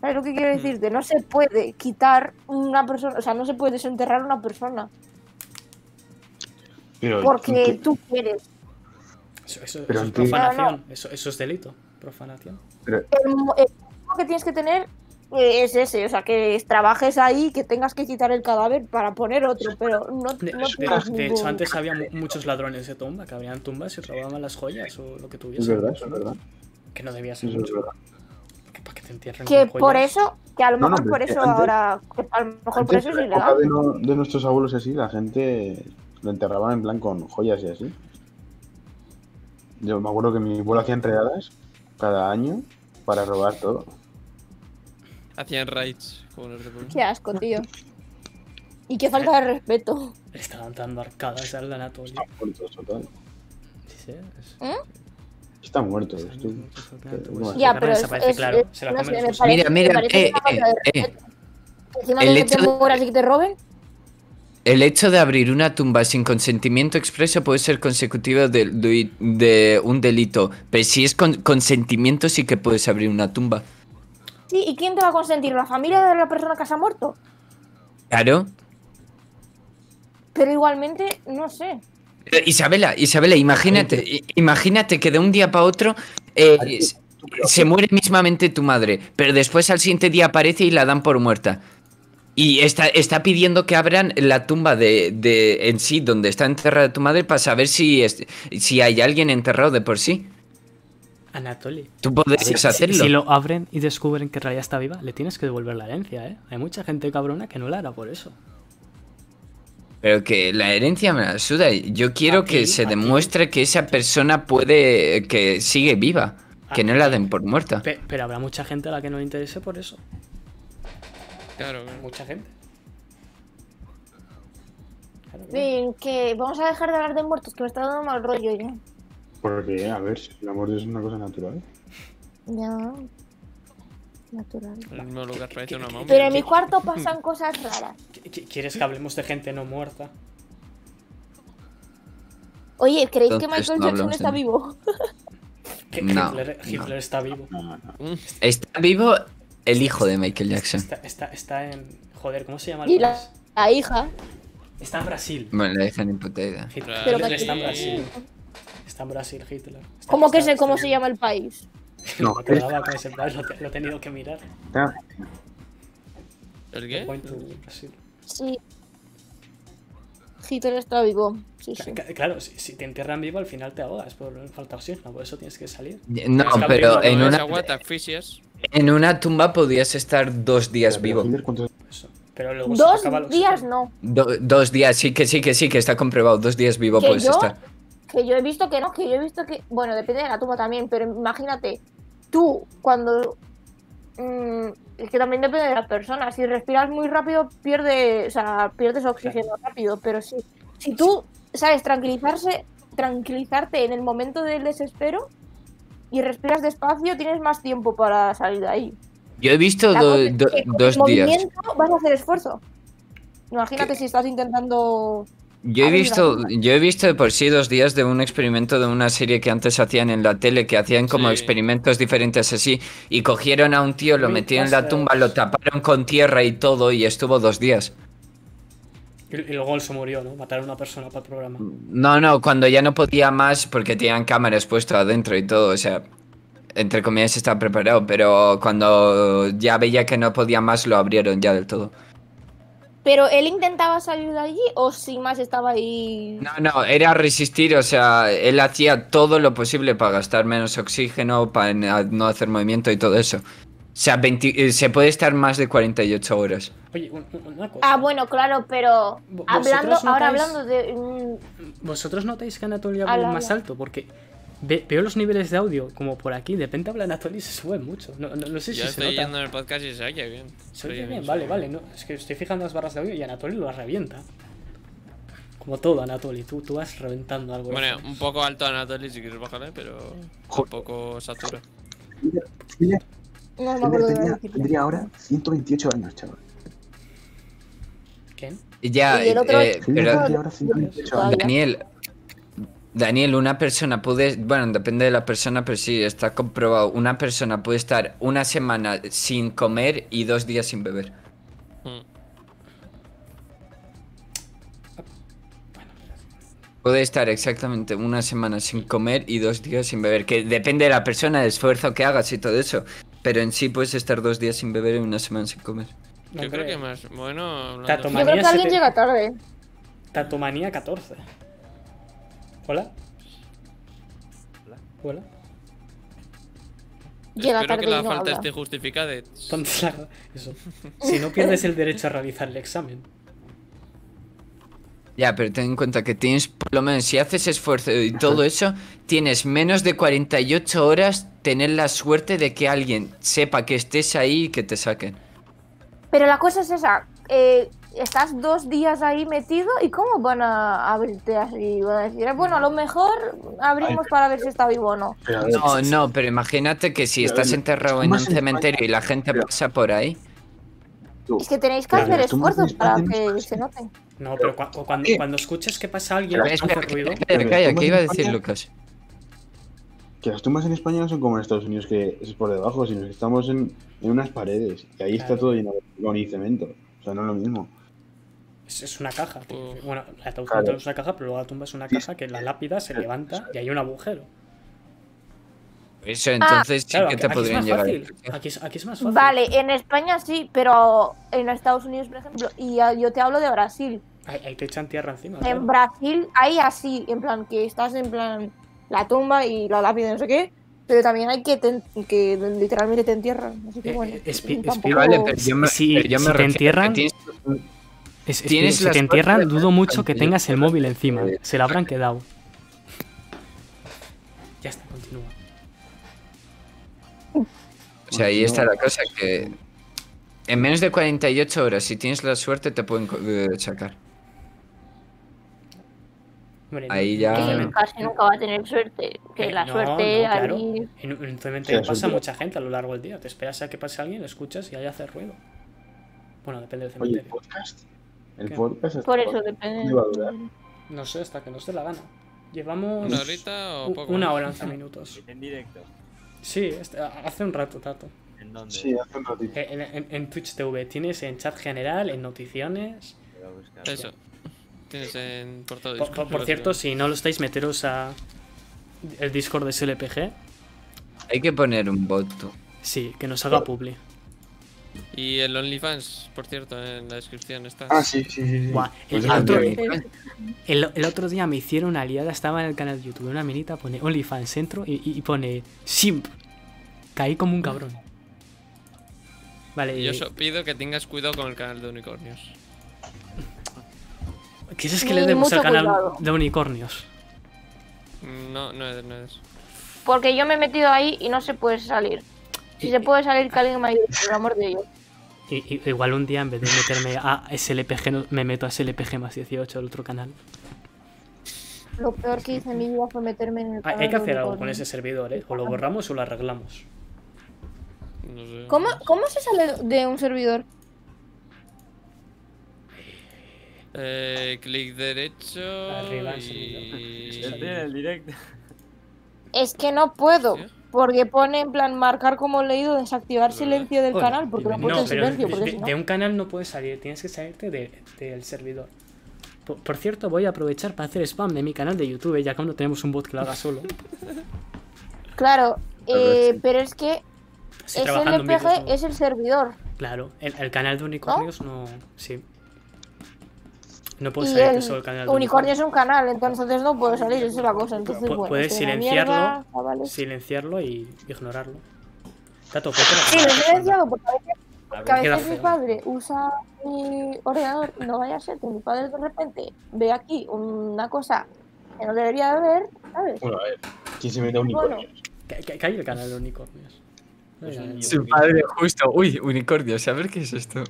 Speaker 6: ¿Sabes lo que quiero decirte? No se puede quitar una persona, o sea, no se puede desenterrar una persona
Speaker 4: Pero,
Speaker 6: porque
Speaker 4: que-
Speaker 6: tú quieres.
Speaker 1: Eso, eso-
Speaker 4: Pero
Speaker 1: eso es
Speaker 4: tú- No,
Speaker 1: profanación. Eso, eso es delito. Profanación.
Speaker 4: pero-
Speaker 6: El, mo- el motivo que tienes que tener eh, es ese, o sea, que trabajes ahí, que tengas que quitar el cadáver para poner otro, pero no,
Speaker 1: De,
Speaker 6: no
Speaker 1: de-
Speaker 6: tengas
Speaker 1: de
Speaker 6: ningún-
Speaker 1: hecho, antes había mu- muchos ladrones de tumba que abrían tumbas y robaban las joyas o lo que tuviesen.
Speaker 4: es verdad, eso es verdad.
Speaker 1: Que no debía ser
Speaker 4: Eso es
Speaker 1: mucho.
Speaker 4: verdad.
Speaker 1: Que para que te entierren
Speaker 6: Que
Speaker 1: con
Speaker 6: por
Speaker 1: joyas.
Speaker 6: eso, que a lo
Speaker 4: No, no,
Speaker 6: mejor
Speaker 4: pero
Speaker 6: por
Speaker 4: es que
Speaker 6: eso
Speaker 4: antes-
Speaker 6: ahora, que a lo mejor por
Speaker 4: Antes,
Speaker 6: eso es
Speaker 4: en la época
Speaker 6: ilegal.
Speaker 4: de, no- de nuestros abuelos y así, la gente lo enterraban en plan con joyas y así. Yo me acuerdo que mi abuelo hacía enredadas cada año para robar todo.
Speaker 3: Hacían raids. Como los de Pokémon.
Speaker 6: Qué asco, tío. Y qué falta de respeto.
Speaker 1: Estaban dando arcadas al Anatolia.
Speaker 4: Está muerto, total.
Speaker 1: Sí, sí, es-
Speaker 4: Está muerto.
Speaker 1: es-
Speaker 4: esto.
Speaker 1: Pues,
Speaker 4: Ya,
Speaker 1: la
Speaker 6: pero
Speaker 1: carne
Speaker 6: es-
Speaker 1: desaparece,
Speaker 6: es-
Speaker 1: claro.
Speaker 6: es-
Speaker 1: se la
Speaker 6: no
Speaker 1: comen
Speaker 6: sé,
Speaker 1: los
Speaker 6: me parece-
Speaker 5: Mira, mira,
Speaker 6: me parece
Speaker 5: eh,
Speaker 6: una falta
Speaker 5: eh,
Speaker 6: de
Speaker 5: eh.
Speaker 6: respeto. Encima
Speaker 5: El
Speaker 6: de que
Speaker 5: hecho
Speaker 6: te
Speaker 5: de-
Speaker 6: mueras y que te roben,
Speaker 5: El hecho de abrir una tumba sin consentimiento expreso puede ser consecutivo de, de- de un delito, pero si es con consentimiento sí que puedes abrir una tumba.
Speaker 6: sí, ¿y quién te va a consentir? ¿La familia de la persona que se ha muerto?
Speaker 5: Claro.
Speaker 6: Pero igualmente, no sé.
Speaker 5: Pero, Eh, Isabela, Isabela, imagínate, i- imagínate que de un día para otro eh, se- se muere mismamente tu madre, pero después al siguiente día aparece y la dan por muerta. Y está, está pidiendo que abran la tumba de, de- en sí, donde está enterrada tu madre, para saber si, es- si hay alguien enterrado de por sí.
Speaker 1: Anatoly.
Speaker 5: Tú podrías
Speaker 1: Si,
Speaker 5: hacerlo.
Speaker 1: si lo abren y descubren que en realidad está viva, le tienes que devolver la herencia, ¿eh? Hay mucha gente cabrona que no la hará por eso.
Speaker 5: Pero que la herencia me la suda. Yo quiero
Speaker 1: ti,
Speaker 5: que se
Speaker 1: a ti.
Speaker 5: demuestre que esa persona puede, que sigue viva. Que
Speaker 1: A
Speaker 5: no la den por muerta.
Speaker 1: Pe- pero habrá mucha gente a la que no le interese por eso.
Speaker 3: Claro, claro.
Speaker 1: Mucha gente. Claro, claro.
Speaker 6: Ven, que vamos a dejar de hablar de muertos, que me está dando mal rollo ya.
Speaker 4: Porque, a ver, si la muerte es una cosa natural.
Speaker 6: Ya. Natural.
Speaker 3: En el mismo lugar parece una momia.
Speaker 6: Pero en mi cuarto pasan cosas raras.
Speaker 1: ¿Qui- qui- ¿Quieres que hablemos de gente no muerta?
Speaker 6: Oye, ¿creéis que
Speaker 5: Entonces,
Speaker 6: Michael
Speaker 5: no
Speaker 6: Jackson
Speaker 5: hablamos de
Speaker 6: está
Speaker 5: mí.
Speaker 6: vivo?
Speaker 1: Que
Speaker 5: No,
Speaker 1: Hitler,
Speaker 5: no.
Speaker 1: Hitler está vivo.
Speaker 4: No, no, no.
Speaker 5: Está vivo el hijo de Michael Jackson.
Speaker 1: Está, está, está en. Joder, ¿cómo se llama el
Speaker 6: Y la,
Speaker 1: país?
Speaker 6: la Ah, hija.
Speaker 1: Está en Brasil.
Speaker 5: Bueno, la dejan en puta idea.
Speaker 1: Hitler, Hitler
Speaker 3: Pero
Speaker 6: Brasil.
Speaker 1: está en Brasil. Está en Brasil, Hitler. Está-
Speaker 6: ¿Cómo que
Speaker 1: está-
Speaker 6: sé cómo
Speaker 1: está-
Speaker 6: se llama el país?
Speaker 1: No
Speaker 4: No,
Speaker 1: me acordaba cómo se llama, lo, te- lo he tenido que mirar.
Speaker 4: Ah,
Speaker 3: ¿El
Speaker 1: Point
Speaker 3: qué?
Speaker 1: to Brasil.
Speaker 6: Sí. Hitler está vivo. Sí, sí.
Speaker 1: Ca- Claro, si, si te entierran vivo al final te ahogas por falta de oxígeno, por eso tienes que salir.
Speaker 5: No,
Speaker 1: Está
Speaker 5: pero
Speaker 1: vivo,
Speaker 5: en
Speaker 1: ¿no?
Speaker 5: una,
Speaker 3: Esa agua te asfixias.
Speaker 5: en una tumba podías estar dos días vivo.
Speaker 4: Hitler, ¿cuántos-
Speaker 1: por eso. Pero luego se te
Speaker 6: Dos
Speaker 1: acaba el oxígeno.
Speaker 6: días no.
Speaker 5: Do- dos días, sí que sí que sí, que está comprobado. Dos días vivo
Speaker 6: ¿Que
Speaker 5: puedes
Speaker 6: yo?
Speaker 5: estar.
Speaker 6: Que yo he visto que no, que yo he visto que. Bueno, depende de la tumba también, pero imagínate, tú cuando. mm, es que también depende de la persona. Si respiras muy rápido, pierdes, o sea, pierdes oxígeno rápido, pero sí. Si tú sabes tranquilizarse, tranquilizarte en el momento del desespero y respiras despacio, tienes más tiempo para salir de ahí.
Speaker 5: Yo he visto
Speaker 6: La
Speaker 5: do-
Speaker 6: cosa es
Speaker 5: do-
Speaker 6: que con
Speaker 5: dos
Speaker 6: el
Speaker 5: días.
Speaker 6: movimiento Vas a hacer esfuerzo. Imagínate si estás intentando
Speaker 5: Yo he
Speaker 6: Arriba,
Speaker 5: visto,
Speaker 6: arriba.
Speaker 5: yo he visto de por sí dos días de un experimento de una serie que antes hacían en la tele, que hacían como
Speaker 3: Sí.
Speaker 5: experimentos diferentes así, y cogieron a un tío, lo
Speaker 1: Uy,
Speaker 5: metieron en la
Speaker 1: pasas.
Speaker 5: tumba, lo taparon con tierra y todo, y estuvo dos días.
Speaker 1: Y, y luego él se murió, ¿no? Mataron a una persona para el programa.
Speaker 5: No, no, cuando ya no podía más porque tenían cámaras puestas adentro y todo, o sea, entre comillas estaba preparado, pero cuando ya veía que no podía más lo abrieron ya del todo.
Speaker 6: Pero él intentaba salir de allí o sin más estaba ahí.
Speaker 5: No, no, era resistir, o sea, él hacía todo lo posible para gastar menos oxígeno, para na- no hacer movimiento y todo eso. O sea, 20 eh, se puede estar más de 48 horas.
Speaker 1: Oye, un- un- una cosa.
Speaker 6: Ah, bueno, claro, pero
Speaker 1: Vo-
Speaker 6: hablando,
Speaker 1: vosotros
Speaker 6: ahora
Speaker 1: notáis-
Speaker 6: hablando de. mm,
Speaker 1: Vosotros notáis que Anatoly
Speaker 6: Al
Speaker 1: habla
Speaker 6: habla.
Speaker 1: más alto, porque ve- veo los niveles de audio como por aquí. De repente habla Anatoly y se sube mucho. No, no, no sé si
Speaker 3: Yo
Speaker 1: se
Speaker 3: estoy
Speaker 1: nota.
Speaker 3: yendo en el podcast y se oye bien.
Speaker 1: Se
Speaker 3: Se
Speaker 1: oye bien,
Speaker 3: se
Speaker 1: vale,
Speaker 3: oye
Speaker 1: vale. No, es que estoy fijando las barras de audio y Anatoly lo revienta. Como todo, Anatoly. Tú, tú vas reventando algo.
Speaker 3: Bueno, un poco alto Anatoly si quieres bajarle, pero un
Speaker 8: Joder.
Speaker 3: poco satura.
Speaker 8: Hitler,
Speaker 6: No me
Speaker 8: Hitler
Speaker 6: acuerdo de
Speaker 8: tendría,
Speaker 6: decir.
Speaker 8: tendría ahora 128 años, chaval.
Speaker 1: ¿Quién?
Speaker 5: Y ya,
Speaker 6: Y el otro-
Speaker 5: eh,
Speaker 8: Hitler
Speaker 5: pero
Speaker 8: tendría ahora 128
Speaker 6: Todavía.
Speaker 8: años.
Speaker 5: Daniel, Daniel, una persona puede, bueno, depende de la persona, pero sí, está comprobado, una persona puede estar una semana sin comer y dos días sin beber.
Speaker 3: Mm.
Speaker 5: Puede estar exactamente una semana sin comer y dos días sin beber, que depende de la persona, el esfuerzo que hagas y todo eso. Pero en sí puedes estar dos días sin beber y una semana sin comer.
Speaker 1: No,
Speaker 3: Yo creo
Speaker 1: hombre,
Speaker 3: que más. Bueno, hablando-
Speaker 1: Tato,
Speaker 6: Yo creo
Speaker 1: Manía
Speaker 6: que alguien
Speaker 1: 70.
Speaker 6: llega tarde.
Speaker 1: Tatomanía 14. ¿Hola? ¿Hola?
Speaker 6: Llega
Speaker 3: Espero
Speaker 6: tarde
Speaker 3: que
Speaker 6: y
Speaker 3: la
Speaker 6: no
Speaker 3: falta este
Speaker 6: habla.
Speaker 3: esté justificada. de-
Speaker 1: Entonces, claro, eso. Si no pierdes el derecho a realizar el examen.
Speaker 5: Ya, pero ten en cuenta que tienes, por lo menos si haces esfuerzo y todo eso, tienes menos de 48 horas tener la suerte de que alguien sepa que estés ahí y que te saquen.
Speaker 6: Pero la cosa es esa. eh, estás dos días ahí metido y ¿cómo van a abrirte así? Van a decir, "Ah, bueno, a lo mejor abrimos para ver si está vivo o no.
Speaker 4: Pero, a ver,
Speaker 5: No, no, pero imagínate que si
Speaker 8: Pero,
Speaker 5: estás
Speaker 8: oye,
Speaker 5: enterrado en un
Speaker 8: más en
Speaker 5: cementerio y la gente
Speaker 8: Pero-
Speaker 5: pasa por ahí.
Speaker 8: Tú,
Speaker 6: Es que tenéis que
Speaker 8: Claro,
Speaker 6: hacer
Speaker 8: tú no
Speaker 6: esfuerzos
Speaker 8: tienes
Speaker 6: para
Speaker 8: patentes,
Speaker 6: que
Speaker 8: pues,
Speaker 6: se noten.
Speaker 1: No, pero cua- o cuando,
Speaker 8: ¿Qué?
Speaker 1: cuando escuches que pasa alguien
Speaker 5: Pero
Speaker 1: que hace
Speaker 5: espera,
Speaker 1: ruido,
Speaker 5: espera, calla, ¿qué iba a decir
Speaker 8: Pero-
Speaker 5: Lucas?
Speaker 4: que las tumbas en España no son como en Estados Unidos, que es por debajo, sino que estamos en, en unas paredes. Y ahí está
Speaker 1: Claro.
Speaker 4: todo lleno de hormigón y cemento. O sea, no es lo mismo.
Speaker 1: es, es una caja.
Speaker 3: Uf.
Speaker 1: Bueno, la ataúd
Speaker 4: Claro.
Speaker 1: no es una caja, pero luego la tumba es una
Speaker 4: Sí.
Speaker 1: caja que la lápida se levanta y hay un agujero.
Speaker 5: Eso entonces sí
Speaker 1: Ah, Claro,
Speaker 5: que
Speaker 1: aquí,
Speaker 5: te
Speaker 1: aquí es
Speaker 5: podrían
Speaker 1: más
Speaker 5: llegar.
Speaker 1: fácil. Aquí es, aquí es más fácil.
Speaker 6: Vale, en España sí, pero en Estados Unidos, por ejemplo, y ah, yo te hablo de Brasil.
Speaker 1: Ahí, ahí te echan tierra encima. claro.
Speaker 6: En Brasil hay así, en plan, que estás en plan la tumba y la lápida, y no sé qué. Pero también hay que, te- que literalmente te entierran. Así que
Speaker 1: Eh,
Speaker 6: bueno.
Speaker 1: eh, espi-
Speaker 6: tampoco-
Speaker 1: espi-
Speaker 5: Vale, pero yo me,
Speaker 1: Si-
Speaker 5: pero yo
Speaker 1: si
Speaker 5: me
Speaker 1: te
Speaker 5: refiero a que
Speaker 1: entierran-
Speaker 5: tienes-
Speaker 1: Es- es que
Speaker 5: Tienes
Speaker 1: si
Speaker 5: la
Speaker 1: te
Speaker 5: suerte
Speaker 1: entierran,
Speaker 5: de
Speaker 1: dudo
Speaker 5: tener
Speaker 1: mucho que
Speaker 5: 48
Speaker 1: tengas el
Speaker 5: horas
Speaker 1: móvil
Speaker 5: de
Speaker 1: encima.
Speaker 5: vida.
Speaker 1: Se la habrán quedado. Ya está, continúa.
Speaker 5: O sea, ahí
Speaker 1: pues
Speaker 4: No.
Speaker 5: está la cosa que en menos de 48 horas, si tienes la suerte, te pueden co- eh, sacar.
Speaker 1: Hombre,
Speaker 5: Ahí
Speaker 1: no-
Speaker 5: ya-
Speaker 1: no-
Speaker 5: Claro.
Speaker 6: que casi nunca va a tener suerte. Que
Speaker 1: Eh,
Speaker 6: la
Speaker 1: no,
Speaker 6: suerte
Speaker 1: no, claro.
Speaker 6: ahí-
Speaker 1: En un en un cementerio
Speaker 4: Sí,
Speaker 1: pasa
Speaker 4: eso-
Speaker 1: mucha gente a lo largo del día. Te esperas a que pase alguien, escuchas y ahí hace ruido. Bueno, depende del
Speaker 4: Oye, el
Speaker 1: cementerio.
Speaker 4: podcast. El
Speaker 1: ¿Qué?
Speaker 4: podcast está-
Speaker 6: Por eso depende.
Speaker 4: iba a durar.
Speaker 1: No sé, hasta que nos dé la gana. Llevamos
Speaker 3: ¿Una horita o
Speaker 1: u-
Speaker 3: poco?
Speaker 1: una
Speaker 3: más?
Speaker 1: hora, 11 minutos.
Speaker 9: En directo.
Speaker 1: Sí, este- hace un rato, Tato. Eh,
Speaker 9: ¿En dónde?
Speaker 4: Sí, hace un ratito.
Speaker 1: En, en- en Twitch TV tienes en chat general, en noticiones.
Speaker 9: Voy a buscar.
Speaker 3: Eso. Tienes en por todo
Speaker 1: Por,
Speaker 3: Discord,
Speaker 1: por- por
Speaker 3: pero
Speaker 1: cierto,
Speaker 3: sí.
Speaker 1: si no lo estáis, meteros a el Discord de SLPG.
Speaker 5: Hay que poner un voto.
Speaker 1: Sí, que nos haga publi.
Speaker 3: Y el OnlyFans, por cierto, en la descripción está.
Speaker 4: Ah, sí, sí, sí. sí.
Speaker 1: Buah,
Speaker 4: Pues
Speaker 1: el,
Speaker 4: eso
Speaker 1: otro,
Speaker 4: también.
Speaker 1: el- el otro día me hicieron una aliada, estaba en el canal de YouTube, una minita pone OnlyFans, centro y, y- y pone Simp. Caí como un cabrón. Vale,
Speaker 3: Y yo
Speaker 1: eh,
Speaker 3: so- pido que tengas cuidado con el canal de unicornios.
Speaker 1: ¿quieres que
Speaker 6: Ni
Speaker 1: le demos al
Speaker 6: mucho
Speaker 1: canal
Speaker 6: cuidado.
Speaker 1: de unicornios?
Speaker 3: No, no es, no es.
Speaker 6: Porque yo me he metido ahí y no se puede salir. Si se puede salir, que alguien me ayude, por el amor de Dios.
Speaker 1: I- i- igual un día en vez de meterme a SLPG, no- me meto a SLPG más 18 al otro canal.
Speaker 6: Lo peor que hice en mi vida fue meterme en el
Speaker 1: Ah, Hay,
Speaker 6: canal
Speaker 1: que
Speaker 6: de
Speaker 1: hacer algo
Speaker 6: unicornio.
Speaker 1: con ese servidor, ¿eh? O lo borramos o lo arreglamos.
Speaker 3: No sé.
Speaker 6: ¿Cómo, ¿Cómo se sale de un servidor?
Speaker 3: Eh, clic derecho.
Speaker 1: Arriba, en
Speaker 3: y...
Speaker 1: seguida.
Speaker 9: Él tiene el directo.
Speaker 6: Es que no puedo.
Speaker 3: ¿Sí?
Speaker 6: Porque pone en plan marcar como leído, desactivar silencio del
Speaker 9: Hola,
Speaker 6: canal, porque no
Speaker 9: bienvenido.
Speaker 6: puedo
Speaker 1: No,
Speaker 6: en
Speaker 1: pero de,
Speaker 6: silencio, porque
Speaker 1: de-
Speaker 6: si no.
Speaker 1: de un canal no puedes salir, tienes que salirte de- del servidor. Por, por cierto, voy a aprovechar para hacer spam de mi canal de YouTube, ya que aún no tenemos un bot que lo haga solo.
Speaker 6: Claro, eh,
Speaker 8: sí.
Speaker 6: pero es que
Speaker 1: Estoy
Speaker 6: es el
Speaker 1: trabajando en vídeos,
Speaker 6: LPG,
Speaker 1: ¿no?
Speaker 6: es el servidor.
Speaker 1: Claro, el, el canal de unicornios no... Sí. No puedes
Speaker 6: y
Speaker 1: salirte
Speaker 6: el
Speaker 1: solo del canal de
Speaker 6: unicornio es un canal, entonces no puedo salir, esa es la cosa. Entonces,
Speaker 1: Pu-
Speaker 6: bueno,
Speaker 1: puedes
Speaker 6: soy una
Speaker 1: silenciarlo,
Speaker 6: mierda, chavales.
Speaker 1: Silenciarlo y ignorarlo. Tato, ponte la
Speaker 6: Sí, lo he
Speaker 1: cámara,
Speaker 6: silenciado porque a veces
Speaker 9: A
Speaker 6: Que a
Speaker 9: ver,
Speaker 1: Queda
Speaker 6: veces mi
Speaker 1: feo.
Speaker 6: padre usa mi ordenador, no vaya a ser que mi padre de repente ve aquí una cosa que no debería de ver, ¿sabes?
Speaker 4: Bueno, a ver. ¿Quién se mete a unicornios?
Speaker 1: anda. Que- que- que hay el canal de unicornios. Eh,
Speaker 9: Es un niño.
Speaker 5: Su padre justo. Uy, unicornio, ¿sabes qué es esto?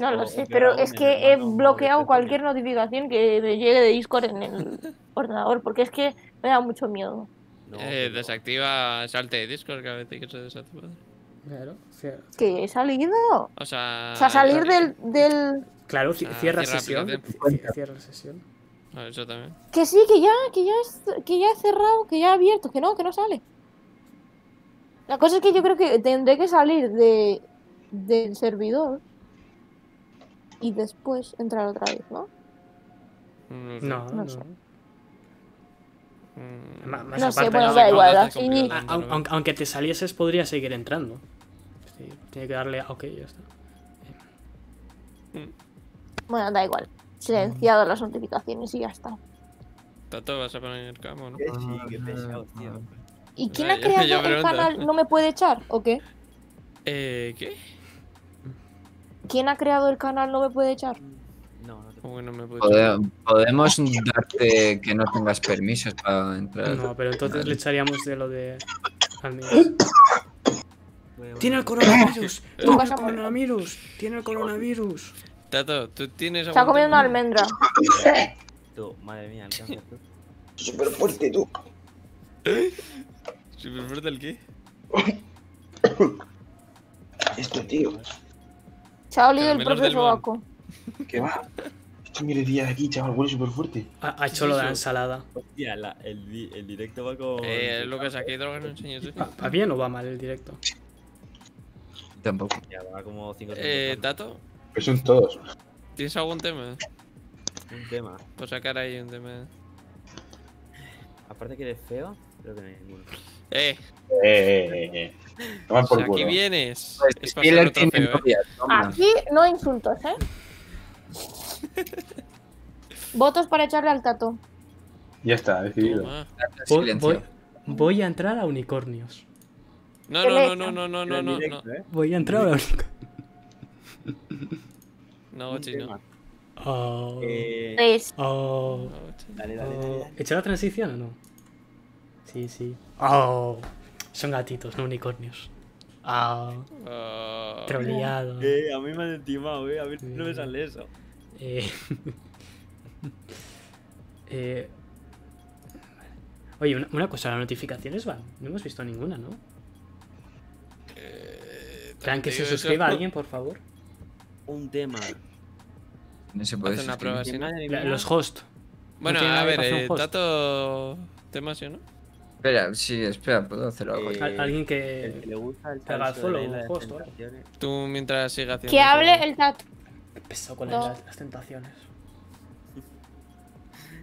Speaker 6: No lo
Speaker 9: o
Speaker 6: sé,
Speaker 9: que
Speaker 6: pero
Speaker 9: aún
Speaker 6: es
Speaker 9: el
Speaker 6: que he
Speaker 9: hermano de
Speaker 6: bloqueado
Speaker 9: Pepe
Speaker 6: cualquier notificación que me llegue de Discord en el ordenador, porque es que me da mucho miedo.
Speaker 9: no,
Speaker 3: Eh,
Speaker 9: pero-
Speaker 3: desactiva salte de Discord, que a veces que se desactiva.
Speaker 1: Claro, cier-
Speaker 6: ¿Que he salido?
Speaker 3: O sea.
Speaker 6: O
Speaker 9: Ah,
Speaker 6: sea, salir
Speaker 3: salte-
Speaker 6: del, del...
Speaker 1: claro, ci-
Speaker 3: Ah,
Speaker 1: cierra
Speaker 3: cierra
Speaker 1: sesión.
Speaker 3: aplicación.
Speaker 1: ci- Cierra sesión.
Speaker 3: Ah, eso también.
Speaker 6: Que sí, que ya, que ya, es- que ya he cerrado, que ya he abierto, que no, que no sale. La cosa es que yo creo que tendré que salir de, del servidor y después entrar otra vez, ¿no?
Speaker 3: No. sé.
Speaker 1: No, no.
Speaker 6: No sé.
Speaker 3: Mm,
Speaker 1: Ma- más
Speaker 6: No
Speaker 1: aparte,
Speaker 6: sé, bueno,
Speaker 1: no,
Speaker 6: da
Speaker 1: no,
Speaker 6: igual, ¿eh? Ah,
Speaker 3: no está
Speaker 6: así...
Speaker 3: complicado.
Speaker 1: A- aun- aunque, aunque te salieses, podría seguir entrando. Sí, tiene que darle. a Ok, ya está.
Speaker 6: Bueno, da igual.
Speaker 9: Mm.
Speaker 6: Silenciado las notificaciones y ya está.
Speaker 3: Tato, vas a poner el camo, ¿no?
Speaker 9: Qué sí, qué
Speaker 1: Ah,
Speaker 9: pesado, tío.
Speaker 6: ¿Y quién
Speaker 3: Ya,
Speaker 6: ha
Speaker 9: Eh,
Speaker 3: ya-
Speaker 6: creado
Speaker 3: ya
Speaker 6: el
Speaker 3: pregunto.
Speaker 6: canal No me puede echar? ¿O qué?
Speaker 3: Eh, ¿qué?
Speaker 6: ¿Quién ha creado el canal No me puede echar?
Speaker 9: No, no te
Speaker 3: Como que no me puedo.
Speaker 5: Pode- Podemos darte que no tengas permisos para entrar.
Speaker 1: No, pero entonces le echaríamos de lo de. admin.
Speaker 9: puedo-
Speaker 1: ¡Tiene el coronavirus! ¡Tiene el
Speaker 6: pasa por-
Speaker 1: coronavirus! ¡Tiene el coronavirus!
Speaker 3: Tato, tú tienes.
Speaker 6: Está
Speaker 3: algún
Speaker 6: comiendo una
Speaker 3: tema?
Speaker 6: almendra.
Speaker 4: Este
Speaker 9: Tú, madre mía, el cáncer, tú.
Speaker 8: Súper fuerte, tú.
Speaker 3: ¿Superfuerte el qué?
Speaker 4: Este
Speaker 8: Esto, tío.
Speaker 6: Se ha olido
Speaker 3: Pero
Speaker 6: el
Speaker 3: menos
Speaker 6: propio
Speaker 3: del Bon.
Speaker 6: sobaco.
Speaker 8: ¿Qué va?
Speaker 4: Esto Este mire día de aquí, chaval, huele súper fuerte.
Speaker 1: Ha, ha hecho lo de la ensalada.
Speaker 9: Hostia, la- el, di- el directo va con.
Speaker 3: Eh, Lucas, aquí drogas no enseñas. ¿eh?
Speaker 1: ¿Va, va bien o va mal el directo?
Speaker 5: Tampoco.
Speaker 9: Ya, va como 5
Speaker 3: Eh, Tato,
Speaker 4: Pero Pues son todos.
Speaker 3: ¿tienes algún tema?
Speaker 9: Un tema.
Speaker 3: Por sacar ahí un tema.
Speaker 9: Aparte que eres feo, creo que no hay ninguno.
Speaker 3: Eh,
Speaker 4: Eh, eh, eh, eh. Toma
Speaker 3: si
Speaker 4: por
Speaker 3: Pues aquí
Speaker 4: culo.
Speaker 3: vienes.
Speaker 5: Pues,
Speaker 3: es para
Speaker 5: Spiller
Speaker 3: ser
Speaker 5: tiene
Speaker 3: otro feo, ¿eh?
Speaker 5: novia,
Speaker 9: Ah.
Speaker 5: toma.
Speaker 6: Aquí no insultos, ¿eh? Votos para echarle al tato.
Speaker 4: Ya está, decidido.
Speaker 3: Toma.
Speaker 1: Voy,
Speaker 5: Silencio.
Speaker 1: voy- voy a entrar a unicornios.
Speaker 3: No,
Speaker 6: Te
Speaker 3: no, no,
Speaker 6: lees,
Speaker 3: no, no, no, no,
Speaker 9: En
Speaker 3: no, no.
Speaker 9: directo, ¿eh?
Speaker 1: Voy a entrar a unicornios.
Speaker 3: No,
Speaker 9: Un
Speaker 3: Gochi, no.
Speaker 9: tema.
Speaker 1: Oh,
Speaker 9: Eh,
Speaker 6: Tres.
Speaker 1: oh,
Speaker 3: No, Gochi.
Speaker 9: dale, dale, dale.
Speaker 1: oh.
Speaker 9: dale.
Speaker 1: ¿He hecho la transición o no? Sí, sí. Oh, son gatitos, no unicornios. Oh,
Speaker 3: Ah,
Speaker 1: troleado.
Speaker 9: Eh, a mí me han intimado, eh. A ver, no me sale eso.
Speaker 1: Eh, eh, Oye, una, una cosa, las notificaciones van. No hemos visto ninguna, ¿no?
Speaker 3: eh,
Speaker 1: Plan, que
Speaker 3: te
Speaker 1: se
Speaker 3: digo eso.
Speaker 1: suscriba alguien, por favor.
Speaker 9: Un tema.
Speaker 5: No se puede.
Speaker 3: Haz una
Speaker 5: suscribir.
Speaker 3: prueba.
Speaker 9: Que
Speaker 3: Ah, sí, ¿no?
Speaker 9: madre
Speaker 1: La-
Speaker 9: mía,
Speaker 1: los host.
Speaker 3: Bueno,
Speaker 1: tiene
Speaker 3: a
Speaker 1: nada que
Speaker 3: ver,
Speaker 1: hacer un
Speaker 3: eh,
Speaker 1: host.
Speaker 3: Tato. ¿Tema sí o no?
Speaker 5: Espera, sí, espera, puedo hacerlo. algo.
Speaker 9: Eh,
Speaker 1: Al- alguien
Speaker 9: el que
Speaker 1: que.
Speaker 9: le gusta el
Speaker 1: que haga
Speaker 9: salso de la
Speaker 1: follow,
Speaker 9: isla de las
Speaker 1: justo. ¿eh?
Speaker 9: tentaciones.
Speaker 3: Tú mientras sigas haciendo.
Speaker 6: Que
Speaker 3: eso,
Speaker 6: hable el tato.
Speaker 1: Pesado con
Speaker 6: No.
Speaker 1: las, las tentaciones.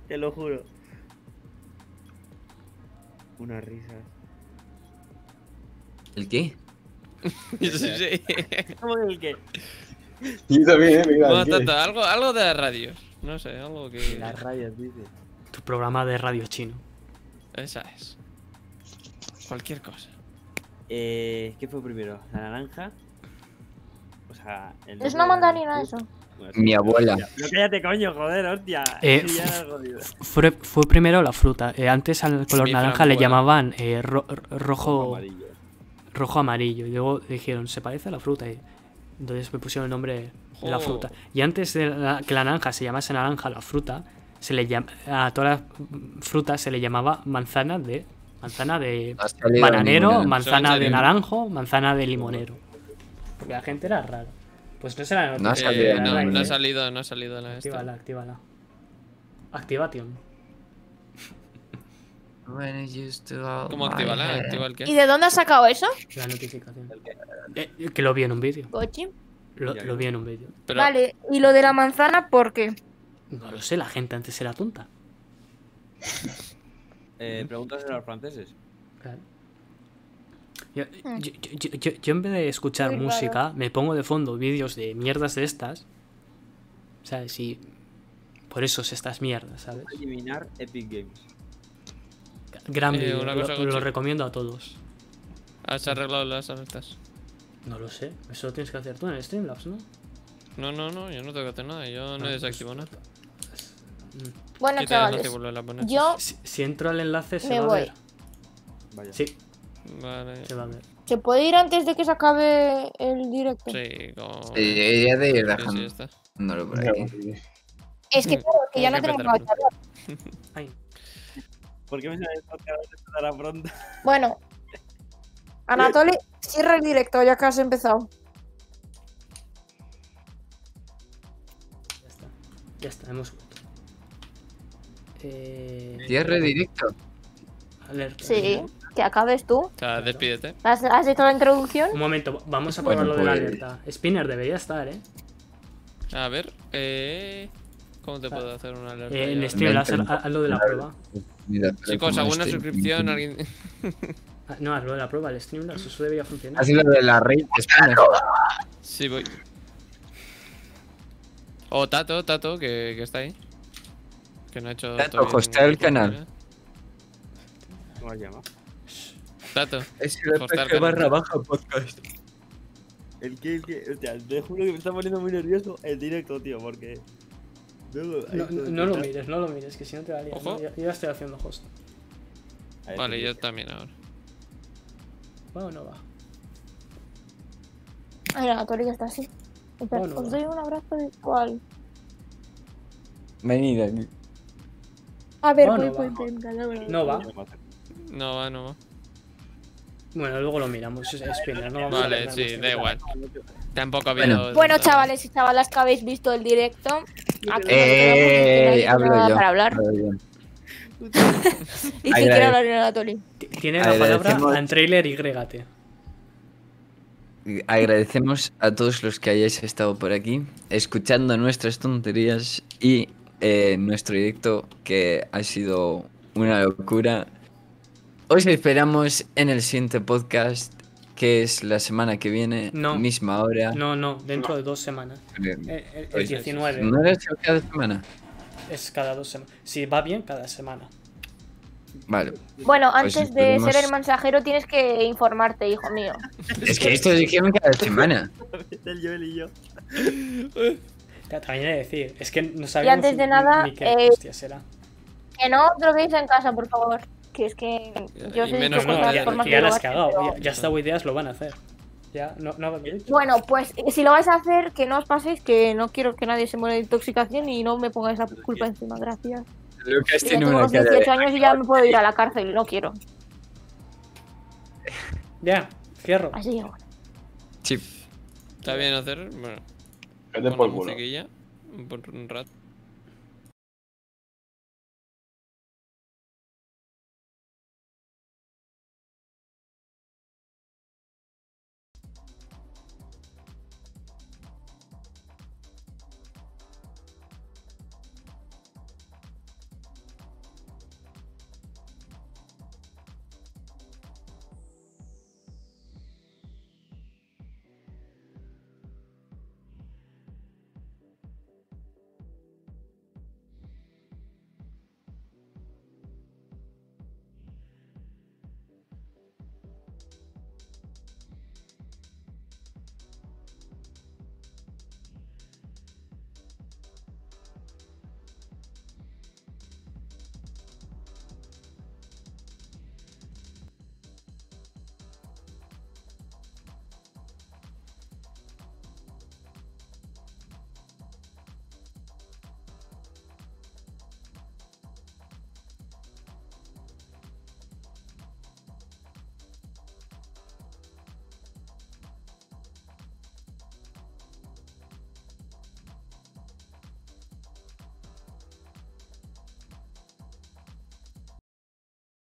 Speaker 9: Te lo juro. Una risa.
Speaker 5: ¿El qué?
Speaker 3: Sí, sí.
Speaker 9: ¿Cómo que el qué?
Speaker 4: Yo también, eh, mira,
Speaker 3: Bueno,
Speaker 4: ¿qué?
Speaker 3: Tato, algo, algo de radio. No sé, algo que.
Speaker 9: Las rayas, dice.
Speaker 1: Tu programa de radio chino.
Speaker 3: Esa es. Cualquier cosa.
Speaker 9: Eh, ¿Qué fue primero? ¿La naranja? O sea, el
Speaker 6: Es una mandarina eso.
Speaker 9: Bueno, sí,
Speaker 5: Mi
Speaker 9: pero-
Speaker 5: abuela.
Speaker 9: No cállate, coño, joder, hostia.
Speaker 1: Eh,
Speaker 9: Sí, ya la he jodido.
Speaker 1: Fue, fue primero la fruta. eh, antes al color
Speaker 3: Sí,
Speaker 1: naranja le
Speaker 3: frambuesa.
Speaker 1: llamaban eh, ro- rojo,
Speaker 9: Amarillo.
Speaker 1: rojo amarillo. Y luego dijeron, se parece a la fruta. Y entonces me pusieron el nombre de la
Speaker 3: Jo.
Speaker 1: fruta. Y antes de la- que la naranja se llamase naranja, la fruta, se le llam- a todas las frutas se le llamaba manzana de. Manzana de
Speaker 5: No ha salido
Speaker 1: bananero,
Speaker 5: ninguna.
Speaker 1: manzana
Speaker 3: Son en
Speaker 1: de
Speaker 3: serio.
Speaker 1: naranjo, manzana de limonero. Porque la gente era rara. Pues no será la
Speaker 5: No ha
Speaker 1: noticia.
Speaker 5: salido
Speaker 1: la E.
Speaker 5: nada,
Speaker 3: no,
Speaker 1: raíz,
Speaker 3: no
Speaker 5: eh.
Speaker 3: ha salido, no ha salido la esta.
Speaker 1: Actívala, actívala. Activation.
Speaker 3: ¿Cómo activarla? ¿Activa el
Speaker 6: ¿Y
Speaker 3: qué?
Speaker 6: de dónde has sacado eso,
Speaker 1: La notificación. Eh, eh, que lo vi en un vídeo.
Speaker 6: Gochi?
Speaker 1: Lo,
Speaker 9: Ya
Speaker 1: lo vi en un vídeo.
Speaker 3: Pero,
Speaker 6: Vale, ¿y lo de la manzana por qué?
Speaker 1: No lo sé, la gente antes era tonta.
Speaker 9: Eh, preguntas a los franceses.
Speaker 1: Claro. Yo,
Speaker 6: Mm.
Speaker 1: yo- yo- yo- yo en vez de escuchar
Speaker 6: Muy raro.
Speaker 1: música, me pongo de fondo vídeos de mierdas de estas. ¿Sabes? Y por eso es estas mierdas, ¿sabes?
Speaker 9: Eliminar Epic Games.
Speaker 1: Gran
Speaker 3: Eh,
Speaker 1: vídeo,
Speaker 3: una
Speaker 1: lo,
Speaker 3: cosa,
Speaker 1: lo
Speaker 3: Gucci.
Speaker 1: recomiendo a todos.
Speaker 3: ¿has arreglado las alertas?
Speaker 1: No lo sé, eso lo tienes que hacer tú en Streamlabs, ¿no?
Speaker 3: No, no, no, yo no tengo que hacer nada, yo no
Speaker 1: Ah,
Speaker 3: he
Speaker 1: pues-
Speaker 3: desactivado nada.
Speaker 1: Mm.
Speaker 3: Quítale,
Speaker 6: Bueno,
Speaker 3: no te
Speaker 6: chavales,
Speaker 3: vuelvo a poner.
Speaker 6: yo
Speaker 1: Si, si entro al enlace se
Speaker 6: Me
Speaker 1: va
Speaker 6: voy.
Speaker 1: a ver.
Speaker 9: Vaya.
Speaker 1: Sí,
Speaker 3: Vale.
Speaker 1: se va a ver.
Speaker 6: ¿Se puede ir antes de que se acabe el directo?
Speaker 3: Sí, con... sí,
Speaker 5: Sí, ya de ir
Speaker 3: sí, ya
Speaker 5: dejándolo
Speaker 3: está.
Speaker 5: por aquí.
Speaker 6: Es que claro, que ya no
Speaker 3: Tengo que
Speaker 6: tenemos
Speaker 3: empezar
Speaker 6: más charlar.
Speaker 1: Ay,
Speaker 9: ¿Por qué me sale el podcast de la pronto?
Speaker 6: Bueno, Anatole, cierra el directo ya que has empezado.
Speaker 1: ya está. Ya está, hemos vuelto. Eh,
Speaker 5: Cierre directo.
Speaker 1: alerta.
Speaker 6: Sí, que acabes tú.
Speaker 3: O sea, despídete.
Speaker 6: ¿Has, has hecho la introducción?
Speaker 1: Un momento, vamos a
Speaker 5: Bueno,
Speaker 1: probar lo de la
Speaker 5: pues-
Speaker 1: alerta. Spinner debería estar, ¿eh?
Speaker 3: A ver, eh... ¿Cómo te puedo hacer una alerta?
Speaker 1: Eh,
Speaker 3: ya?
Speaker 1: en Streamlabs, haz
Speaker 5: Vente.
Speaker 1: haz lo de la prueba.
Speaker 5: Mira, pero
Speaker 3: Chicos,
Speaker 5: como este
Speaker 3: alguna
Speaker 5: estoy-
Speaker 3: suscripción, alguien...
Speaker 1: Ah, No, haz lo de la prueba, el Streamlabs, eso debería funcionar.
Speaker 5: Haz lo de la rey. Espera.
Speaker 3: Sí, voy. O Tato, Tato, que, que está ahí. Que no ha hecho.
Speaker 5: Tato,
Speaker 3: todavía
Speaker 5: hostea el
Speaker 3: ningún-
Speaker 5: canal.
Speaker 9: ¿Cómo se llama?
Speaker 3: Tato,
Speaker 5: Es
Speaker 3: el Hostar PG barra canal.
Speaker 5: baja podcast.
Speaker 9: El que, el que. Hostia, te juro que me está poniendo muy nervioso el directo, tío, porque. Luego, ahí
Speaker 1: No,
Speaker 9: todo
Speaker 1: no lo
Speaker 9: escuchar-
Speaker 1: mires, no lo mires, que si no te va a liar.
Speaker 3: Ojo.
Speaker 1: No, yo, yo ya estoy haciendo host.
Speaker 9: A ver,
Speaker 3: vale,
Speaker 9: tío.
Speaker 3: yo también ahora.
Speaker 1: ¿Va o no va?
Speaker 6: Ay, Anatole ya está así. Espera,
Speaker 1: Bueno,
Speaker 6: os
Speaker 1: va.
Speaker 6: doy un abrazo virtual.
Speaker 5: Venid aquí.
Speaker 6: A ver,
Speaker 1: Bueno,
Speaker 6: voy, voy,
Speaker 1: va.
Speaker 6: voy, venga, voy,
Speaker 1: No va.
Speaker 3: No va, no va.
Speaker 1: Bueno, luego lo miramos, es- es Spinner, no vamos a
Speaker 3: Vale,
Speaker 1: perder
Speaker 3: sí,
Speaker 1: nuestro
Speaker 3: da
Speaker 1: tiempo.
Speaker 3: igual. Tampoco ha
Speaker 5: Bueno.
Speaker 1: pues,
Speaker 3: habido.
Speaker 6: Bueno,
Speaker 3: tanto.
Speaker 6: chavales y chavalas que habéis visto el directo, aquí nos quedamos, no
Speaker 5: Eh,
Speaker 6: hay
Speaker 5: hablo
Speaker 6: nada
Speaker 5: yo.
Speaker 6: para hablar.
Speaker 5: hablo yo.
Speaker 6: Ni siquiera
Speaker 5: Agrade-
Speaker 6: hablar en Anatoli.
Speaker 1: T- Tiene la
Speaker 5: Agradecemos-
Speaker 1: palabra en trailer y grégate.
Speaker 5: Agradecemos a todos los que hayáis estado por aquí, escuchando nuestras tonterías y eh, nuestro directo que ha sido una locura. Os esperamos en el siguiente podcast, que es la semana que viene,
Speaker 1: No.
Speaker 5: misma hora.
Speaker 1: No, no, dentro de dos semanas.
Speaker 5: Eh,
Speaker 1: Eh, El, el
Speaker 5: Oye,
Speaker 1: 19
Speaker 5: ¿No era eso cada semana?
Speaker 1: es cada dos semanas. Si va bien, cada semana.
Speaker 5: Vale.
Speaker 6: Bueno,
Speaker 5: Pues
Speaker 6: antes de
Speaker 5: esperemos-
Speaker 6: ser el mensajero tienes que informarte, hijo mío.
Speaker 5: Es que esto lo dijeron cada semana.
Speaker 9: Este El Joel y yo.
Speaker 1: Ta- También he de decir, es que no sabemos
Speaker 6: antes de
Speaker 1: ni-
Speaker 6: nada,
Speaker 1: ni qué
Speaker 6: eh,
Speaker 1: hostia será.
Speaker 6: Que no os droguéis en casa, por favor. Que es que yo
Speaker 3: Y
Speaker 6: os he
Speaker 3: menos
Speaker 1: No,
Speaker 3: mal,
Speaker 6: dicho
Speaker 1: no,
Speaker 6: cosas
Speaker 1: ya,
Speaker 6: pues por más
Speaker 1: que
Speaker 6: que eh,
Speaker 1: ya las has
Speaker 6: drogarse,
Speaker 1: cagado,
Speaker 6: pero-
Speaker 1: ya, ya estas ideas lo van a hacer. Ya, no, no habéis dicho.
Speaker 6: Bueno, pues eh, si lo vais a hacer, que no os paséis, que no quiero que nadie se muera de intoxicación y no me pongáis la culpa encima, gracias.
Speaker 5: Lucas
Speaker 6: Yo ya
Speaker 5: tiene
Speaker 6: tengo
Speaker 5: una
Speaker 6: los
Speaker 5: cara Este de...
Speaker 6: 18 años y ya me puedo ir a la cárcel, no quiero.
Speaker 1: Ya, cierro.
Speaker 6: Así que bueno.
Speaker 5: Sí.
Speaker 3: Está bien hacer. Bueno,
Speaker 4: Vete
Speaker 3: con
Speaker 4: por
Speaker 3: la
Speaker 4: culo.
Speaker 3: musiquilla. Por un rato.